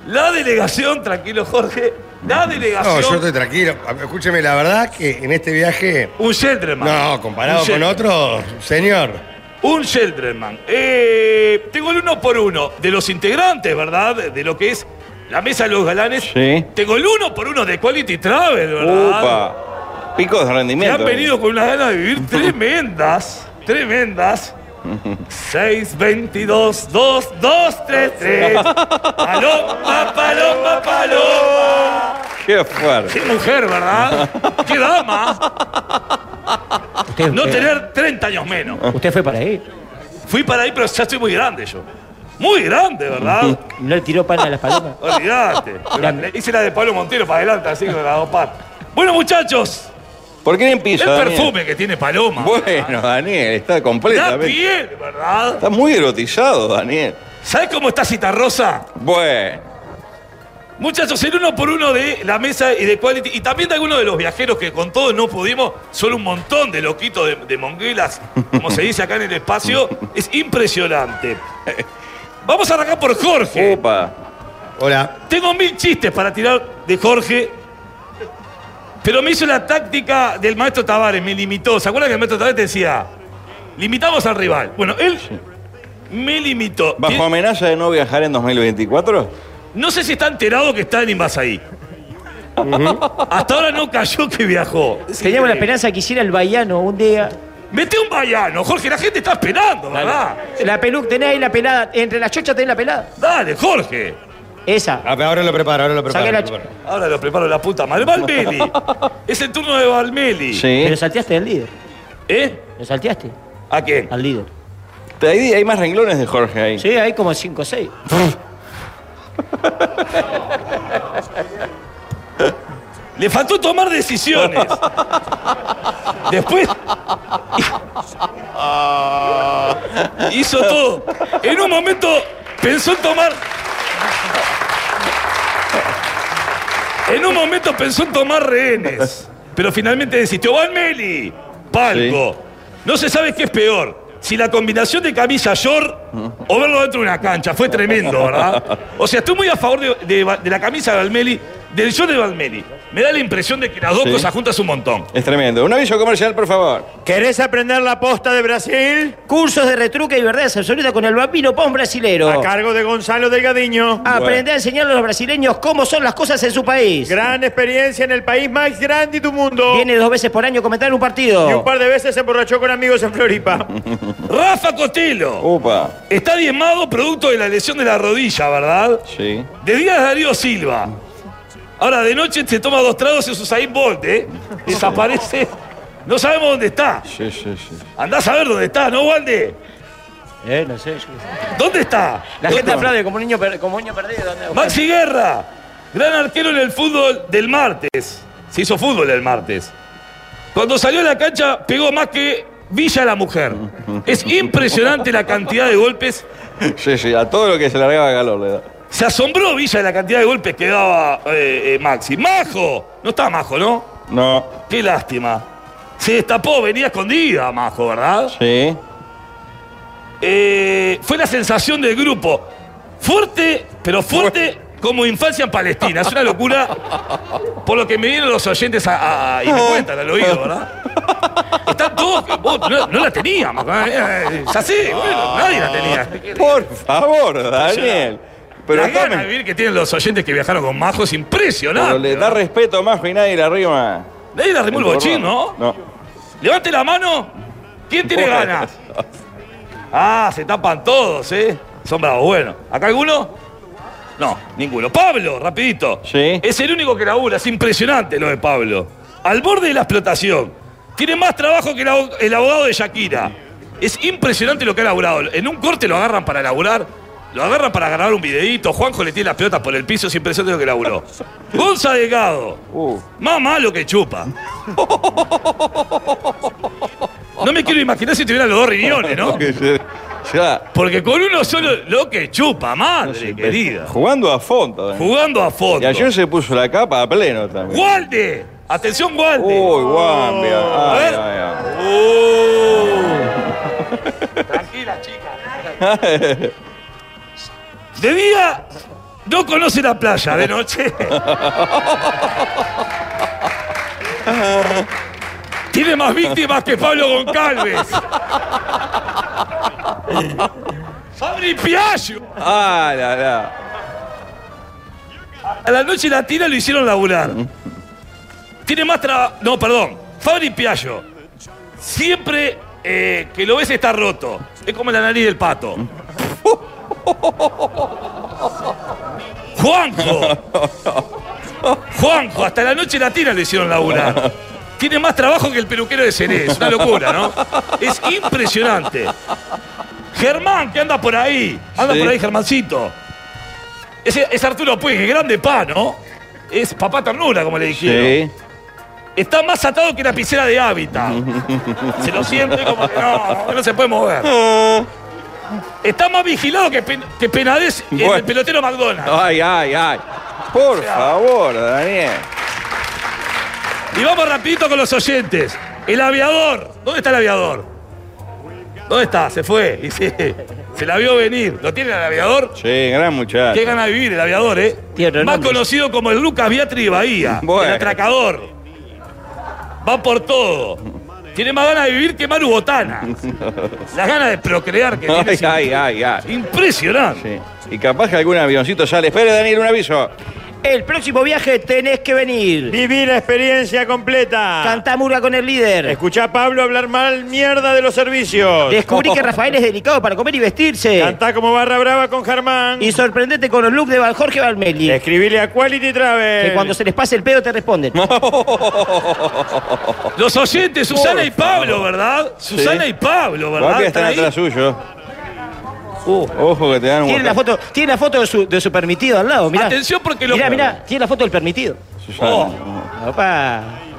la delegación, tranquilo Jorge, la delegación...
No, yo estoy tranquilo. Escúcheme, la verdad que en este viaje.
Un gentleman.
No, comparado
Un
con
gentleman.
otro, señor.
Un gentleman. Eh, tengo el uno por uno de los integrantes, ¿verdad? De lo que es la mesa de los galanes.
Sí.
Tengo el uno por uno de Quality Travel, ¿verdad?
Upa. Picos de
Que
rendimiento.
han venido con unas ganas de
[laughs]
vivir tremendas. tremendas. 6, 22, 2, 2, 3, 3. Paloma, paloma, paloma.
Qué fuerte.
Qué mujer, ¿verdad? Qué dama. No tener 30 años menos.
Usted fue para ahí.
Fui para ahí, pero ya estoy muy grande yo. Muy grande, ¿verdad?
[laughs] No le tiró pan a las palomas.
[laughs] Olvidate. Le hice la de Pablo Montero para adelante, así con la dos par. Bueno, muchachos.
¿Por qué empieza?
El
Daniel?
perfume que tiene Paloma.
Bueno, Daniel, está
La
completamente.
piel, ¿verdad?
Está muy erotizado, Daniel.
¿Sabes cómo está Citarrosa?
Bueno.
Muchachos, el uno por uno de la mesa y de Quality, y también de algunos de los viajeros que con todos no pudimos, son un montón de loquitos de, de monguelas, como se dice acá en el espacio, es
[laughs]
impresionante. Vamos a arrancar por Jorge.
Hola.
Tengo mil chistes para tirar de Jorge, pero me hizo la táctica del maestro Tavares, me limitó. ¿Se acuerdan que el maestro Tavares te decía, limitamos al rival? Bueno, él me limitó.
¿Bajo amenaza de no viajar en 2024?
No sé si está enterado que está en Invasaí. Hasta ahora no cayó que viajó.
Teníamos la esperanza que hiciera el baiano un día.
Mete un baiano, Jorge, la gente está esperando, ¿verdad?
La peluca, tenés ahí la pelada. Entre las chochas tenés la pelada.
Dale, Jorge.
Esa.
Ahora lo preparo, ahora lo preparo.
Saque la
lo preparo.
Ahora lo preparo la puta madre. Valmeli. es el turno de Valmeli.
Pero salteaste al líder.
¿Eh?
¿Lo salteaste?
¿A quién?
Al líder.
Hay, hay más renglones de Jorge ahí.
Sí, hay como 5 o 6.
Le faltó tomar
[laughs]
decisiones. Después. Ah, Hizo todo. En un momento pensó en tomar. En un momento pensó en tomar rehenes, pero finalmente desistió. Van Meli, palco. No se sabe qué es peor, si la combinación de camisa short o verlo dentro de una cancha. Fue tremendo, ¿verdad? O sea, estoy muy a favor de, de- de la camisa de Valmeli, del short de Valmeli. Me da la impresión de que las dos
Sí.
cosas juntas un montón.
Es tremendo. Un aviso comercial, por favor.
¿Querés aprender la posta de Brasil? Cursos de retruque y verdades absolutas con el vampiro Pon brasilero.
A cargo de Gonzalo Delgadiño.
Aprende a enseñar a los brasileños cómo son las cosas en su país.
Gran experiencia en el país más grande de tu mundo.
Viene dos veces por año a comentar un partido.
Y un par de veces se emborrachó con amigos en Floripa.
[laughs] Rafa Cotelo. Está diezmado producto de la lesión de la rodilla, ¿verdad?
Sí.
De día es Darío Silva. Ahora de noche se toma dos tragos y su Usain Bolt, ¿eh? Desaparece. No sabemos dónde está.
Sí, sí, sí.
Andá a saber dónde está, ¿no, Walde?
Eh, no sé.
¿Dónde está?
La gente
¿Dónde-
aplaude como un niño, per- como un niño perdido. ¿dónde?
Maxi Guerra, gran arquero en el fútbol del martes. Se hizo fútbol el martes. Cuando salió a la cancha pegó más que Villa la mujer.
[laughs]
Es impresionante la cantidad de golpes.
Sí, sí, a todo lo que se largaba calor le da.
Se asombró Villa de la cantidad de golpes que daba eh, eh, Maxi. ¡Majo! No está Majo, ¿no?
No.
Qué lástima. Se destapó, venía escondida Majo, ¿verdad?
Sí.
Eh, fue la sensación del grupo. Fuerte, pero fuerte como infancia en Palestina. Es una locura. Por lo que me vienen los oyentes a, a- a- y me cuentan al oído, ¿verdad? Están todos. vos, no, no la teníamos. ¿eh? Es así, bueno, nadie la tenía.
Por favor, Daniel. Pero
la
dame-
gana de vivir que tienen los oyentes que viajaron con Majo es impresionante.
Pero le da
¿verdad?
respeto a Majo y nadie la rima.
Nadie la rimó el bochín, ¿no?
No.
Levante la mano. ¿Quién tiene
Bueno.
ganas? Ah, se tapan todos, ¿eh? Son bravos. Bueno, ¿acá alguno? No, ninguno. Pablo, rapidito. Sí. Es el único que labura. Es impresionante lo de Pablo. Al borde de la explotación. Tiene más trabajo que el abo- el abogado de Shakira. Es impresionante lo que ha laburado. En un corte lo agarran para laburar. Lo agarran para grabar un videíto. Juanjo le tiene las pelotas por el piso. Es impresionante lo que laburó. Gonza Delgado. Más malo que chupa. No me quiero imaginar si tuviera los dos riñones, ¿no? Porque con uno solo lo que chupa, madre querida.
Jugando a fondo. Daniel.
Jugando a fondo.
Y ayer se puso la capa a pleno también.
¡Walde! ¡Atención, Walde!
Uy, Guambia.
A
Ay,
ver. Uh,
ay,
[laughs] De día no conoce la playa, de
[laughs]
noche. Tiene más víctimas que Pablo [laughs]
[laughs]
Goncalves. Fabri Piaggio.
Ah, la, la.
A la noche la tira lo hicieron laburar. Tiene más trabajo. No, perdón. Fabri Piaggio. Siempre eh, que lo ves está roto. Es como la nariz del pato. [laughs] Juanjo. Juanjo, hasta la noche la tira lo hicieron laburar. Tiene más trabajo que el peluquero de Cené. Es una locura, ¿no? Es impresionante. Germán, que anda por ahí. Anda
Sí.
por ahí, Germancito. Ese- es Arturo Puig, que grande pa, ¿no? Es papá ternura, como le
Sí.
dijeron. Está más atado que una piscina de hábitat. Se lo siente como que no, que no se puede
Ah.
mover. Está más vigilado que, Pen- que Penades en el
Bueno.
pelotero McDonald's.
Ay, ay, ay. Por favor, Daniel.
Y vamos rapidito con los oyentes. El aviador. ¿Dónde está el aviador? ¿Dónde está? Se fue. [laughs] Y sí, se la vio venir. ¿Lo tiene el aviador?
Sí, gran muchacho.
Qué gana de vivir el aviador, ¿eh? Más conocido como el Lucas Beatriz Bahía.
Bueno.
El atracador. Va por todo. Tiene más ganas de vivir que Maru Botana. Las ganas de procrear que tiene.
Ay,
es
ay, ay, ay.
Impresionante.
Y capaz que algún avioncito sale. Espere, Daniel, un aviso.
El próximo viaje tenés que venir.
Vivir la experiencia completa.
Cantá murga con el líder.
Escuchá a Pablo hablar mal mierda de los servicios.
Descubrí que Rafael es delicado para comer y vestirse.
Cantá como barra brava con Germán.
Y sorprendete con los looks de Val- Jorge Valmeli.
Escribile a Quality Travel.
Que cuando se les pase el pedo
[laughs]
te responden.
Los oyentes, Susana y Pablo, ¿verdad? Susana y Pablo, ¿verdad?
Guapia
¿Están
están
ahí?
atrás suyo. Ojo que te dan un
Uh. Tiene la
bocado.
foto, tiene la foto de, su, de su permitido al lado, mirá.
Atención porque lo-
Mirá, mirá, tiene la foto del permitido.
Oh.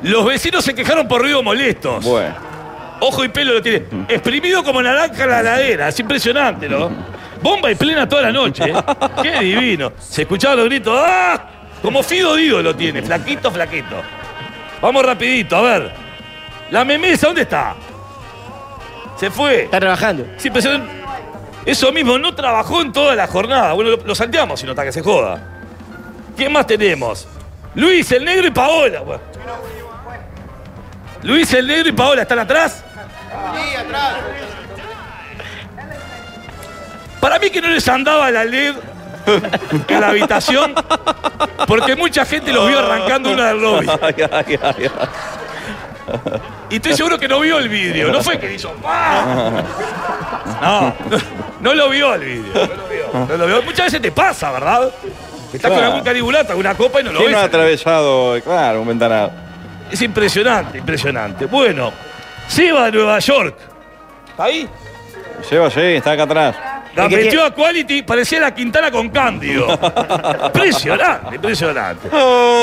Los vecinos se quejaron por ruidos molestos.
Bueno.
Ojo y pelo lo tiene. Exprimido como naranja en la ladera. Es impresionante, ¿no? Bomba y plena toda la noche. ¿eh? Qué divino. Se escuchaban los gritos. ¡Ah! Como Fido Dido lo tiene, flaquito, flaquito. Vamos rapidito, a ver. La memesa, ¿dónde está? Se fue. Está
trabajando.
Sí, pero se- eso mismo, no trabajó en toda la jornada. Bueno, lo, lo salteamos si no está que se joda. ¿Quién más tenemos? Luis, el negro y Paola. Bueno. Luis, el negro y Paola, ¿están atrás? Para mí que no les andaba la LED en la habitación, porque mucha gente los vio arrancando una del lobby. Y estoy seguro que no vio el vidrio, no fue que hizo ¡pah! No, no, no lo vio el vidrio, no lo vio, no lo vio. Muchas veces te pasa, ¿verdad? Estás con
Claro.
algún caribulato, alguna copa y no lo
¿Quién
ves.
no ha atravesado, claro, un ventanado?
Es impresionante, impresionante. Bueno, Seba de Nueva York. ¿Está ahí?
Seba, sí, está acá atrás.
La metió a Quality, parecía la Quintana con Cándido. impresionante, impresionante.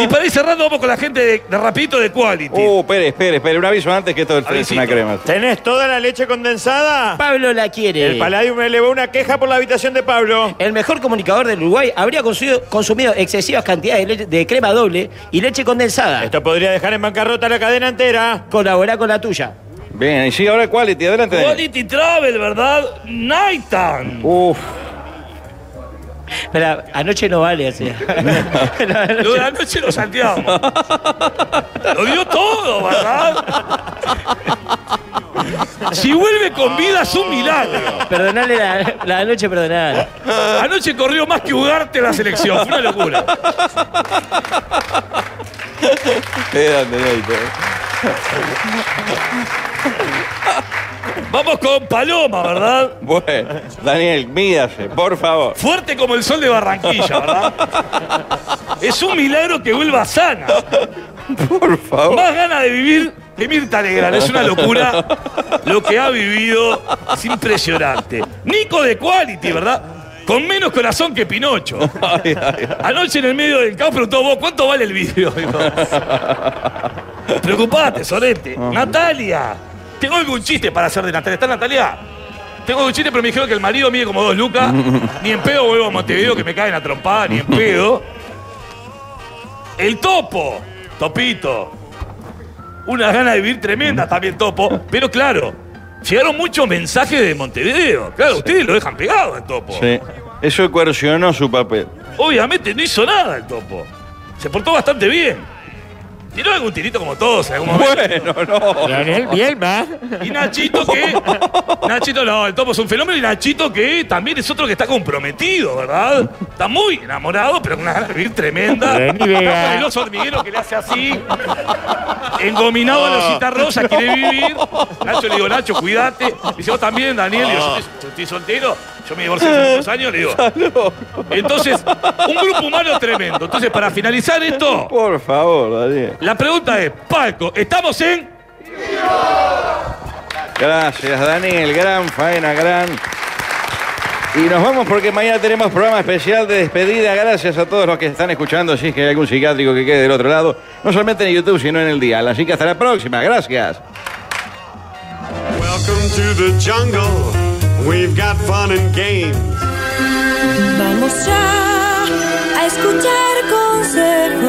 Y para ir cerrando, vamos con la gente de, de Rapidito de Quality.
Uh, espere, espere, espere. Un aviso antes que esto es
Avisito.
una crema.
¿Tenés toda la leche condensada?
Pablo la quiere.
El Palladium elevó una queja por la habitación de Pablo.
El mejor comunicador del Uruguay habría consumido, consumido excesivas cantidades de, leche- de crema doble y leche condensada.
Esto podría dejar en bancarrota la cadena entera.
Colaborá con la tuya.
Bien, y sí, ahora Quality, adelante. Dani.
Quality Travel, ¿verdad? Nightan.
Uf.
Pero anoche no vale así.
Lo de la noche lo salteamos. Lo dio todo, ¿verdad? Si vuelve con vida es un milagro.
Perdonale la, la noche, perdonale.
Anoche corrió más que Ugarte la selección. Fue una locura.
Quédate, Leito.
Vamos con Paloma, ¿verdad?
Bueno, Daniel, mídase, por favor.
Fuerte como el sol de Barranquilla, ¿verdad? Es un milagro que vuelva sana.
Por favor.
Más ganas de vivir que Mirta Legrand. Es una locura lo que ha vivido. Es impresionante. Nico de Quality, ¿verdad? Con menos corazón que Pinocho. Anoche en el medio del caos preguntó vos, ¿cuánto vale el vidrio? Digo, Preocupate, Sorete. Natalia. Tengo algún chiste para hacer de Natalia. ¿Está Natalia? Tengo un chiste, pero me dijeron que el marido mide como dos lucas. Ni en pedo vuelvo a Montevideo que me caen a trompada, ni en pedo. El topo. Topito. Unas ganas de vivir tremendas también, topo. Pero claro, llegaron muchos mensajes de Montevideo. Claro, ustedes lo dejan pegado el topo.
Sí. Eso coercionó su papel.
Obviamente no hizo nada el topo. Se portó bastante bien. Tiró algún tirito como todos en algún momento.
Bueno, no.
Leonel Bielma. Y Nachito que. Nachito no, el topo es un fenómeno. Y Nachito que también es otro que está comprometido, ¿verdad? Está muy enamorado, pero con una ganas de vivir tremenda.
Vení, Vega.
Con El oso hormiguero que le hace así. Engominado a
Ah.
los citarrosa, quiere vivir. Nacho le digo, Nacho, cuídate. Dice, vos también, Daniel. Digo,
Ah.
yo estoy- yo estoy soltero. Yo me divorcié hace muchos años, le digo. Entonces, un grupo humano tremendo. Entonces, para finalizar esto,
Por favor, Daniel.
la pregunta es, Palco, ¿estamos en?
Gracias, Daniel. Gran faena, gran. Y nos vamos porque mañana tenemos programa especial de despedida. Gracias a todos los que están escuchando. Si es que hay algún psiquiátrico que quede del otro lado, no solamente en YouTube, sino en el dial. Así que hasta la próxima. Gracias.
Welcome to the jungle. We've got fun and games.
Vamos ya a escuchar con ser